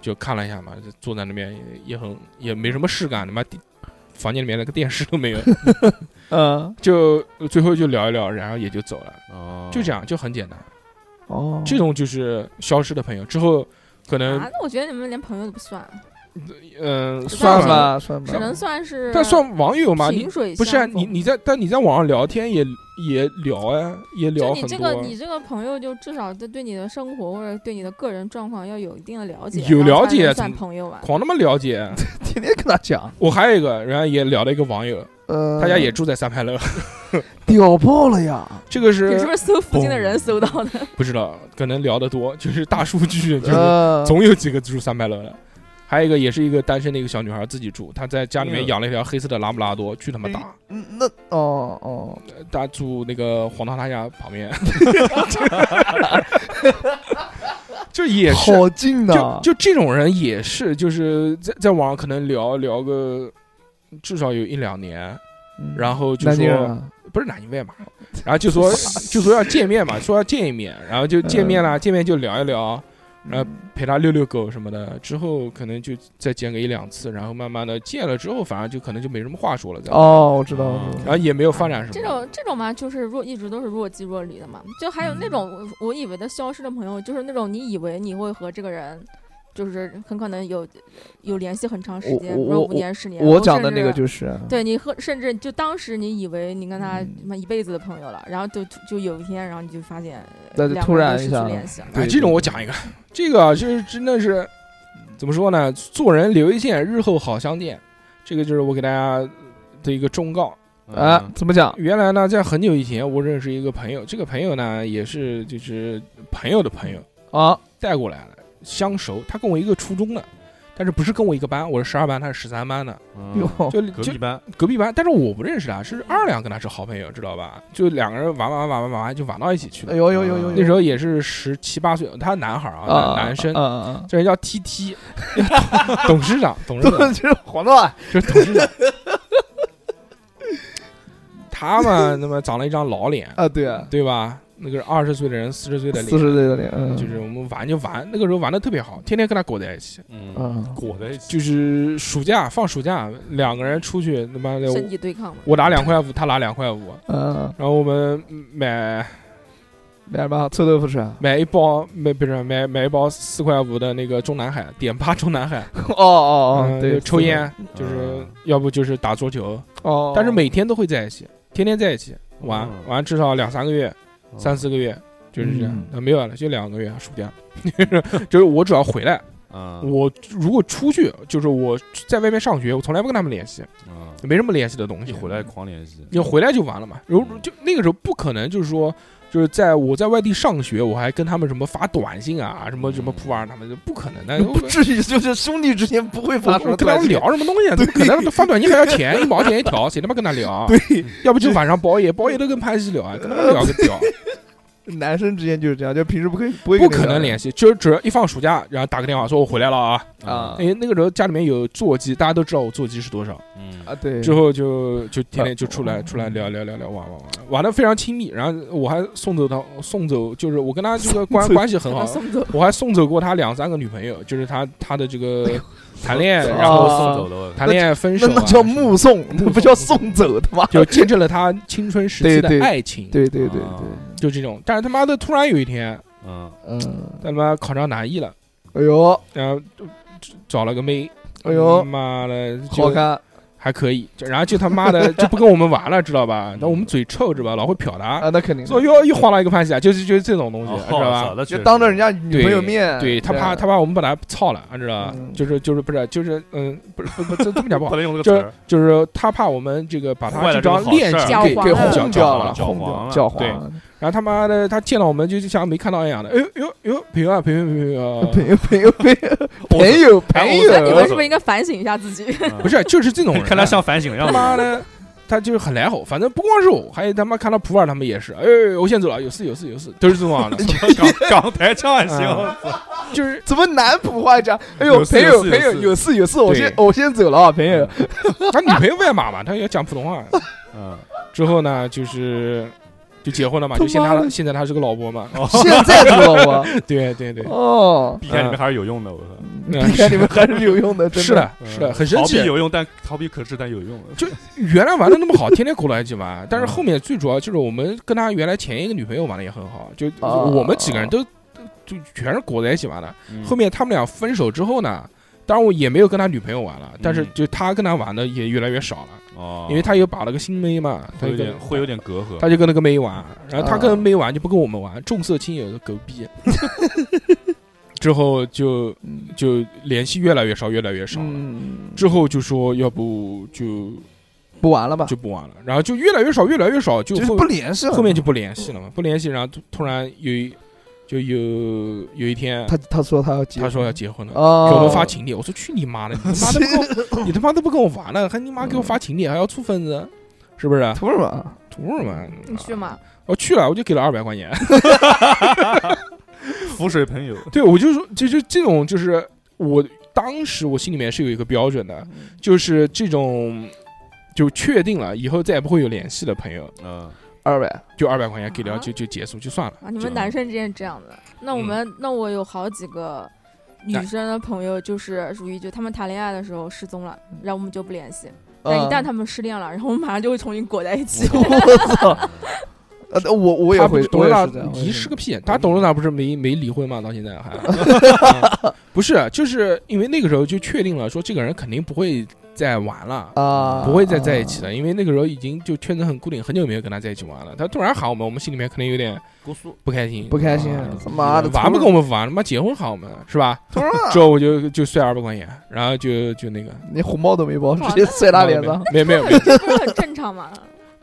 Speaker 2: 就看了一下嘛，就坐在那边也也很也没什么事干，他妈地房间里面连个电视都没有，
Speaker 3: 嗯，
Speaker 2: 就最后就聊一聊，然后也就走了，
Speaker 5: 哦，
Speaker 2: 就这样，就很简单。
Speaker 3: 哦，
Speaker 2: 这种就是消失的朋友之后，可能
Speaker 4: 啊，那我觉得你们连朋友都不算，
Speaker 2: 嗯、
Speaker 3: 算
Speaker 2: 算了，
Speaker 3: 吧算吧，
Speaker 4: 只能算是
Speaker 2: 但算网友嘛，你
Speaker 4: 萍水
Speaker 2: 不是啊，
Speaker 4: 相逢
Speaker 2: 你你在但你在网上聊天也也聊啊，也聊
Speaker 4: 就
Speaker 2: 很
Speaker 4: 你
Speaker 2: 多。
Speaker 4: 这个你这个朋友，就至少就对你的生活或者对你的个人状况要有一定的了解，
Speaker 2: 有
Speaker 4: 然后
Speaker 2: 了
Speaker 4: 才
Speaker 2: 解啊
Speaker 4: 能
Speaker 2: 怎
Speaker 4: 算
Speaker 2: 么
Speaker 4: 朋友吧。
Speaker 2: 狂他妈了解。啊
Speaker 3: 天天跟他讲，
Speaker 2: 我还有一个，然后也聊了一个网友，
Speaker 3: 呃，
Speaker 2: 他家也住在三牌楼，
Speaker 3: 屌爆了呀，
Speaker 2: 这个
Speaker 4: 你
Speaker 2: 是
Speaker 4: 是不是搜附近的人搜到 的？
Speaker 2: 不知道，可能聊得多，就是大数据，就是
Speaker 3: 呃，
Speaker 2: 总有几个住三牌楼的。还有一个也是一个单身的一个小女孩自己住，她在家里面
Speaker 5: 嗯
Speaker 2: 养了一条黑色的拉布拉多，巨他妈
Speaker 4: 哎
Speaker 2: 大，
Speaker 3: 嗯那哦哦，
Speaker 2: 她住那个黄桃他家旁 边， 就也是
Speaker 3: 好近
Speaker 2: 就
Speaker 3: 呐，
Speaker 2: 就这种人也是，就是在在网上可能聊聊个至少有一两年，
Speaker 3: 嗯
Speaker 2: 然后就
Speaker 3: 南京人
Speaker 2: 说
Speaker 3: 啊，
Speaker 2: 不是南京外嘛，然后就 说就说要见面嘛，说要见一面，然后就见面
Speaker 3: 嗯
Speaker 2: 啦，见面就聊一聊，然后陪他遛遛狗什么的，之后可能就再见个一两次，然后慢慢的见了之后，反而就可能就没什么话说了，再嗯
Speaker 3: 哦，我知道，我知
Speaker 2: 然后也没有发展什
Speaker 4: 这
Speaker 2: 么。
Speaker 4: 种这种嘛，就是若一直都是若即若离的嘛。就还有
Speaker 2: 嗯
Speaker 4: 那种我我以为的消失的朋友，就是那种你以为你会和这个人，就是很可能有有联系很长时间，
Speaker 3: 我
Speaker 4: 比
Speaker 3: 我
Speaker 4: 如说
Speaker 3: 我
Speaker 4: 五年十年。
Speaker 3: 道，我讲的那个
Speaker 4: 是。
Speaker 3: 就是，
Speaker 4: 对你和甚至就当时你以为你跟他
Speaker 3: 嗯
Speaker 4: 什么一辈子的朋友了，然后就就有一天，然后你就发现
Speaker 3: 那
Speaker 4: 呃
Speaker 3: 就
Speaker 4: 两
Speaker 3: 突
Speaker 4: 个人
Speaker 3: 然一
Speaker 4: 都失去啊
Speaker 3: 下
Speaker 4: 联系了。
Speaker 2: 哎，这种我讲一个，这个啊就是真的是怎么说呢？做人留一线，日后好相见。这个就是我给大家的一个忠告。
Speaker 5: 嗯
Speaker 3: 啊，怎么讲？
Speaker 2: 原来呢，在很久以前，我认识一个朋友，这个朋友呢也是就是朋友的朋友
Speaker 3: 啊，
Speaker 2: 带过来的，相熟。他跟我一个初中的，但是不是跟我一个班，我是十二班，他是十三班的，
Speaker 5: 嗯，
Speaker 3: 哟，
Speaker 2: 就
Speaker 5: 隔
Speaker 2: 就
Speaker 5: 壁班，
Speaker 2: 隔壁班。但是我不认识他，是二两跟他是好朋友，知道吧？就两个人玩玩玩玩玩，就玩到一起去
Speaker 3: 哎
Speaker 2: 了。
Speaker 3: 呦呦呦呦，
Speaker 2: 那时
Speaker 3: 候
Speaker 2: 候也是十七八岁，他男孩啊，
Speaker 3: 啊，
Speaker 2: 男男生。
Speaker 3: 啊啊，
Speaker 2: 这人叫 TT，董事长，董事
Speaker 3: 都
Speaker 2: 长
Speaker 3: 是黄段，
Speaker 2: 就是董事长。他嘛，那么长了一张老脸，
Speaker 3: 啊，对啊，
Speaker 2: 对吧？那个二十岁的人，四十岁的脸，
Speaker 3: 四十岁的脸，嗯，
Speaker 2: 就是我们玩就玩，那个时候玩的特别好，天天跟他裹在一起。
Speaker 5: 嗯，
Speaker 3: 嗯，
Speaker 5: 裹在一起，
Speaker 2: 就是暑假放暑假，两个人出去，他妈的，
Speaker 4: 身体对抗嘛。
Speaker 2: 我拿两块五，他拿两块五，
Speaker 3: 嗯，
Speaker 2: 然后我们买
Speaker 3: 买什么臭豆腐吃啊？
Speaker 2: 买一包，买不是买买一包四块五的那个中南海，点八中南海，
Speaker 3: 哦哦哦，
Speaker 2: 嗯
Speaker 3: 对，
Speaker 2: 抽烟，
Speaker 5: 嗯
Speaker 3: 啊
Speaker 2: 就是要不就是打桌球，
Speaker 3: 哦，
Speaker 2: 但是每天都会在一起，天天在一起玩
Speaker 5: 嗯
Speaker 2: 玩，至少两三个月，
Speaker 5: 嗯
Speaker 2: 三四个月。就是这样
Speaker 3: 嗯，
Speaker 2: 那没有了，就两个月暑假， 就是我只要回来，
Speaker 5: 嗯
Speaker 2: 我如果出去，就是我在外面上学，我从来不跟他们联系，
Speaker 5: 嗯，
Speaker 2: 没什么联系的东
Speaker 5: 一
Speaker 2: 西。
Speaker 5: 回来狂联系，
Speaker 2: 你回来就完了嘛。然后就那个时候不可能，就是说，就是在我在外地上学，我还跟他们什么发短信啊，什么什
Speaker 5: 嗯
Speaker 2: 么普洱他们，就不可能的。
Speaker 3: 不至于，就是兄弟之间不会发
Speaker 2: 我
Speaker 3: 生
Speaker 2: 我跟他们聊，什么东西啊？怎么可能发短信还要钱，一毛钱一条，谁他妈跟他聊？对，要不就晚上包夜，包夜都跟潘西聊啊，跟他们聊个屌，
Speaker 3: 男生之间就是这样，就平时不会不会
Speaker 2: 不
Speaker 3: 跟
Speaker 2: 可能
Speaker 3: 你聊
Speaker 2: 联系。就是只要一放暑假，然后打个电话说我回来了啊。
Speaker 3: 啊
Speaker 2: 因为那个时候家里面有座机，大家都知道我座机是多少。
Speaker 5: 嗯
Speaker 3: 啊，对，
Speaker 2: 之后就就天天就出来
Speaker 3: 哦
Speaker 2: 出来聊聊聊聊玩玩玩，玩的非常亲密。然后我还送走他，送走就是我跟他这个关
Speaker 3: 送走
Speaker 2: 关系很
Speaker 4: 把他
Speaker 2: 好，
Speaker 4: 送走，
Speaker 2: 我还送走过他两三个女朋友，就是他他的这 个谈恋爱，
Speaker 3: 啊
Speaker 2: 然后
Speaker 5: 送走了，
Speaker 2: 谈恋爱分手
Speaker 3: 那
Speaker 2: 啊，
Speaker 3: 那叫目送，
Speaker 2: 目
Speaker 3: 那
Speaker 2: 送
Speaker 3: 不叫送走他妈。
Speaker 2: 就见证了他青春时期
Speaker 3: 对对
Speaker 2: 的爱情，
Speaker 3: 对对对
Speaker 5: 啊
Speaker 3: 对，
Speaker 2: 就这种。但是他妈的突然有一天，
Speaker 5: 嗯
Speaker 3: 嗯，
Speaker 2: 他妈考上南艺了，
Speaker 3: 哎呦
Speaker 2: 然后就就找了个妹，
Speaker 3: 哎呦，
Speaker 2: 妈的，就
Speaker 3: 好看
Speaker 2: 还可以，就然后就他妈的就不跟我们玩了，知道吧？那我
Speaker 3: 嗯
Speaker 2: 们嘴臭是吧？老会瞟他，
Speaker 3: 啊，那肯定的
Speaker 2: 说哟又晃了一个潘西啊，就是就是这种东西，
Speaker 5: 哦
Speaker 2: 知道吧？
Speaker 5: 那确
Speaker 3: 就
Speaker 5: 实
Speaker 3: 当着人家女
Speaker 2: 对
Speaker 3: 朋友面，
Speaker 2: 对他怕他怕我们把他操了，知道吧
Speaker 3: 嗯？
Speaker 2: 就是就是不是就是嗯，不是不不这这么讲不
Speaker 5: 不
Speaker 2: 好，
Speaker 5: 能用这个词
Speaker 2: 就是
Speaker 5: 儿，
Speaker 2: 就是他怕我们这个把
Speaker 5: 坏
Speaker 2: 他
Speaker 5: 了
Speaker 2: 这
Speaker 5: 这个
Speaker 2: 张
Speaker 5: 好
Speaker 2: 恋
Speaker 5: 事儿
Speaker 2: 情给
Speaker 4: 搅
Speaker 2: 给
Speaker 4: 黄了
Speaker 2: 搅搅
Speaker 3: 轰掉
Speaker 2: 了
Speaker 3: 了，。
Speaker 5: 搅
Speaker 3: 轰
Speaker 5: 黄
Speaker 3: 掉
Speaker 5: 了
Speaker 3: 搅
Speaker 2: 对
Speaker 3: 黄了，
Speaker 2: 然后他妈的他见到我们就就像没看到一样的，哎呦呦呦，朋友啊朋友朋友啊，
Speaker 3: 朋友朋友朋 友朋
Speaker 5: 我
Speaker 3: 友
Speaker 5: 哎
Speaker 3: 朋
Speaker 5: 我
Speaker 4: 那
Speaker 5: 在
Speaker 4: 你
Speaker 3: 友
Speaker 4: 们是不是应该反省一下自己？
Speaker 5: 嗯
Speaker 2: 不是就是这种人，啊
Speaker 5: 看他像反省
Speaker 2: 他
Speaker 5: 样
Speaker 2: 妈
Speaker 5: 子，
Speaker 2: 的，他就是很来吼，反正不光是我，还有他妈看到普洱他们也是，哎，我先走了，有事有事有事，都是这 种样的，啊
Speaker 5: 港港台腔还行，
Speaker 2: 嗯就是
Speaker 3: 怎么南普话讲？哎呦，
Speaker 5: 有事
Speaker 3: 朋友
Speaker 5: 有事
Speaker 3: 朋友
Speaker 5: 有事
Speaker 3: 有事有事，我
Speaker 2: 对
Speaker 3: 先我先走了啊，朋友。
Speaker 2: 他女朋友外码嘛，他也讲普通话。
Speaker 5: 嗯，
Speaker 2: 之后呢，就是就结婚了嘛，
Speaker 3: 他
Speaker 2: 就
Speaker 3: 妈
Speaker 2: 现在
Speaker 3: 的
Speaker 2: 他现在他是个老婆嘛，
Speaker 5: 哦
Speaker 3: 现在知道吗？
Speaker 2: 对对对，
Speaker 3: 哦，
Speaker 5: 避开你们还是有用的，我操。
Speaker 2: 嗯
Speaker 3: 避开你们还是有用的，真
Speaker 2: 是的，
Speaker 5: 嗯
Speaker 2: 是啊的，很神
Speaker 5: 逃
Speaker 2: 奇
Speaker 5: 避。有用，但逃避可耻，但有用。
Speaker 2: 就原来玩的那么好，天天过来一起 玩，但是后面最主要就是我们跟他原来前一个女朋友玩的也很好，就
Speaker 5: 啊
Speaker 3: 哦
Speaker 2: 我们几个人都就全是裹在一起玩的。
Speaker 5: 嗯
Speaker 2: 后面他们俩分手之后呢，当然我也没有跟他女朋友玩了，但是
Speaker 5: 嗯
Speaker 2: 就他跟他玩的也越来越少了，
Speaker 5: 哦，
Speaker 2: 因为他又把了个新妹嘛，他
Speaker 5: 会
Speaker 2: 就
Speaker 5: 有
Speaker 2: 跟
Speaker 5: 点会有点隔阂，
Speaker 2: 他就跟那个妹玩，然后他
Speaker 3: 啊
Speaker 2: 跟妹玩就不跟我们玩，重色轻友的狗 逼。之后就
Speaker 3: 嗯
Speaker 2: 就联系越来越少，越来越少了。
Speaker 3: 嗯，
Speaker 2: 之后就说要不就
Speaker 3: 不玩了吧？
Speaker 2: 就不玩了，然后就越来越少，越来越少，就
Speaker 3: 就是
Speaker 2: 后
Speaker 3: 不联系了。
Speaker 2: 后面就不联系了嘛，不联系，然后突突然有一就有有一天
Speaker 3: 他他说他要结，
Speaker 2: 他说要结婚了。
Speaker 3: 哦，
Speaker 2: 给我们发请帖，我说去你妈的！你他妈都不跟 我，你他妈都不跟我玩了，还你妈给我发请帖，还要出分子，是不是？
Speaker 3: 图什么？
Speaker 2: 图什么？
Speaker 4: 啊你去嘛？
Speaker 2: 我去了，我就给了二百块钱。
Speaker 5: 浮水朋友，
Speaker 2: 对，我就说，就就这种，就是我当时我心里面是有一个标准的，
Speaker 3: 嗯
Speaker 2: 就是这种就确定了以后再也不会有联系的朋友，
Speaker 5: 嗯，
Speaker 3: 二百，
Speaker 2: 就二百块钱给掉
Speaker 4: 啊
Speaker 2: 就就结束就算了。
Speaker 4: 啊，你
Speaker 2: 就
Speaker 4: 们男生之间是这样的。那
Speaker 3: 嗯
Speaker 4: 我们，那我有好几个女
Speaker 2: 哎
Speaker 4: 生的朋友，就是属于就他们谈恋爱的时候失踪了，然后我们就不联系。但一
Speaker 3: 嗯
Speaker 4: 旦他们失恋了，然后我们马上就会重新裹在一起。
Speaker 3: 我操！呃，我我也
Speaker 2: 他不
Speaker 3: 会
Speaker 2: 是，
Speaker 3: 我
Speaker 2: 董事
Speaker 3: 也是这
Speaker 2: 长
Speaker 3: 样。
Speaker 2: 离是个屁，他董事长不是没没离婚吗？到现在 还嗯不是，就是因为那个时候就确定了，说这个人肯定不会再玩了。
Speaker 3: 啊，
Speaker 2: 不会再在一起了，因为那个时候已经就圈子很固定，很久没有跟他在一起玩了。他突然喊我们，我们心里面肯定有点
Speaker 5: 姑苏，
Speaker 2: 不开心，
Speaker 3: 不开心
Speaker 2: 啊，
Speaker 3: 他妈的，
Speaker 2: 玩不跟我们玩，他妈结婚好嘛，是吧？
Speaker 3: 他妈
Speaker 2: 之后我就就摔二百块钱，然后就就那个
Speaker 3: 你红包都没包，直接摔他脸上。
Speaker 2: 没有没 有没有，
Speaker 4: 这不是很正 常嘛？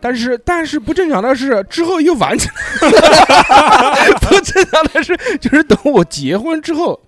Speaker 2: 但是但是不正常的是之后又玩起来， 不正常的是就是等我结婚之后，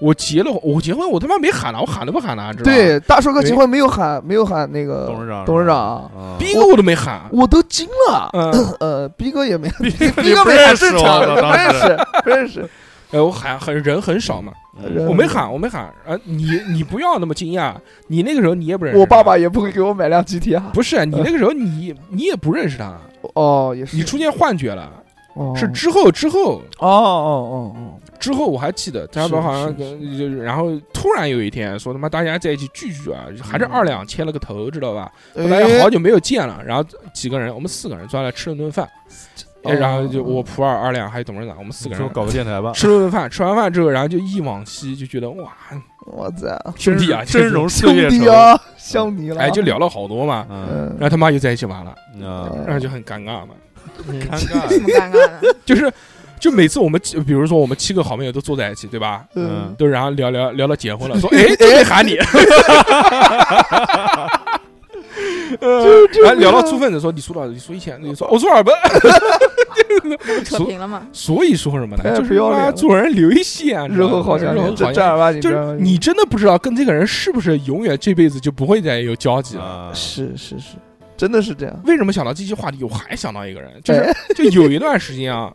Speaker 2: 我结了我结婚我他妈没喊了，我喊都不喊了，知道吧？
Speaker 3: 对，大硕哥结婚没有喊，没有喊那
Speaker 2: 呃
Speaker 3: 个
Speaker 5: 董事长，
Speaker 3: 董事
Speaker 2: 啊
Speaker 3: 长，
Speaker 5: 嗯，
Speaker 2: 逼哥我都没喊，
Speaker 3: 我都惊了。
Speaker 2: 嗯，
Speaker 3: 呃，逼哥也没，
Speaker 5: 逼
Speaker 3: 逼哥没喊
Speaker 5: 不认识
Speaker 3: 正
Speaker 5: 我
Speaker 3: 常
Speaker 5: 了，
Speaker 3: 的，不
Speaker 5: 当
Speaker 3: 认
Speaker 5: 时
Speaker 3: 识，不认识。
Speaker 2: 哎，我喊很人很少嘛，
Speaker 3: 人
Speaker 2: 我没喊，我没喊啊！你你不要那么惊讶，你那个时候你也不认识他，
Speaker 3: 我爸爸也不会给我买辆 GTR。
Speaker 2: 不是你那个时候你你也不认识他，
Speaker 3: 哦，也是，
Speaker 2: 你出现幻觉了，
Speaker 3: 哦
Speaker 2: 是之后之后
Speaker 3: 哦哦哦
Speaker 2: 之后我还记得，他们好像
Speaker 3: 是
Speaker 2: 跟就然后突然有一天说他妈大家在一起聚聚啊，还是二两牵了个头，知道吧？
Speaker 3: 哦，
Speaker 2: 大家
Speaker 3: 哎
Speaker 2: 好久没有见了，然后几个人，我们四个人坐下来吃了顿饭，哎然后就我普洱二两还有董事长，我们四个
Speaker 5: 说
Speaker 2: 人
Speaker 5: 搞个电台吧，
Speaker 2: 吃了顿饭，吃完饭之后，然后就忆往昔，就觉得哇，
Speaker 3: 我操，
Speaker 2: 兄弟啊，
Speaker 5: 真容
Speaker 3: 兄
Speaker 5: 岁月
Speaker 3: 弟
Speaker 5: 稠。
Speaker 3: 啊，想你了，
Speaker 2: 哎，就聊了好多嘛，
Speaker 5: 嗯
Speaker 3: 嗯
Speaker 2: 然后他妈又在一起玩了，
Speaker 5: 啊，
Speaker 2: 然后就很尴尬嘛，
Speaker 5: 尴
Speaker 4: 这
Speaker 5: 尬。
Speaker 4: 么尴尬呢？
Speaker 2: 就是就每次我们七比如说我们七个好朋友都坐在一起，对吧？
Speaker 5: 嗯
Speaker 3: 嗯，
Speaker 2: 都然后聊聊聊到结婚了，说哎，就得喊你，
Speaker 3: 就就
Speaker 2: 然哎后聊到猪粪子，说你输多少？你输一千，你说哦我输二百。
Speaker 4: 那不扯平了 吗？
Speaker 2: 所以说什么
Speaker 3: 哎
Speaker 2: 呢？就是
Speaker 3: 不要脸
Speaker 2: 妈
Speaker 3: 了
Speaker 2: 做人留一线啊，
Speaker 3: 日后好
Speaker 2: 相
Speaker 3: 相
Speaker 2: 日后
Speaker 3: 见，这
Speaker 2: 好
Speaker 3: 正
Speaker 2: 相
Speaker 3: 儿八经，
Speaker 2: 就
Speaker 3: 正儿
Speaker 2: 是
Speaker 3: 八经
Speaker 2: 你真的不知道跟这个人是不是永远这辈子就不会再有交集了。
Speaker 5: 啊
Speaker 3: 是是是，真的是这样，
Speaker 2: 为什么想到这些话题？我还想到一个人，
Speaker 3: 哎
Speaker 2: 就是就有一段时间 啊，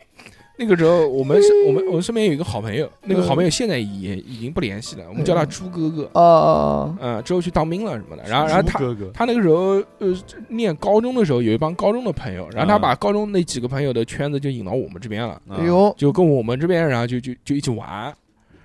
Speaker 2: 那个时候我们是我们我们身边有一个好朋友，那
Speaker 3: 嗯
Speaker 2: 个好朋友现在也已经不联系了，我们叫他猪哥哥，
Speaker 3: 哦，
Speaker 2: 嗯，之后去当兵了什么的。然后然后他
Speaker 5: 猪哥哥
Speaker 2: 他那个时候呃念高中的时候有一帮高中的朋友，
Speaker 3: 啊
Speaker 2: 然后他把高中那几个朋友的圈子就引到我们这边了，
Speaker 3: 哎，
Speaker 5: 啊
Speaker 3: 呦，
Speaker 2: 就跟我们这边，然啊后就就就一起玩。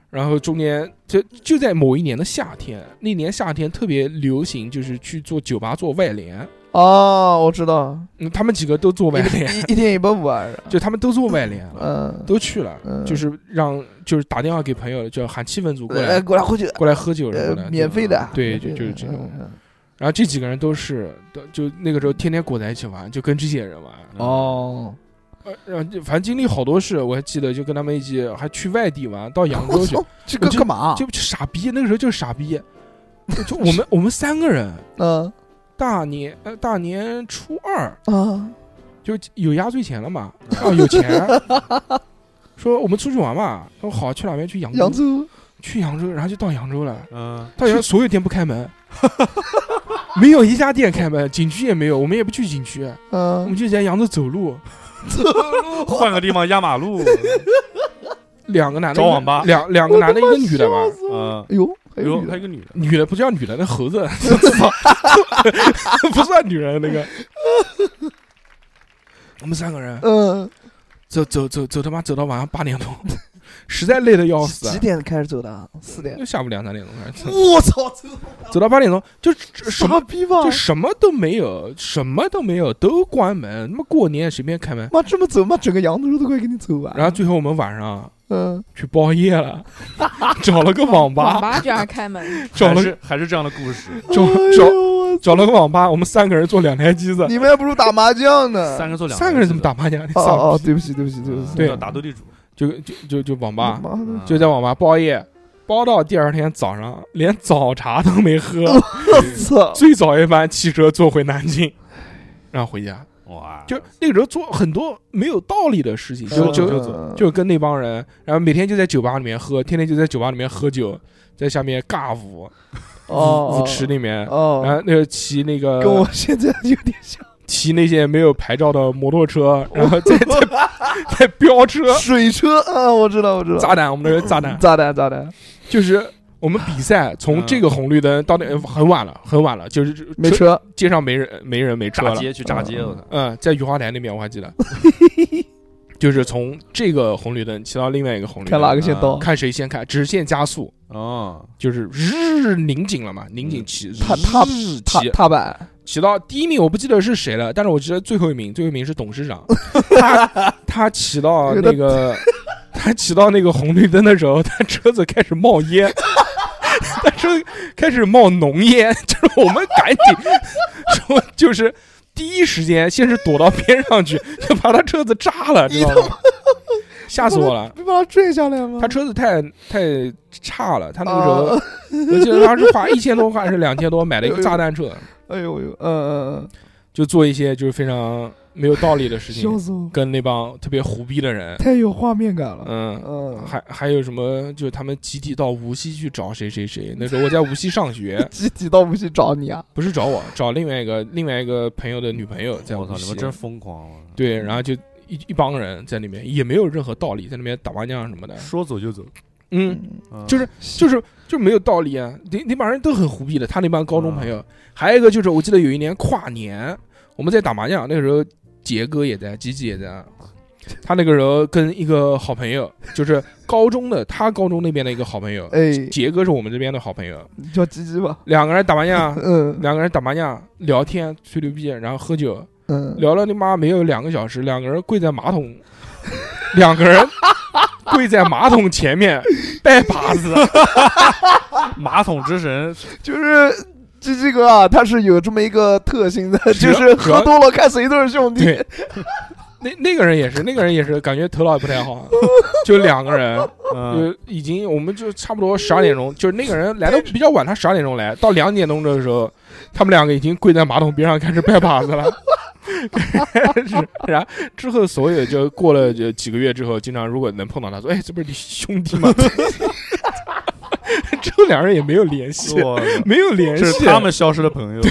Speaker 2: 然后中间就就在某一年的夏天，那年夏天特别流行，就是去做酒吧做外联，
Speaker 3: 哦，我知道，
Speaker 2: 嗯，他们几个都做外联，
Speaker 3: 一一天一百五啊，
Speaker 2: 就他们都做外联了，
Speaker 3: 嗯，
Speaker 2: 都去了，
Speaker 3: 嗯
Speaker 2: 就是让就是打电话给朋友，就喊气氛组过
Speaker 3: 呃
Speaker 2: 来
Speaker 3: 过来喝酒，
Speaker 2: 过来喝酒什
Speaker 3: 呃
Speaker 2: 么的，，啊
Speaker 3: 免费的，
Speaker 2: 对
Speaker 3: 免费
Speaker 2: 就
Speaker 3: 的
Speaker 2: 就是这种
Speaker 3: 嗯嗯
Speaker 2: 然后这几个人都是都就那个时候天天裹在一起玩，就跟这些人玩，
Speaker 3: 嗯哦，
Speaker 2: 呃，然后就反正经历好多事，我还记得就跟他们一起还去外地玩，到扬州
Speaker 3: 我
Speaker 2: 去，
Speaker 3: 操，这个
Speaker 2: 就
Speaker 3: 干嘛？
Speaker 2: 就就傻逼，那个时候就是傻逼，就我们我们三个人，
Speaker 3: 嗯
Speaker 2: 大年呃大年初二
Speaker 3: 啊，
Speaker 2: 就有压岁钱了嘛，啊有钱， 说我们出去玩嘛，说好去哪边去扬州，
Speaker 3: 扬州，
Speaker 2: 去扬州，然后就到扬州了，
Speaker 5: 嗯，
Speaker 2: 到扬州所有店不开门，没有一家店开门，景区也没有，我们也不去景区，我们
Speaker 3: 嗯，
Speaker 2: 就在扬州走路，
Speaker 5: 换个地方压 马路，
Speaker 2: 哎两个男的
Speaker 5: 找网吧
Speaker 2: 两两个男的一个女的吧。
Speaker 5: 嗯，
Speaker 3: 哎呦，哎
Speaker 5: 哎呦，
Speaker 3: 呦，
Speaker 5: 还有一个女的，
Speaker 2: 女的不叫女的，那猴子 不算女人那个。我们三个人
Speaker 3: 嗯，
Speaker 2: 走走走走他妈走到晚上八点钟，实在累得要哦死
Speaker 3: 几，点开始走的啊？四点。
Speaker 2: 就下午两三点钟开始走，
Speaker 3: 我操，这
Speaker 2: 走到八点钟就就什么
Speaker 3: 傻逼吧
Speaker 2: 就？什么都没有，什么都没有，都关门。他妈过年随便开门，
Speaker 3: 妈这么走，妈整个扬州都快给你走完。
Speaker 2: 然后，最后我们晚上
Speaker 3: 嗯，
Speaker 2: 去包夜了， 找了个网
Speaker 4: 网
Speaker 2: 吧，
Speaker 4: 吧居然 开门，
Speaker 2: 找
Speaker 5: 还
Speaker 2: 了
Speaker 5: 是还是这样的故事，
Speaker 2: 找
Speaker 3: 哎呦
Speaker 2: 找
Speaker 3: 我
Speaker 2: 找了个网吧，我们三个人坐两台机子，
Speaker 3: 你们还不如打麻将呢。
Speaker 5: 三个做两
Speaker 2: 呃三个人怎么？打麻将？你
Speaker 3: 哦
Speaker 2: 操
Speaker 3: 哦，对不起，对不起，对不
Speaker 5: 嗯
Speaker 3: 起。
Speaker 2: 对
Speaker 5: 要打斗地主，嗯
Speaker 2: 就就就就网吧，
Speaker 3: 妈的，
Speaker 2: 就在网吧包夜，包到第二天早上，连早茶都没喝，
Speaker 3: 我 操！
Speaker 2: 最早一班汽车坐回南京，然后回家。
Speaker 5: 哇，
Speaker 2: 就那个时候做很多没有道理的事情，就
Speaker 5: 嗯
Speaker 2: 就
Speaker 5: 就
Speaker 3: 走
Speaker 2: 就跟那帮人，然后每天就在酒吧里面喝，天天就在酒吧里面喝酒，在下面尬舞，舞
Speaker 3: 哦
Speaker 2: 舞池里面。然
Speaker 3: 哦，
Speaker 2: 后那呃个骑那
Speaker 3: 跟
Speaker 2: 个
Speaker 3: 我现在有点像。
Speaker 2: 骑那些没有牌照的摩托车，然后在在 在飙 车，
Speaker 3: 水车啊，我知道，我知道。
Speaker 2: 炸弹，我们那是炸弹，
Speaker 3: 炸弹，炸弹，
Speaker 2: 就是我们比赛从这个红绿灯到那呃很晚了，很晚了，就是车
Speaker 3: 没车。
Speaker 2: 街上没人没人没车
Speaker 5: 炸
Speaker 2: 了。
Speaker 5: 街去炸街，我操，
Speaker 2: 嗯，在雨花台那边我还记得， 就是从这个红绿灯骑到另外一个红绿
Speaker 3: 看哪
Speaker 2: 灯，
Speaker 3: 个先到？
Speaker 2: 看谁先开，直线加速，
Speaker 5: 哦，
Speaker 2: 就是日拧紧了嘛，拧紧骑，
Speaker 3: 踏踏
Speaker 2: 日
Speaker 3: 踏
Speaker 2: 骑
Speaker 3: 踏板，
Speaker 2: 骑到第一名我不记得是谁了，但是我记得最后一名，最后一名是董事长，他 他骑到那个。他骑到那个红绿灯的时候，他车子开始冒烟，他车开始冒浓烟，就是我们赶紧说，就是第一时间先是躲到边上去，就把他车子炸了，知道吗？吓死我了！
Speaker 3: 你把它拽下来吗？啊
Speaker 2: 他车子太太差了，他那个时
Speaker 3: 哦
Speaker 2: 候，我记得他是花一千多块还是两千多买了一个炸弹车，
Speaker 3: 哎呦呦，嗯嗯
Speaker 2: 就做一些就是非常没有道理的事
Speaker 3: 嗯，
Speaker 2: 情
Speaker 3: 笑，死我，
Speaker 2: 跟那帮特别胡逼的 人，
Speaker 3: 太有画面感了。
Speaker 2: 嗯，
Speaker 5: 呃
Speaker 3: 嗯，，
Speaker 2: 还还有什么？就是他们集体到无锡去找谁谁谁。那时候我在无锡上学
Speaker 3: 集体到不去找你啊？
Speaker 2: 不是找我，找另外一个另外一个朋友的女朋友在
Speaker 5: 我
Speaker 2: 无
Speaker 5: 操，你
Speaker 2: 锡
Speaker 5: 们。真疯狂，啊
Speaker 2: 对，然后就一一帮人在那边，也没有任何道理，在那边打麻将什么的，
Speaker 5: 说走就走，
Speaker 2: 嗯，
Speaker 5: 啊
Speaker 2: 就是就是就没有道理啊！你你帮人都很胡逼的，他那帮高中朋友，还有一个就是，我记得有一年跨年，我们在打麻将，那个时候杰哥也在，吉吉也在，啊他那个时候跟一个好朋友，就是高中的，他高中那边的一个好朋友，
Speaker 3: 哎，
Speaker 2: 杰哥是我们这边的好朋友，
Speaker 3: 你叫鸡鸡吧，
Speaker 2: 两个人打麻将，
Speaker 3: 嗯
Speaker 2: 两个人打麻将聊天吹牛逼，然后喝酒，
Speaker 3: 嗯，
Speaker 2: 聊了你妈没有两个小时，两个人跪在马桶，两个人跪在马桶前面拜把子。
Speaker 5: 马桶之神，
Speaker 3: 就是。鸡鸡哥啊，他是有这么一个特性的，
Speaker 2: 只
Speaker 3: 就
Speaker 2: 要
Speaker 3: 是
Speaker 2: 只要
Speaker 3: 喝多了看谁都是兄弟。
Speaker 2: 对， 那那个人也是，那个人也是，感觉头脑也不太好，啊就两个人，
Speaker 5: 嗯，
Speaker 2: 就已经我们就差不多十二点钟，就是那个人来的比较晚，他十二点钟来，到两点钟的时候，他们两个已经跪在马桶边上开始拜把子了。 是，然后之后所有就过了就几个月之后，经常如果能碰到他说，哎，这不是你兄弟吗？ 之后两人也没有联系，
Speaker 5: 我
Speaker 2: 没有联
Speaker 5: 这
Speaker 2: 系。
Speaker 5: 哦是他们消失的朋友，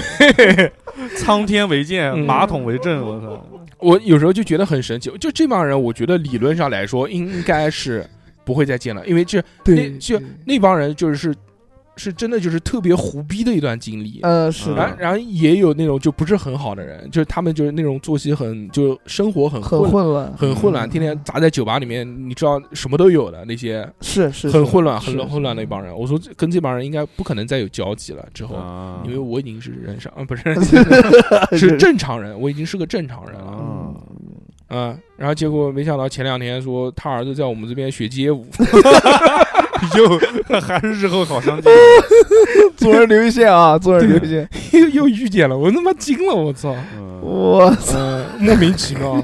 Speaker 5: 苍天为鉴，
Speaker 2: 嗯
Speaker 5: 马桶为证，我操，
Speaker 2: 我有时候就觉得很神奇，就这帮人，我觉得理论上来说应该是不会再见了，因为这那就那帮人就是是真的就是特别胡逼的一段经历。
Speaker 3: 嗯，是
Speaker 2: 然后
Speaker 3: 的，
Speaker 2: 然后也有那种就不是很好的人，就是他们就是那种作息很就生活很
Speaker 3: 很
Speaker 2: 混
Speaker 3: 混嗯乱，
Speaker 2: 很混乱，天天砸在酒吧里面，你知道什么都有的那些
Speaker 3: 是是
Speaker 2: 很混乱、很
Speaker 3: 是
Speaker 2: 乱混乱的一帮人。我说这跟这帮人应该不可能再有交集了，之后
Speaker 5: 啊
Speaker 2: 哦因为我已经是人上啊不是
Speaker 3: 是
Speaker 2: 是正常人，我已经是个正常人了。
Speaker 5: 啊，
Speaker 2: 嗯，然后结果没想到前两天说他儿子在我们这边学街舞，
Speaker 5: 又还是日后好相见，
Speaker 3: 做人留一线啊，做人留一线。
Speaker 2: 又又遇见了，我他妈惊了，我操，
Speaker 5: 嗯
Speaker 3: 我
Speaker 2: 嗯，莫名其 妙。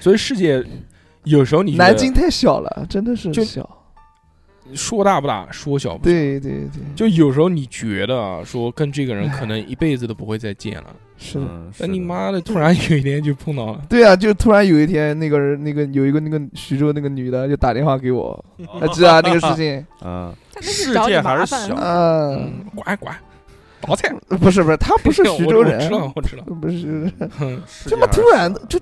Speaker 2: 所以世界有时候你觉得
Speaker 3: 南京太小了，真的是
Speaker 2: 就
Speaker 3: 小。
Speaker 2: 说大不大，说小不小，
Speaker 3: 对对对，
Speaker 2: 就有时候你觉得啊，说跟这个人可能一辈子都不会再见了，
Speaker 3: 是的。
Speaker 5: 嗯
Speaker 2: 但
Speaker 5: 是
Speaker 2: 你
Speaker 5: 的
Speaker 2: 妈的突然有一天就碰到了，
Speaker 3: 对啊，就突然有一天，那个人，那个有一个那个徐州那个女的就打电话给我， 还记得啊那个事情，
Speaker 5: 啊，
Speaker 4: 他那
Speaker 5: 世
Speaker 4: 是找你
Speaker 5: 界还
Speaker 4: 麻
Speaker 5: 是
Speaker 4: 烦啊
Speaker 5: 小，
Speaker 3: 嗯，
Speaker 2: 嗯，管管，倒菜，
Speaker 3: 不是不是，他 不是徐州人
Speaker 2: 我知，道我知道，
Speaker 3: 不是，
Speaker 2: 哼，
Speaker 5: 这
Speaker 3: 这么突然的，就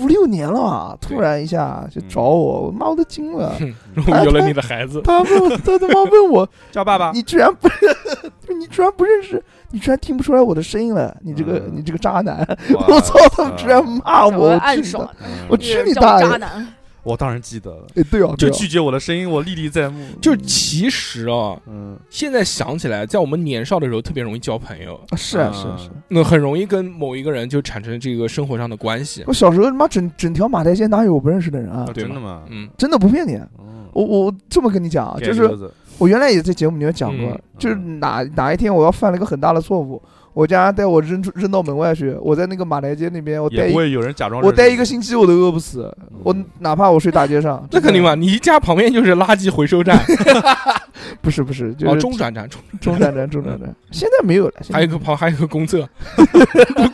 Speaker 3: 五六年了啊，突然一下就找我，我妈我都惊了，
Speaker 2: 我有了你的孩子，
Speaker 3: 他问我，他他妈问我，
Speaker 5: 叫爸
Speaker 2: 啊
Speaker 5: 爸，
Speaker 3: 你居然不， 你居然不认识，你居然听不出来我的声音了，你这个、
Speaker 5: 嗯
Speaker 3: 你这个渣男！
Speaker 5: 哇
Speaker 3: 我操，他们居然骂
Speaker 4: 找
Speaker 3: 我，我
Speaker 4: 个暗
Speaker 3: 去你
Speaker 4: 爽
Speaker 3: 的！，
Speaker 5: 嗯
Speaker 3: 我
Speaker 4: 就
Speaker 3: 去
Speaker 4: 是
Speaker 3: 你
Speaker 4: 找
Speaker 3: 大爷
Speaker 4: 渣男，
Speaker 5: 我当然记得了，
Speaker 3: 哎，对啊，
Speaker 5: 就
Speaker 3: 对啊，
Speaker 5: 拒绝我的声音，我历历在目，
Speaker 2: 就其实啊，
Speaker 5: 嗯，
Speaker 2: 现在想起来，在我们年少的时候特别容易交朋友，
Speaker 3: 啊是啊
Speaker 5: 嗯
Speaker 3: 是啊是啊。
Speaker 2: 那很容易跟某一个人就产生这个生活上的关系。
Speaker 3: 我小时候他妈整整条马台街哪有我不认识的人啊
Speaker 5: 啊？
Speaker 2: 对
Speaker 5: 真
Speaker 2: 吗
Speaker 5: 的吗？
Speaker 2: 嗯，
Speaker 3: 真的不骗你，
Speaker 5: 嗯
Speaker 3: 我我这么跟你讲啊，
Speaker 5: 改
Speaker 3: 就
Speaker 5: 鸽
Speaker 3: 是
Speaker 5: 子
Speaker 3: 我原来也在节目里面讲过，
Speaker 2: 嗯
Speaker 3: 就是哪哪一天我要犯了一个很大的错误，我家人带我扔出扔到门外去，我在那个马台街那边，我待
Speaker 5: 也
Speaker 3: 一
Speaker 5: 不会有人假装
Speaker 3: 我
Speaker 5: 认识
Speaker 3: 待一个
Speaker 5: 你嗯
Speaker 3: 星期我都饿不死，我哪怕我睡大街上，
Speaker 2: 嗯 那肯定嘛，你家旁边就是垃圾回收站，
Speaker 3: 不是不是， 就
Speaker 2: 哦，
Speaker 3: 是
Speaker 2: 中转站，中
Speaker 3: 中转站，中 转站，现在没有了。现在
Speaker 2: 还有一个旁还有一个公 厕，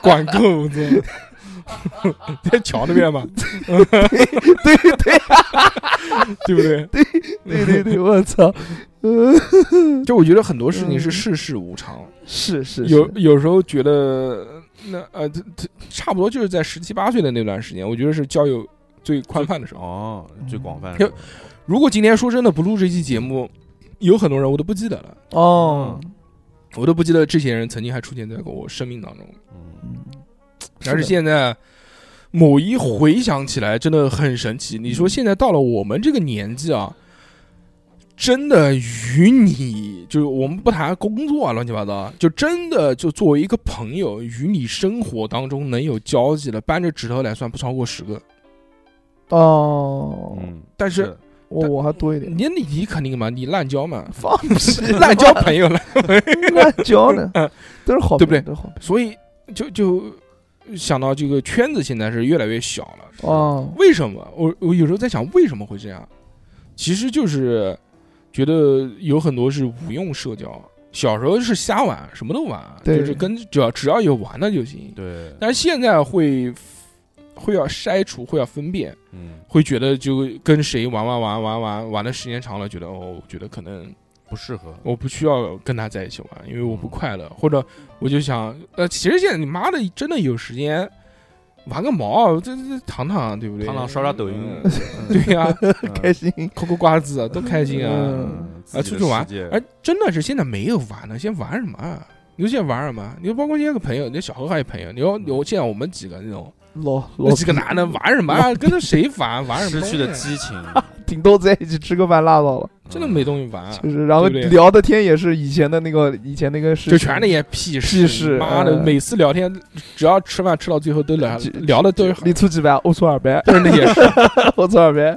Speaker 2: 管够，我操，在桥那边嘛，
Speaker 3: 对对
Speaker 2: 对不对？
Speaker 3: 对 对对，我操，呃，
Speaker 2: 就我觉得很多事情是世事无常，
Speaker 3: 是是
Speaker 2: 有
Speaker 3: 嗯是
Speaker 2: 有时候觉得那呃，这这差不多就是在十七八岁的那段时间，我觉得是交友最宽泛的时候。
Speaker 5: 哦，最广泛
Speaker 2: 就如果今天说真的不录这期节目，有很多人我都不记得了。
Speaker 3: 哦，
Speaker 2: 嗯我都不记得这些人曾经还出现在过我生命当中。
Speaker 5: 嗯
Speaker 3: 嗯
Speaker 2: 但是
Speaker 3: 的
Speaker 2: 现在某一回想起来，真的很神奇。你说现在到了我们这个年纪啊，真的与你就是我们不谈工作啊，乱七八糟啊，就真的就作为一个朋友，与你生活当中能有交集的，扳着指头来算不超过十个。
Speaker 3: 哦，
Speaker 5: 嗯，
Speaker 2: 但是
Speaker 5: 是的
Speaker 3: 我我还多一点，，
Speaker 2: 你你你肯定嘛，你滥交嘛
Speaker 3: 放屁，
Speaker 2: 滥交朋友了，
Speaker 3: 烂 交呢，都是好，
Speaker 2: 嗯对不对
Speaker 3: 都是好朋
Speaker 2: 所以就就想到这个圈子现在是越来越小了。
Speaker 3: 友。哦，
Speaker 2: 为什么？我我有时候在想，为什么会这样？其实就是觉得有很多是无用社交。小时候是瞎玩，什么都玩，
Speaker 3: 对
Speaker 2: 就是跟只要只要有玩的就行。
Speaker 5: 对，
Speaker 2: 但是现在会会要筛除，会要分辨，
Speaker 5: 嗯，
Speaker 2: 会觉得就跟谁玩玩玩玩玩玩的时间长了，觉得哦，我觉得可能
Speaker 5: 不适合，
Speaker 2: 我不需要跟他在一起玩，因为我不快乐，或者我就想，呃，其实现在你妈的真的有时间。玩个毛，这这躺躺，对不对？
Speaker 5: 胖胖刷刷抖音，
Speaker 2: 嗯 对呀、
Speaker 5: 嗯
Speaker 3: 开心。
Speaker 2: 嗑嗑瓜 子多开心啊！
Speaker 5: 嗯
Speaker 2: 啊，出去玩，
Speaker 5: 哎，
Speaker 2: 哎，真的是现在没有玩了，现在玩什么啊？你说现在玩什么？你说包括现在个朋友，你说小何还有朋友，你
Speaker 3: 嗯
Speaker 2: 说有现在我们几个那种，
Speaker 3: 老
Speaker 2: 那几个男的玩什么啊？ 跟着谁玩？玩什
Speaker 5: 失
Speaker 2: 么？
Speaker 5: 去的，激 情，嗯
Speaker 3: 顶多在一起吃个饭拉倒了，
Speaker 2: 真的没东西玩，
Speaker 3: 就是然后
Speaker 2: 啊对不对
Speaker 3: 聊的天也是以前的那个以前那个事情，
Speaker 2: 就全那些屁
Speaker 3: 屁事
Speaker 2: 妈的，
Speaker 3: 嗯
Speaker 2: 每次聊天，只要吃饭吃到最后都聊
Speaker 3: 就
Speaker 2: 聊的都是
Speaker 3: 你出几百，我出二百，
Speaker 2: 都是那些事，
Speaker 3: 我出二百，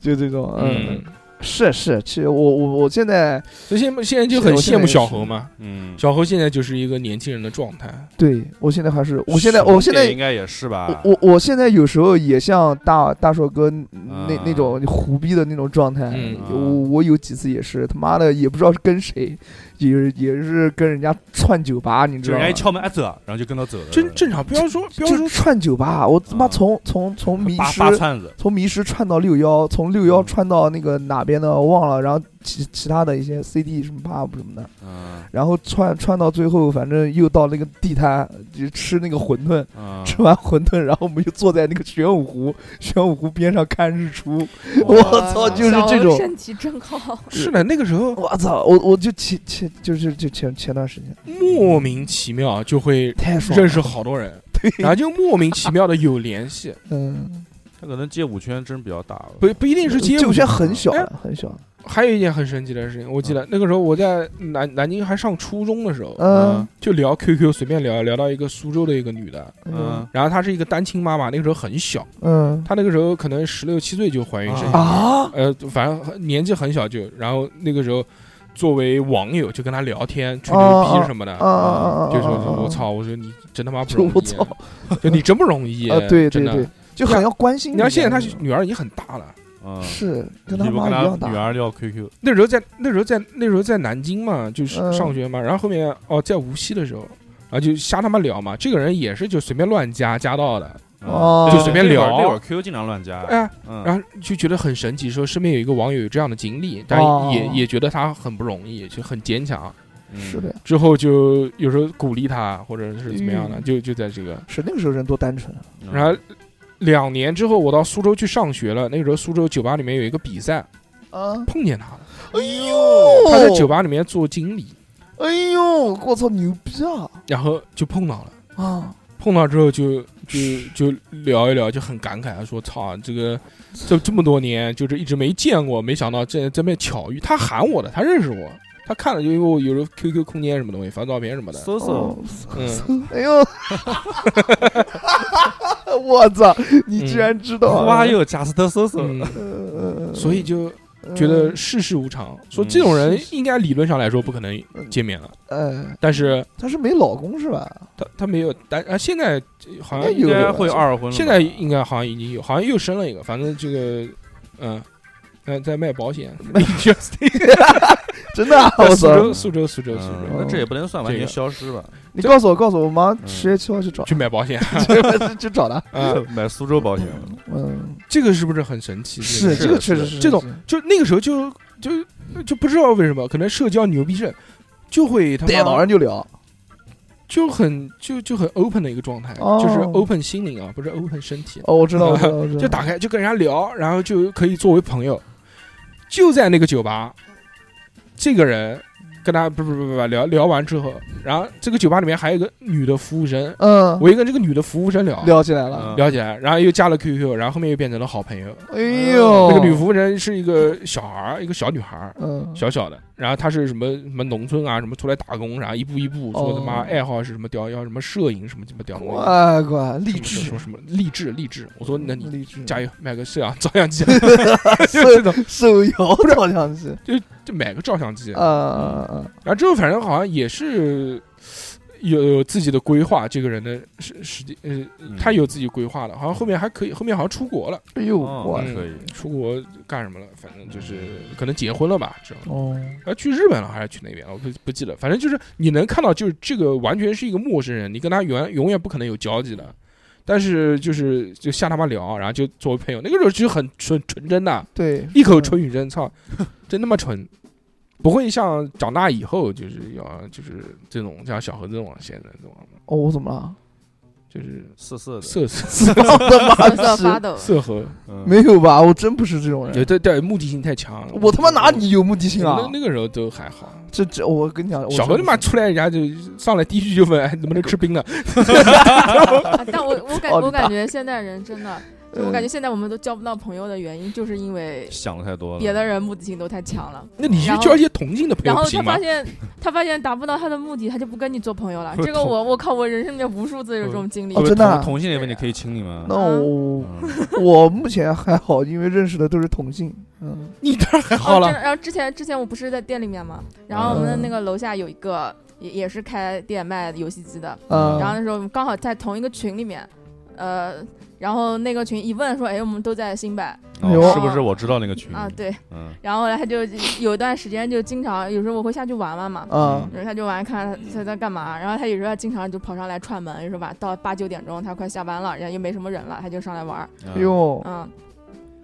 Speaker 3: 就这种，嗯
Speaker 2: 嗯，，
Speaker 3: 是是，其实我我我现在
Speaker 2: 所以现在现在就很羡慕小何嘛。
Speaker 5: 嗯，
Speaker 2: 小何现在就是一个年轻人的状态，
Speaker 3: 对我现在还是我现在
Speaker 5: 熊
Speaker 3: 我现
Speaker 5: 姐
Speaker 3: 在
Speaker 5: 应该也是吧，
Speaker 3: 我我我现在有时候也像大大硕哥那
Speaker 5: 啊
Speaker 3: 那种胡逼的那种状态，
Speaker 2: 嗯
Speaker 5: 啊
Speaker 3: 我我有几次也是他妈的也不知道是跟谁，也是也是跟人家串酒吧，你
Speaker 5: 就
Speaker 3: 知道
Speaker 5: 人
Speaker 3: 吗
Speaker 5: 家一？敲门，哎走，然后就跟他走了，
Speaker 2: 正正常，不要说不要
Speaker 3: 就
Speaker 2: 说
Speaker 3: 串酒吧，我他妈
Speaker 5: 啊
Speaker 3: 从 从从迷
Speaker 5: 扒
Speaker 3: 失
Speaker 5: 扒串子，
Speaker 3: 从迷失串到六幺，从六
Speaker 2: 嗯
Speaker 3: 幺串到那个哪边的我忘了，然后其其他的一些 CD 什么 pub 什么的，
Speaker 5: 嗯
Speaker 3: 然后串串到最后，反正又到那个地摊就吃那个馄饨，
Speaker 2: 啊
Speaker 5: 嗯，
Speaker 3: 吃完馄饨，然后我们又坐在那个玄武湖，玄武湖边上看日出。我
Speaker 5: 哇
Speaker 3: 操，就是
Speaker 4: 小
Speaker 3: 这
Speaker 4: 欧
Speaker 3: 种。
Speaker 4: 身体真好，
Speaker 2: 哦是的，那个时候
Speaker 3: 我操，我我就前前就是就前前段时间
Speaker 2: 莫名其妙就会
Speaker 3: 太爽了，
Speaker 2: 认识好多人，然后就莫名其妙的有联 系，
Speaker 3: 嗯，
Speaker 5: 他可能街舞圈真比较大了，
Speaker 2: 不不一定是街
Speaker 3: 酒
Speaker 2: 舞。
Speaker 3: 圈很小
Speaker 2: 哎
Speaker 3: 很小，
Speaker 2: 还有一件很神奇的事情，我记得
Speaker 3: 啊
Speaker 2: 那个时候我在南南京还上初中的时候，
Speaker 3: 嗯
Speaker 2: 就聊 QQ，随便聊聊到一个苏州的一个女的，
Speaker 3: 嗯
Speaker 5: 嗯
Speaker 2: 然后她是一个单亲妈妈，那个时候很小，
Speaker 3: 嗯
Speaker 2: 她那个时候可能十六七岁就怀孕生小孩，
Speaker 3: 啊，
Speaker 2: 呃，反正很年纪很小就，然后那个时候作为网友就跟她聊天，吹牛
Speaker 3: 哦
Speaker 2: 逼什么的
Speaker 3: 啊。啊啊！
Speaker 2: 就说
Speaker 3: 啊
Speaker 2: 我，操，我说你真他妈不
Speaker 3: 就
Speaker 2: 容易，
Speaker 3: 我操
Speaker 2: 就你真不容易
Speaker 3: 啊！对
Speaker 2: 真
Speaker 3: 对
Speaker 2: 的
Speaker 3: 对，就很要关心
Speaker 2: 你要现在他
Speaker 3: 是
Speaker 2: 女儿已经很大了，
Speaker 5: 嗯，
Speaker 3: 是跟
Speaker 5: 你
Speaker 3: 他
Speaker 5: 不
Speaker 3: 妈一
Speaker 5: 跟
Speaker 3: 样
Speaker 5: 他女
Speaker 3: 大，
Speaker 5: 儿要 QQ，
Speaker 2: 那时候在那时候在那时候在南京嘛，就是
Speaker 3: 嗯
Speaker 2: 上学嘛，然后后面哦在无锡的时候，然后就瞎他妈聊嘛，这个人也是就随便乱加加到的，
Speaker 5: 嗯
Speaker 3: 哦
Speaker 5: 对
Speaker 3: 就随
Speaker 2: 便聊
Speaker 5: 那会儿那会儿 QQ 经常乱加，
Speaker 2: 哎，
Speaker 5: 嗯，
Speaker 2: 然后就觉得很神奇，说身边有一个网友有这样的经历，但
Speaker 3: 哦
Speaker 2: 也也觉得他很不容易，就很坚强，
Speaker 5: 嗯
Speaker 3: 是的，呀，
Speaker 2: 之后就有时候鼓励他或者是怎么样的，
Speaker 3: 嗯
Speaker 2: 就就在这个，
Speaker 3: 是那个时候人多单纯啊，
Speaker 5: 嗯
Speaker 2: 然后两年之后我到苏州去上学了，那个时候苏州酒吧里面有一个比赛，
Speaker 3: 啊，
Speaker 2: 碰见他了，
Speaker 3: 哎呦
Speaker 2: 他在酒，吧里面做经理，
Speaker 3: 哎呦，我操，牛逼啊
Speaker 2: 然后就碰到了。
Speaker 3: 啊！
Speaker 2: 碰到之后就就就聊一聊，就很感慨，说操，这个这这么多年就是一直没见过，没想到这这边巧遇，他喊我的，他认识我，他看了就因为我有时候 QQ 空间什么东西发照片什么的，
Speaker 5: 搜
Speaker 3: 哦
Speaker 5: 搜，
Speaker 2: 嗯，
Speaker 3: 哎呦，我操！你居然知道啊？
Speaker 5: 哇哟，贾斯特搜搜，
Speaker 2: 嗯，
Speaker 3: 呃
Speaker 2: 所以就觉得世事无常，说这种人
Speaker 3: 是是
Speaker 2: 应该理论上来说不可能见面了，
Speaker 3: 呃，
Speaker 2: 但是
Speaker 3: 她是没老公是吧？
Speaker 2: 他他没有，但啊现在好像
Speaker 3: 哎
Speaker 5: 应
Speaker 3: 有
Speaker 5: 该会二婚了吧，
Speaker 2: 现在应该好像已经有，好像又生了一个，反正这个嗯。在在卖保险，
Speaker 3: 真的 啊，
Speaker 2: 在
Speaker 3: 我
Speaker 2: 苏
Speaker 3: 操！
Speaker 2: 州，苏州，苏州，苏
Speaker 5: 嗯
Speaker 2: 州，
Speaker 5: 那这也不能算完全消失吧，
Speaker 3: 你告诉我，告诉我，我妈十月七号去找，
Speaker 2: 嗯去买保 险
Speaker 3: 去去找她。
Speaker 2: 啊！
Speaker 5: 买苏州保险，
Speaker 3: 嗯，
Speaker 2: 这个是不是很神奇？
Speaker 3: 是
Speaker 5: 是
Speaker 3: 这个确实
Speaker 5: 是
Speaker 3: 是
Speaker 2: 这种，就那个时候就就就不知道为什么，可能社交牛逼症就会他
Speaker 3: 逮到
Speaker 2: 妈
Speaker 3: 人就聊。
Speaker 2: 就很就就很 open 的一个状态，
Speaker 3: 哦
Speaker 2: 就是 open 心灵啊，不是 open 身体，
Speaker 3: 哦，我知道，我知道，我知道。
Speaker 2: 就打开就跟人家聊，然后就可以作为朋友。就在那个酒吧，这个人跟他不不不不聊聊完之后，然后这个酒吧里面还有一个女的服务生，
Speaker 3: 嗯，
Speaker 2: 我又跟这个女的服务生聊
Speaker 3: 聊起来了。
Speaker 5: 嗯
Speaker 2: 聊起来，然后又加了 QQ，然后后面又变成了好朋友。
Speaker 3: 哎呦，
Speaker 2: 嗯那个女服务生是一个小孩儿，一个小女孩儿，
Speaker 3: 嗯，
Speaker 2: 小小的。然后她是什么什么农村啊，什么出来打工，然后一步一步说
Speaker 3: 哦
Speaker 2: 他妈爱好是什么雕，要什么摄影什么什么雕，
Speaker 3: 乖哎乖，励
Speaker 2: 什么
Speaker 3: 志嗯
Speaker 2: 说，什么励志励志。我说那你
Speaker 3: 励志，
Speaker 2: 加油，买个摄像照相机，就这种，
Speaker 3: 手摇照相机
Speaker 2: 就就买个照相机。
Speaker 3: 啊啊啊！
Speaker 2: 然后之后反正好像也是。有有自己的规划，这个人的时时间，呃，
Speaker 5: 嗯
Speaker 2: 他有自己规划的，好像后面还可以，后面好像出国了，
Speaker 3: 哎呦，
Speaker 5: 哦
Speaker 3: 我
Speaker 5: 嗯可以
Speaker 2: 出国干什么了？反正就是可能结婚了吧，这种。
Speaker 3: 哦，
Speaker 2: 啊，去日本了还是去哪边了？我不不记得，反正就是你能看到，就是这个完全是一个陌生人，你跟他永永远不可能有交集的。但是就是就瞎他妈聊，然后就作为朋友，那个时候就很纯纯真 的，
Speaker 3: 对，
Speaker 2: 一口纯语真，操，真他妈纯，不会像长大以后就是要就是这种像小何这种现在这种，
Speaker 3: 哦，我怎么了？
Speaker 2: 就是
Speaker 5: 色色的，
Speaker 2: 瑟瑟
Speaker 3: 我的妈
Speaker 4: 瑟 瑟发
Speaker 3: 是
Speaker 4: 抖。
Speaker 2: 瑟和，
Speaker 5: 嗯
Speaker 3: 没有吧？我真不是这种
Speaker 2: 对
Speaker 3: 人，
Speaker 2: 对对，目的性太强。
Speaker 3: 我他妈哪里有目的性啊
Speaker 2: 那？那个时候都还好，
Speaker 3: 这这，我跟你讲，我
Speaker 2: 小何他妈出来人家就上来第一句就问，哎，能不能吃冰的？
Speaker 4: 啊但我我感
Speaker 2: 哦
Speaker 3: 好大
Speaker 4: 我感觉现代人真的，就我感觉
Speaker 3: 觉
Speaker 4: 现在我们都交不到朋友的原因，就是因为
Speaker 5: 想的太多了。
Speaker 4: 别的人目的性都太强了。
Speaker 2: 那你去
Speaker 4: 然后
Speaker 2: 交一些同性的朋
Speaker 4: 然
Speaker 2: 友不
Speaker 4: 后他
Speaker 2: 行吗
Speaker 4: 发？现，他发现达不到他的目的，他就不跟你做朋友了。
Speaker 5: 会
Speaker 4: 这个
Speaker 5: 痛
Speaker 4: 我，我靠，我人生里面无数次有这
Speaker 2: 嗯
Speaker 4: 种经历
Speaker 3: 哦。
Speaker 5: 不是
Speaker 3: 真的啊
Speaker 5: 同同性恋问题可以请你吗
Speaker 3: 呃那？
Speaker 4: 啊
Speaker 3: 我
Speaker 5: 嗯
Speaker 3: 我目前还好，因为认识的都是同性，嗯，
Speaker 2: 你当然还
Speaker 4: 哦
Speaker 2: 好
Speaker 4: 真
Speaker 2: 了，嗯
Speaker 4: 的然后之前之前我不是在店里面嘛，然后我们的那个楼下有一个也也是开店卖游戏机的，
Speaker 2: 嗯
Speaker 3: 啊，
Speaker 4: 然后那时候我们刚好在同一个群里面，呃，然后那个群一问说，哎，我们都在新百
Speaker 5: 哦
Speaker 3: 有
Speaker 5: 是不是我知道那个群
Speaker 4: 啊，对，
Speaker 5: 嗯，
Speaker 4: 然后后来他就有一段时间就经常，有时候我会下去玩玩嘛。
Speaker 3: 啊，
Speaker 4: 有时候他就玩看他他在干嘛，然后他有时候经常就跑上来串门，有时候晚到八九点钟他快下班了，人家又没什么人了，他就上来玩儿，
Speaker 5: 嗯
Speaker 3: 哟，
Speaker 4: 嗯，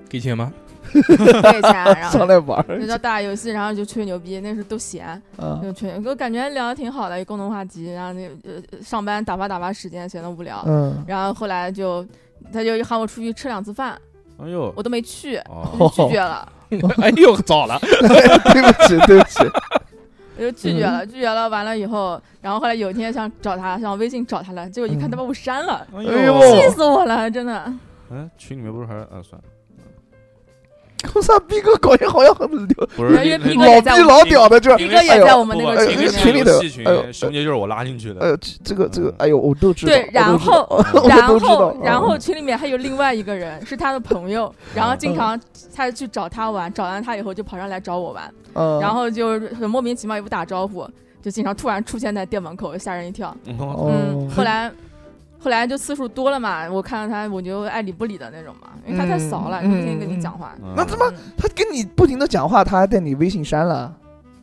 Speaker 2: 给钱吗？
Speaker 4: 给钱，然
Speaker 3: 上
Speaker 4: 后
Speaker 3: 来玩
Speaker 4: 就
Speaker 3: 儿，
Speaker 4: 叫打游戏，然后就吹牛逼，那时候都闲，
Speaker 3: 啊，
Speaker 4: 就吹，我感觉聊的挺好的，有共同话题，然后那呃上班打发打发时间，闲得无聊，
Speaker 3: 嗯，
Speaker 4: 然后后来就他就喊我出去吃两次饭，
Speaker 5: 哎呦，
Speaker 4: 我都没去，
Speaker 5: 哦
Speaker 4: 我就拒 绝了，
Speaker 2: 哎呦，早了，
Speaker 3: 哦对不起，对不起，
Speaker 4: 我就拒绝
Speaker 3: 嗯
Speaker 4: 了，拒绝了，完了以后，然后后来有一天想找他，想微信找他了，结果一看
Speaker 3: 嗯
Speaker 4: 他把我删了，
Speaker 5: 哎
Speaker 3: 哎呦
Speaker 4: 气死我了，真的。
Speaker 5: 哎，群里面不是还是啊，算了，
Speaker 3: 我操，逼哥搞得好像很牛，
Speaker 5: 不是
Speaker 4: 因为
Speaker 5: 那
Speaker 4: 毕哥
Speaker 3: 老
Speaker 4: 也在
Speaker 3: 逼
Speaker 4: 我
Speaker 3: 老屌的这，
Speaker 4: 逼哥
Speaker 3: 哎
Speaker 4: 也
Speaker 3: 呦
Speaker 4: 在我们那
Speaker 5: 不
Speaker 4: 个
Speaker 3: 哎
Speaker 4: 群
Speaker 5: 那
Speaker 4: 里
Speaker 5: 个
Speaker 3: 群
Speaker 4: 面
Speaker 3: 里
Speaker 5: 是
Speaker 3: 的
Speaker 5: 游戏群
Speaker 3: 哎呦，
Speaker 5: 熊姐就是我拉进去
Speaker 3: 哎
Speaker 5: 的，
Speaker 3: 呦，这个这个，哎呦，我都知道，
Speaker 4: 对，然后
Speaker 3: 我都知道我
Speaker 4: 然
Speaker 3: 都知道嗯
Speaker 4: 后，然后群里面还有另外一个人是他的朋友，然后
Speaker 3: 嗯
Speaker 4: 经常他去找他玩，找完他以后就跑上来找我玩，
Speaker 3: 嗯，
Speaker 4: 然后就是很莫名其妙也不打招呼，就经常突然出现在店门口，吓人一跳。
Speaker 5: 嗯
Speaker 3: 哦
Speaker 4: 嗯，后来。后来就次数多了嘛，我看到他我就爱理不理的那种嘛，因为他太骚了，
Speaker 3: 嗯
Speaker 4: 天天跟你讲话。
Speaker 5: 嗯
Speaker 3: 那他妈他跟你不停的讲话，他还带你微信删了，
Speaker 5: 啊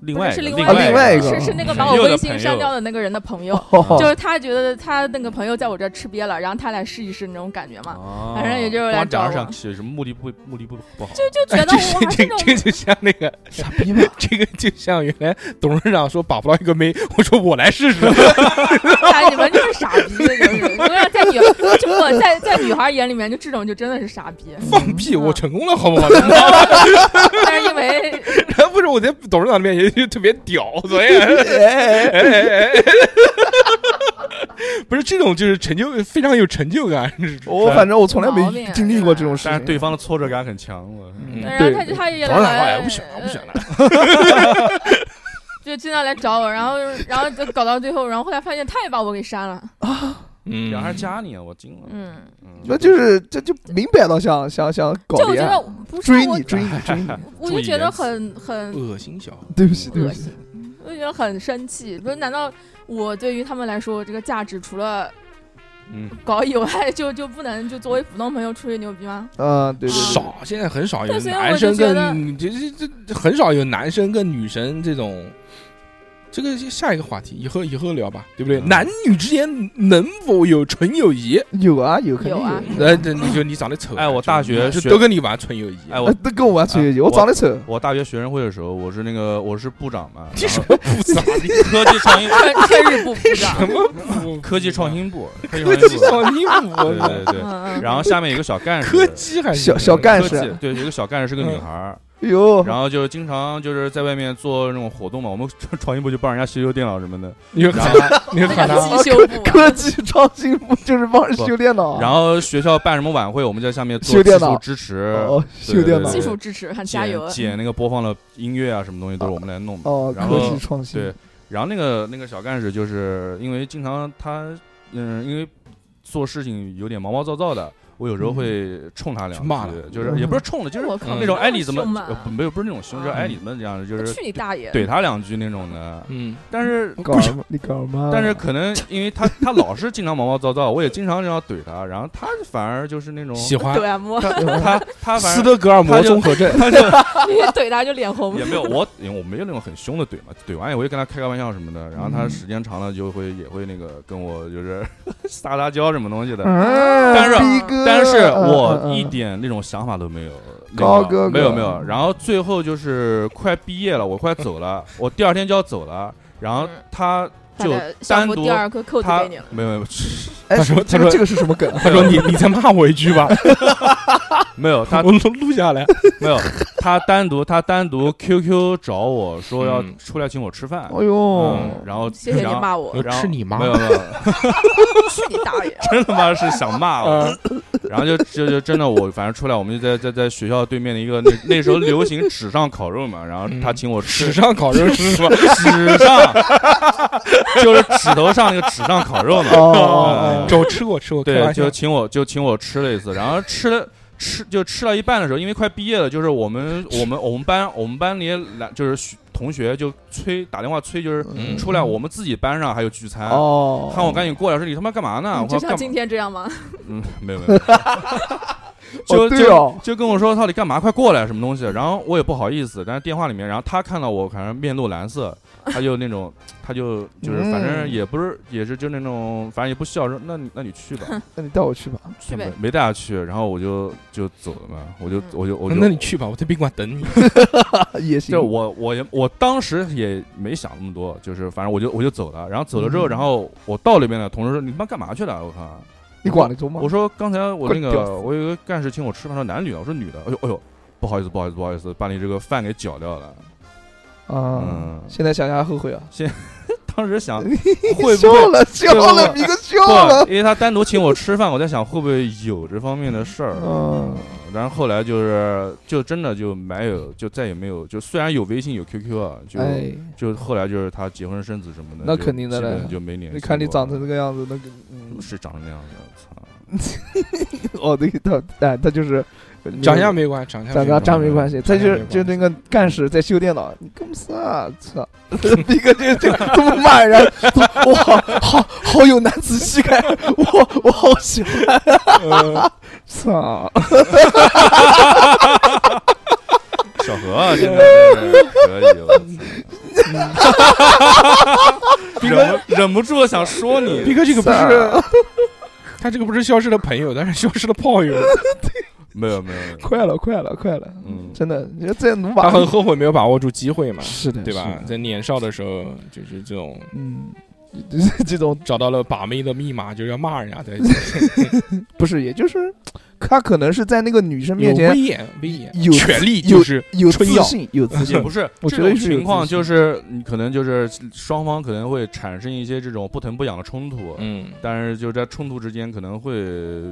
Speaker 5: 另
Speaker 4: 不
Speaker 5: 外
Speaker 4: 是是
Speaker 5: 一个
Speaker 4: 另
Speaker 3: 外一个
Speaker 5: 外
Speaker 3: 啊另外一个哦
Speaker 4: 是是那个把
Speaker 5: 朋
Speaker 4: 我
Speaker 5: 友的
Speaker 4: 微信
Speaker 5: 朋
Speaker 4: 删
Speaker 5: 友
Speaker 4: 掉的那个人的朋友，哦就是他觉得他那个朋友在我这儿吃瘪了，然后他来试一试那种感觉嘛，
Speaker 5: 哦
Speaker 4: 反正也就是来
Speaker 5: 光
Speaker 4: 找
Speaker 5: 讲
Speaker 4: 我
Speaker 5: 上去是目的不目的不不好，
Speaker 4: 就就
Speaker 2: 哎
Speaker 4: 觉 得
Speaker 2: 这
Speaker 4: 我还是
Speaker 2: 这
Speaker 4: 那种
Speaker 2: 这就像那个，
Speaker 3: 傻逼嘛，
Speaker 2: 这个就像原来董事长说把不到一个妹，我说我来 试试，
Speaker 4: 哎，你们就是傻逼，就是我要在女，就我在在女孩眼里面，就这种就真的是傻逼。
Speaker 2: 放屁，
Speaker 4: 嗯
Speaker 2: 我成功了，好不好？你知 道吗
Speaker 4: 但是因为
Speaker 2: 然后不是我在董事长面前就特别屌，所 以。
Speaker 3: 哎，
Speaker 2: 哎哎哎不是这种，就是成就非常有成就感。
Speaker 3: 我反正我从来
Speaker 4: 毛
Speaker 3: 没
Speaker 4: 病啊
Speaker 3: 经历过这种事
Speaker 5: 但
Speaker 3: 情
Speaker 5: 是，对方的挫折感很强，我
Speaker 2: 嗯
Speaker 4: 然后他就
Speaker 3: 对
Speaker 4: 他也
Speaker 2: 董事长，
Speaker 4: 来呃
Speaker 2: 哎，，不选
Speaker 5: 啊
Speaker 2: 了，不选了。
Speaker 4: 就经常来找我，然后然后就搞到最后，然后后来发现他也把我给删了。
Speaker 2: 嗯
Speaker 5: 然后还加你啊，我惊了，
Speaker 4: 嗯，
Speaker 5: 嗯
Speaker 3: 那就是这就明摆了想想想搞
Speaker 4: 就我觉
Speaker 3: 恋
Speaker 4: 得
Speaker 3: 爱，
Speaker 4: 不是
Speaker 3: 追
Speaker 4: 我
Speaker 3: 你，追 你追你，
Speaker 4: 我就觉得很很
Speaker 2: 恶心小，
Speaker 3: 对不
Speaker 5: 嗯
Speaker 3: 起对不
Speaker 4: 恶
Speaker 3: 起，
Speaker 4: 心，我就觉得很生气。不是，难道我对于他们来说，这个价值除了
Speaker 5: 嗯，
Speaker 4: 搞以外，就就不能就作为普通朋友吹吹牛逼吗？
Speaker 3: 嗯，对对对，
Speaker 2: 少，现在很少有
Speaker 4: 对所以我
Speaker 2: 男
Speaker 4: 就
Speaker 2: 生
Speaker 4: 觉
Speaker 2: 跟这这这很少有男生跟女生这种。这个下一个话题，以后以后聊吧，对不对？
Speaker 5: 嗯
Speaker 2: 男女之间能否有纯友谊？
Speaker 3: 有啊有肯定
Speaker 4: 有啊
Speaker 2: 呃，这你就你长得丑，嗯
Speaker 5: 嗯哎我大学
Speaker 2: 就
Speaker 5: 学
Speaker 2: 都跟你玩纯友谊，
Speaker 5: 哎
Speaker 3: 呃
Speaker 5: 我
Speaker 3: 都跟我玩吹牛，我长得丑，
Speaker 5: 我大学学生会的时候，我是那个我是部长嘛，
Speaker 2: 你
Speaker 5: 然
Speaker 2: 什
Speaker 5: 后
Speaker 2: 么不 傻？你
Speaker 5: 科技创新
Speaker 4: 确确实不不知道。
Speaker 2: 什么不
Speaker 5: 科技创？新部，
Speaker 2: 科
Speaker 5: 科
Speaker 2: 技
Speaker 5: 技创新部，
Speaker 2: 创新，
Speaker 5: 对对
Speaker 2: 我
Speaker 5: 对对，
Speaker 4: 嗯嗯。
Speaker 5: 然后下面有个小干事，
Speaker 2: 科技还是
Speaker 3: 小小干
Speaker 5: 科技
Speaker 3: 事，嗯
Speaker 5: 对，有个小干事是个女孩儿，
Speaker 3: 哟，
Speaker 5: 然后就经常就是在外面做那种活动嘛，我们 创新部就帮人家修修电脑什么的，
Speaker 2: 你就
Speaker 5: 然
Speaker 2: 喊
Speaker 5: 后
Speaker 2: 他，你就喊
Speaker 4: 那
Speaker 2: 他
Speaker 4: 个，机修部啊
Speaker 3: 科技创新部就是帮人修电脑啊，
Speaker 5: 然后学校办什么晚会，我们在下面做
Speaker 3: 修
Speaker 5: 技
Speaker 3: 电
Speaker 5: 术
Speaker 3: 脑
Speaker 5: 支持，
Speaker 3: 哦修
Speaker 5: 对
Speaker 3: 电脑
Speaker 4: 技
Speaker 5: 对对
Speaker 4: 术支持，很加
Speaker 5: 剪
Speaker 4: 油。啊
Speaker 5: 剪那个播放的音乐啊，什么东西都是我们来弄的。
Speaker 3: 哦，
Speaker 5: 然
Speaker 3: 科
Speaker 5: 后
Speaker 3: 技创新，
Speaker 5: 对，然后那个那个小干事就是因为经常他嗯，因为做事情有点毛毛躁躁的，我有时候会冲他
Speaker 2: 嗯
Speaker 5: 两
Speaker 2: 去骂
Speaker 5: 句，
Speaker 2: 他
Speaker 5: 就是也不是 冲的，就是
Speaker 4: 我靠
Speaker 5: 那种哎你怎么
Speaker 4: 那么凶
Speaker 5: 呃
Speaker 4: 吗
Speaker 5: 不没有不是那种凶，就是哎你怎么这样，就是
Speaker 4: 啊去你大爷！
Speaker 5: 怼他两句那种的。
Speaker 2: 嗯，
Speaker 5: 但是
Speaker 3: 搞什么？你搞什么？啊
Speaker 5: 但是可能因为他他老是经常毛毛躁躁，我也经常这样怼他，然后他反而就是那种
Speaker 2: 喜欢
Speaker 4: 怼按摩，
Speaker 5: 他他嗯他反
Speaker 2: 斯
Speaker 5: 正
Speaker 2: 德哥尔摩
Speaker 5: 他就
Speaker 2: 综合症，
Speaker 5: 他就
Speaker 4: 因为怼他就脸红
Speaker 5: 也。没有我，因为我没有那种很凶的怼嘛，怼完也会跟他开个玩笑什么的。然后
Speaker 3: 嗯
Speaker 5: 他时间长了就会也会那个跟我就是 撒撒娇什么东西的。
Speaker 3: 嗯，
Speaker 5: 但是
Speaker 3: 逼哥
Speaker 5: 但是我
Speaker 3: 嗯嗯
Speaker 5: 一点那种想法都没有，那个
Speaker 3: 高哥哥嗯
Speaker 5: 没有没有。然后 最
Speaker 4: 嗯
Speaker 5: 后就是快毕业了，我快走了，我第二天就要走了。然后他
Speaker 4: 把
Speaker 5: 就
Speaker 4: 那校服
Speaker 5: 单独
Speaker 4: 第二颗扣子
Speaker 5: 他
Speaker 4: 给你了。
Speaker 5: 没有没有
Speaker 3: 哎，
Speaker 2: 他说他
Speaker 3: 这
Speaker 2: 说
Speaker 3: 个这个是什么梗？啊
Speaker 2: 他说你你再骂我一句吧，
Speaker 5: 没有他
Speaker 2: 我录录下来。
Speaker 5: 没有他单独他单独 QQ 找我说要
Speaker 2: 嗯
Speaker 5: 出来请我吃 饭，
Speaker 3: 哎呦，
Speaker 5: 嗯然后
Speaker 4: 谢谢
Speaker 5: 然
Speaker 4: 你
Speaker 5: 后
Speaker 4: 骂我，
Speaker 2: 我
Speaker 5: 然后
Speaker 2: 吃你妈
Speaker 5: 没有没有，
Speaker 4: 去你大爷！
Speaker 5: 真他妈是想骂我。
Speaker 2: 啊，
Speaker 5: 然后就就就真的我反正出来，我们就在在在学校对面的一个那那时候流行纸上烤肉嘛，然后他请我吃
Speaker 2: 史嗯上烤肉是什么？
Speaker 5: 纸上，就是指头上 那个纸上烤肉嘛。
Speaker 3: 哦
Speaker 5: 嗯
Speaker 3: 哦
Speaker 2: 这我哎吃过吃过，开
Speaker 5: 对，
Speaker 2: 玩笑
Speaker 5: 就请我就请我吃了一次，然后吃了。吃就吃到一半的时候，因为快毕业了，就是我们我们我们班我们班里来就是学同学就催打电话催，就是
Speaker 2: 嗯
Speaker 5: 出来我们自己班上还有聚餐，
Speaker 3: 哦哦，
Speaker 5: 喊我赶紧过来，说你他妈干嘛呢？
Speaker 4: 你
Speaker 5: 我
Speaker 4: 就
Speaker 5: 说干
Speaker 4: 像
Speaker 5: 嘛
Speaker 4: 今天这样吗？
Speaker 5: 嗯，没有没有，就、
Speaker 3: 哦对
Speaker 5: 就
Speaker 3: 哦，
Speaker 5: 就跟我说到底干嘛，快过来什么东西，啊然后我也不好意思，但是电话里面，然后他看到我反正面露难色，他就那种，他就就是
Speaker 3: 嗯
Speaker 5: 反正也不是也是就那种，反正也不笑，说那你那你去吧，
Speaker 3: 那你带我去吧。
Speaker 4: 去
Speaker 5: 没
Speaker 4: 呗。
Speaker 5: 没带他去，然后我就就走了嘛，我就
Speaker 4: 嗯
Speaker 5: 我就我就
Speaker 2: 那你去吧，我在宾馆等 你。
Speaker 3: 也行
Speaker 5: 就，我我也我当时也没想那么多，就是反正我就我就走了，然后走了之后，
Speaker 3: 嗯
Speaker 5: 然后我到里面了，同事说你他妈干嘛去了？我靠！
Speaker 3: 你管得住吗？
Speaker 5: 我说刚才我
Speaker 3: 滚
Speaker 5: 那
Speaker 3: 屌丝
Speaker 5: 个我有一个干事请我吃饭，说男的女的，我说女的。哎呦哎呦，不好意思不好意思不好意思，把你这个饭给搅掉了。
Speaker 3: 啊
Speaker 5: 嗯，
Speaker 3: 现在想想还后悔啊。
Speaker 5: 当时想
Speaker 3: 会
Speaker 5: 会不
Speaker 3: 笑
Speaker 5: 会
Speaker 3: 了，笑了，
Speaker 5: 会不
Speaker 3: 米哥笑了
Speaker 5: 不，。因为他单独请我吃饭，我在想会不会有这方面的事儿。
Speaker 3: 嗯，
Speaker 5: 然后后来就是就真的就没有，就再也没有，就虽然有微信有 QQ 啊，就、
Speaker 3: 哎，
Speaker 5: 就后来就是他结婚生子什么的，
Speaker 3: 那
Speaker 5: 就
Speaker 3: 肯定的
Speaker 5: 基
Speaker 3: 嘞
Speaker 5: 本就没联系。
Speaker 3: 你看你长成这。个样子，那个， 嗯，
Speaker 5: 是长成那样子，操！
Speaker 3: 哦，对，他，哎，他就是
Speaker 2: 长相没关，长相
Speaker 3: 长
Speaker 2: 没
Speaker 3: 相
Speaker 2: 关
Speaker 3: 真没关系，他
Speaker 2: 长相
Speaker 3: 就
Speaker 2: 没关
Speaker 3: 就
Speaker 2: 系
Speaker 3: 那个干事在修电脑，你干啥？啊操， 逼哥就就这么骂人，我好好好有男子气概，我我好喜欢，
Speaker 2: 呃
Speaker 3: 操，
Speaker 5: 小何啊，现在是可以了，
Speaker 3: 嗯
Speaker 5: 操 忍不忍不住想说你，
Speaker 2: 毕哥这个不是，他这个不是消失的朋友，但是消失的炮 友。
Speaker 5: 没有没有，没有
Speaker 3: 快了快了快了，
Speaker 5: 嗯，
Speaker 3: 真的，你说这努
Speaker 2: 他
Speaker 3: 把
Speaker 2: 很后悔没有把握住机会嘛，
Speaker 3: 是的，
Speaker 2: 对
Speaker 3: 是
Speaker 2: 吧
Speaker 3: 的？
Speaker 2: 在年少的时候，就是这种
Speaker 3: 嗯， 这这种
Speaker 2: 找到了把妹的密码，就是要骂人家啊 的，
Speaker 3: 不是，也就是他可能是在那个女生
Speaker 2: 有
Speaker 3: 面前
Speaker 2: 威严，威严，
Speaker 3: 有
Speaker 2: 权力就是
Speaker 3: 有自
Speaker 2: 春药
Speaker 3: 信，有自
Speaker 5: 也
Speaker 3: 信
Speaker 5: 不，是，
Speaker 3: 我
Speaker 5: 这
Speaker 3: 觉得
Speaker 5: 种
Speaker 3: 是有
Speaker 5: 情况
Speaker 3: 自信
Speaker 5: 就是你可能就是双方可能会产生一些这种不疼不痒的冲突，
Speaker 2: 嗯，
Speaker 5: 但是就在冲突之间可能会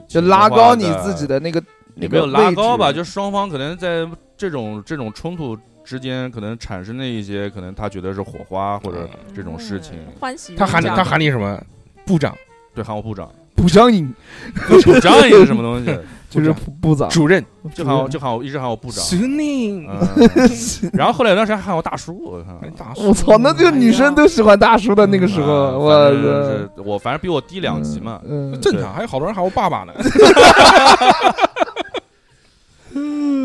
Speaker 3: 就拉高你自己的
Speaker 5: 的，
Speaker 3: 那个那
Speaker 5: 也
Speaker 3: 个
Speaker 5: 没有拉高吧，
Speaker 3: 位置
Speaker 5: 就双方可能在这种这种冲突之间可能产生的一些可能他觉得是火花
Speaker 3: 嗯
Speaker 5: 或者这种事情，
Speaker 4: 嗯欢喜冤
Speaker 2: 他
Speaker 4: 家。
Speaker 2: 喊你，他喊你什么？部长、
Speaker 5: 对喊我部长，
Speaker 3: 补上瘾，
Speaker 5: 部长也是什么东西，
Speaker 3: 就是
Speaker 2: 部
Speaker 3: 部部长，
Speaker 2: 主任、
Speaker 5: 就喊 我就喊我一直喊我部长，
Speaker 2: 司令。
Speaker 5: 嗯，然后后来有段时间喊我大叔，我看。
Speaker 2: 大叔
Speaker 3: 我操，那就女生都喜欢大叔的那个时候，
Speaker 5: 啊
Speaker 3: 我
Speaker 5: 反正
Speaker 3: 的
Speaker 5: 是我反正比我低两级嘛，
Speaker 3: 嗯，
Speaker 2: 正常，还有好多人喊我爸爸呢。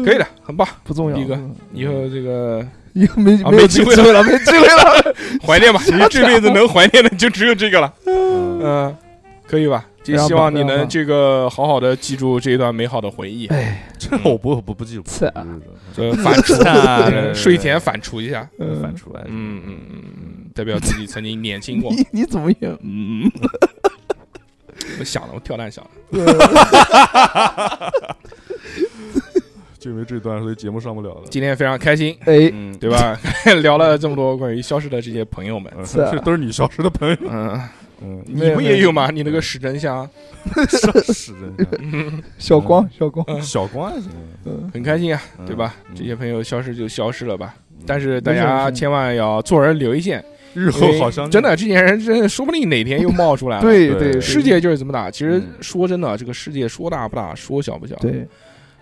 Speaker 2: 可以的，很棒。
Speaker 3: 不重要，
Speaker 2: 逼哥
Speaker 3: 嗯
Speaker 2: 以后这个
Speaker 3: 以后 没
Speaker 2: 啊
Speaker 3: 没有
Speaker 2: 没
Speaker 3: 机
Speaker 2: 机
Speaker 3: 会
Speaker 2: 会
Speaker 3: 了，没机会了，
Speaker 2: 怀念吧，其实这辈子能怀念的就只有这个了。嗯，可以吧？就
Speaker 3: 非常
Speaker 2: 希
Speaker 3: 棒
Speaker 2: 望你
Speaker 3: 非常
Speaker 2: 能
Speaker 3: 棒
Speaker 2: 这个好好的记住这一段美好的回忆，
Speaker 3: 哎，
Speaker 5: 这我不不不记住，嗯
Speaker 3: 是啊
Speaker 2: 呃， 反刍，呃睡前反刍一下。
Speaker 5: 哎反
Speaker 3: 嗯，
Speaker 5: 出来，
Speaker 2: 嗯嗯嗯嗯，代表自己曾经年轻过。
Speaker 3: 你你怎么也，嗯，
Speaker 2: 我想了，我跳蛋想了。
Speaker 5: 就因为这段，所以节目上不了了。
Speaker 2: 今天非常开心，
Speaker 3: 哎，
Speaker 5: 嗯，
Speaker 2: 对吧？聊了这么多关于消失的这些朋友们，
Speaker 5: 嗯？
Speaker 3: 是啊
Speaker 5: 这都是你消失的朋友，
Speaker 2: 嗯，
Speaker 5: 嗯，
Speaker 2: 你不也有吗？你那个史真香，
Speaker 5: 是的，
Speaker 3: 小光小光，
Speaker 5: 小光也行，
Speaker 3: 嗯，
Speaker 2: 很开心啊，
Speaker 5: 嗯
Speaker 2: 对吧？这些朋友消失就消失了吧，但是大
Speaker 3: 没事没
Speaker 2: 家
Speaker 3: 事
Speaker 2: 千万要做人留一线，
Speaker 5: 日
Speaker 2: 因
Speaker 5: 后
Speaker 2: 为
Speaker 5: 好像
Speaker 2: 真的这些人真的说不定哪天又冒出来了。
Speaker 3: 对
Speaker 5: 对
Speaker 3: 对，
Speaker 2: 啊世界就是这么大。其实
Speaker 5: 嗯
Speaker 2: 说真的，这个世界说大不大，说小不小。，
Speaker 3: 对，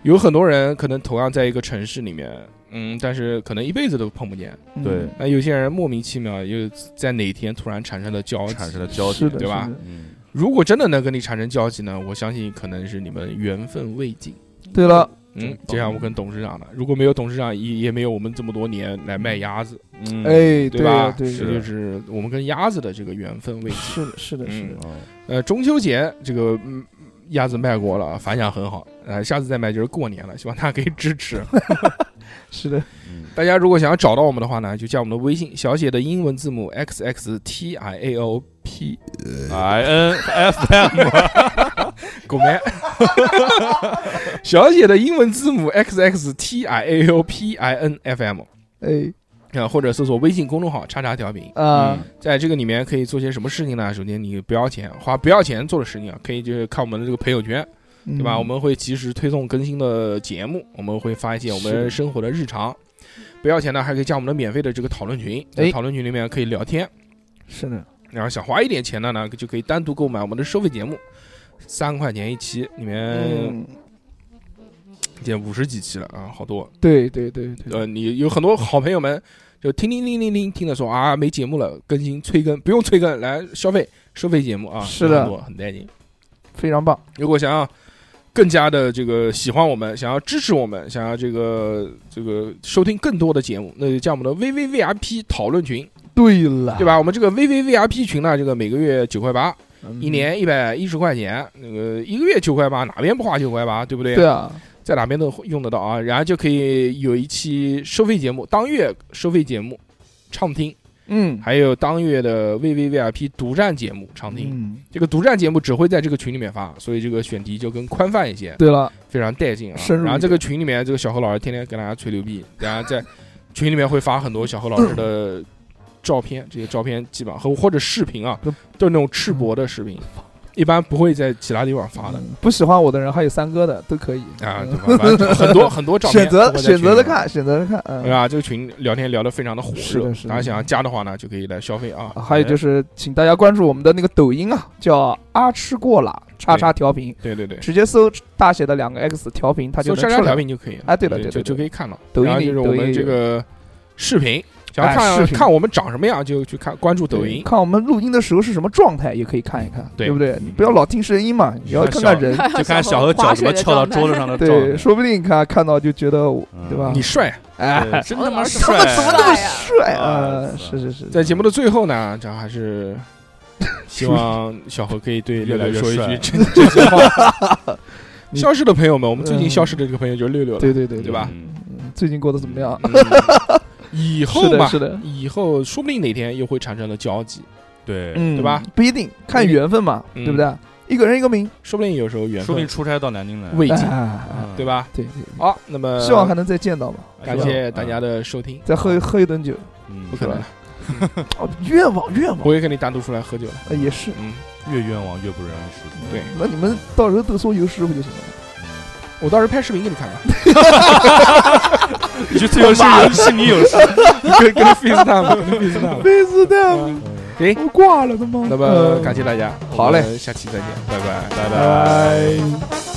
Speaker 2: 有很多人可能同样在一个城市里面，嗯，但是可能一辈子都碰不见。
Speaker 3: 嗯
Speaker 5: 对
Speaker 2: 那有些人莫名其妙又在哪天突然产生了交集，
Speaker 5: 产生了交集
Speaker 3: 是，的，
Speaker 2: 对吧
Speaker 3: 是的？
Speaker 5: 嗯，
Speaker 2: 如果真的能跟你产生交集呢，我相信可能是你们缘分未尽。
Speaker 3: 对了，
Speaker 2: 嗯
Speaker 5: 嗯，
Speaker 2: 就像我跟董事长的，如果没有董事长，也也没有我们这么多年来卖鸭子，
Speaker 5: 嗯，
Speaker 3: 哎，对
Speaker 2: 吧？
Speaker 3: 对，
Speaker 2: 这就是我们跟鸭子的这个缘分未尽。
Speaker 3: 是的，是的，是的，
Speaker 5: 嗯
Speaker 2: 呃，中秋节这个嗯啊鸭子卖过了，反响很好，呃，下次再卖就是过年了，希望大家可以支持。
Speaker 3: 是的，
Speaker 5: 嗯，
Speaker 2: 大家如果想要找到我们的话呢，就加我们的微信，小写的英文字母 x x t i a o p，哎
Speaker 5: i n f m
Speaker 2: 狗妹，小写的英文字母 x x t i a o p i n f m
Speaker 3: 哎
Speaker 2: 啊，或者搜索微信公众号“叉叉调频”，
Speaker 3: 啊，
Speaker 2: 在这个里面可以做些什么事情呢？首先，你不要钱，花不要钱做的事情啊，可以就是看我们的这个朋友圈，对
Speaker 3: 对
Speaker 2: 吧？我们会及时推送更新的节目，我们会发一些我
Speaker 3: 是
Speaker 2: 们
Speaker 3: 的
Speaker 2: 生活的日常。不要钱呢，还可以加我们的免费的这个讨论群，在
Speaker 3: 哎
Speaker 2: 讨论群里面可以聊天。
Speaker 3: 是的，
Speaker 2: 然后想花一点钱的呢，就可以单独购买我们的收费节目，三块钱一期，里面
Speaker 3: 嗯，
Speaker 2: 已经五十几期了啊，好多。
Speaker 3: 对对对对，
Speaker 2: 呃，你有很多好朋友们就听听听听听听的说啊，没节目了，更新催更，不用催更，来消费收费节目啊，
Speaker 3: 是的
Speaker 2: 有很多很带劲。
Speaker 3: 非常棒，
Speaker 2: 如果想要更加的这个喜欢我们，想要支持我们，想要这个这个收听更多的节目，那就加我们的 VVVIP 讨论群，
Speaker 3: 对了，
Speaker 2: 对吧？我们这个 VVVIP 群呢，这个每个月九块八，
Speaker 3: 嗯
Speaker 2: 一年一百一十块钱，那个一个月九块八，哪边不花九块八，对不对？
Speaker 3: 对啊，
Speaker 2: 在哪边都用得到啊。然后就可以有一期收费节目，当月收费节目畅听，
Speaker 3: 嗯，
Speaker 2: 还有当月的 VVVIP 独占节目畅听。
Speaker 3: 嗯，
Speaker 2: 这个独占节目只会在这个群里面发，所以这个选题就更宽泛一些，
Speaker 3: 对了，
Speaker 2: 非常带劲啊
Speaker 3: 深。入一点
Speaker 2: 然后这个群里面，这个小何老师天天跟大家吹牛逼，然后在群里面会发很多小何老师的照片，这些照片基本上和或者视频啊，都是那种赤膊的 视频，一般不会在其他地方发的。
Speaker 3: 嗯不喜欢我的人还有三哥的都可以
Speaker 2: 啊，
Speaker 3: 嗯
Speaker 2: 对吧？反正 很多很多照片
Speaker 3: 选择
Speaker 2: 都会在群
Speaker 3: 选
Speaker 2: 里
Speaker 3: 择的
Speaker 2: 面，
Speaker 3: 看，选择的看，嗯
Speaker 2: 对。吧？这个群聊天聊得非常的火
Speaker 3: 是
Speaker 2: 热
Speaker 3: 的是，的
Speaker 2: 大家想要加的话呢，就可以来消费啊。
Speaker 3: 啊还有就是，请大家关注我们的那个抖音啊，叫阿吃过啦，叉叉调频，
Speaker 2: 对对对，
Speaker 3: 直接搜大写的两个 X 调频，它就
Speaker 2: 搜
Speaker 3: 能
Speaker 2: 山
Speaker 3: 出
Speaker 2: 楂调
Speaker 3: 来。
Speaker 2: 频就可以了。
Speaker 3: 哎对了对
Speaker 2: 就
Speaker 3: 对
Speaker 2: 就
Speaker 3: 对
Speaker 2: 可以看了。
Speaker 3: 抖音
Speaker 2: 然后就是
Speaker 3: 里
Speaker 2: 我
Speaker 3: 抖
Speaker 2: 们
Speaker 3: 音
Speaker 2: 这
Speaker 3: 有
Speaker 2: 个视频，想要
Speaker 3: 哎
Speaker 2: 看
Speaker 3: 视频
Speaker 2: 看我们长什么样，就去看关注抖音
Speaker 3: 对。看我们录音的时候是什么状态，也可以看一看，
Speaker 2: 对
Speaker 3: 对不对？你不要老听声音嘛，你要看看人。
Speaker 5: 嗯 就看小何脚怎么翘到桌子上的状
Speaker 3: 对，
Speaker 5: 态，
Speaker 3: 说不定看看到就觉得我
Speaker 5: 嗯，
Speaker 3: 对吧
Speaker 2: 你？帅，啊
Speaker 3: 哎，
Speaker 5: 对真他妈
Speaker 4: 小何老
Speaker 5: 帅啊，
Speaker 4: 师
Speaker 3: 怎么
Speaker 4: 帅
Speaker 3: 那么
Speaker 4: 呀
Speaker 3: 帅
Speaker 5: 哇
Speaker 3: 啊？是是是，
Speaker 2: 在节目的最后呢，这还 是希望小何可以对六
Speaker 5: 越来
Speaker 2: 六
Speaker 5: 越
Speaker 2: 说一
Speaker 5: 帅
Speaker 2: 句真真心话。
Speaker 3: 你
Speaker 2: 消失的朋友们，我们最近
Speaker 3: 嗯
Speaker 2: 消失的这个朋友就是六六了，
Speaker 3: 对对对
Speaker 2: 对吧
Speaker 5: 嗯？
Speaker 3: 嗯最近过得怎么样？
Speaker 2: 嗯以后
Speaker 3: 是的
Speaker 2: 嘛，
Speaker 3: 是的
Speaker 2: 以后说不定哪天又会产生了交集，
Speaker 5: 对，
Speaker 3: 嗯，
Speaker 2: 对吧？
Speaker 3: 不一定，看缘分嘛，
Speaker 2: 嗯
Speaker 3: 对不对？一个人一个名，
Speaker 2: 说不定有时候缘
Speaker 5: 说不
Speaker 2: 分
Speaker 5: 定出差到南京来，
Speaker 2: 未尽，
Speaker 3: 哎，
Speaker 5: 嗯
Speaker 2: 啊
Speaker 5: 啊
Speaker 2: 对？吧？
Speaker 3: 对对，
Speaker 2: 好，那么
Speaker 3: 希望还能再见到吧。
Speaker 2: 感谢大家的收听，
Speaker 3: 再喝喝一顿酒，
Speaker 5: 嗯，
Speaker 2: 不可能，
Speaker 3: 哦，愿望愿望
Speaker 2: 不，会跟你单独出来喝酒了。
Speaker 3: 呃也是。
Speaker 2: 嗯，
Speaker 5: 越冤枉越不容易识
Speaker 2: 对
Speaker 3: 那你们到时候都说有师傅就行了。
Speaker 2: 我到时候拍视频给你看 吧，
Speaker 5: 你去自由市游戏，你有事。
Speaker 2: 跟跟 FaceTime，FaceTime。
Speaker 3: 贝斯蛋，
Speaker 2: 行，
Speaker 3: 我挂了的吗？
Speaker 2: 那么
Speaker 3: 嗯
Speaker 2: 感谢大家，
Speaker 3: 好嘞
Speaker 2: 我们下期再见，拜拜，拜
Speaker 3: 拜。拜。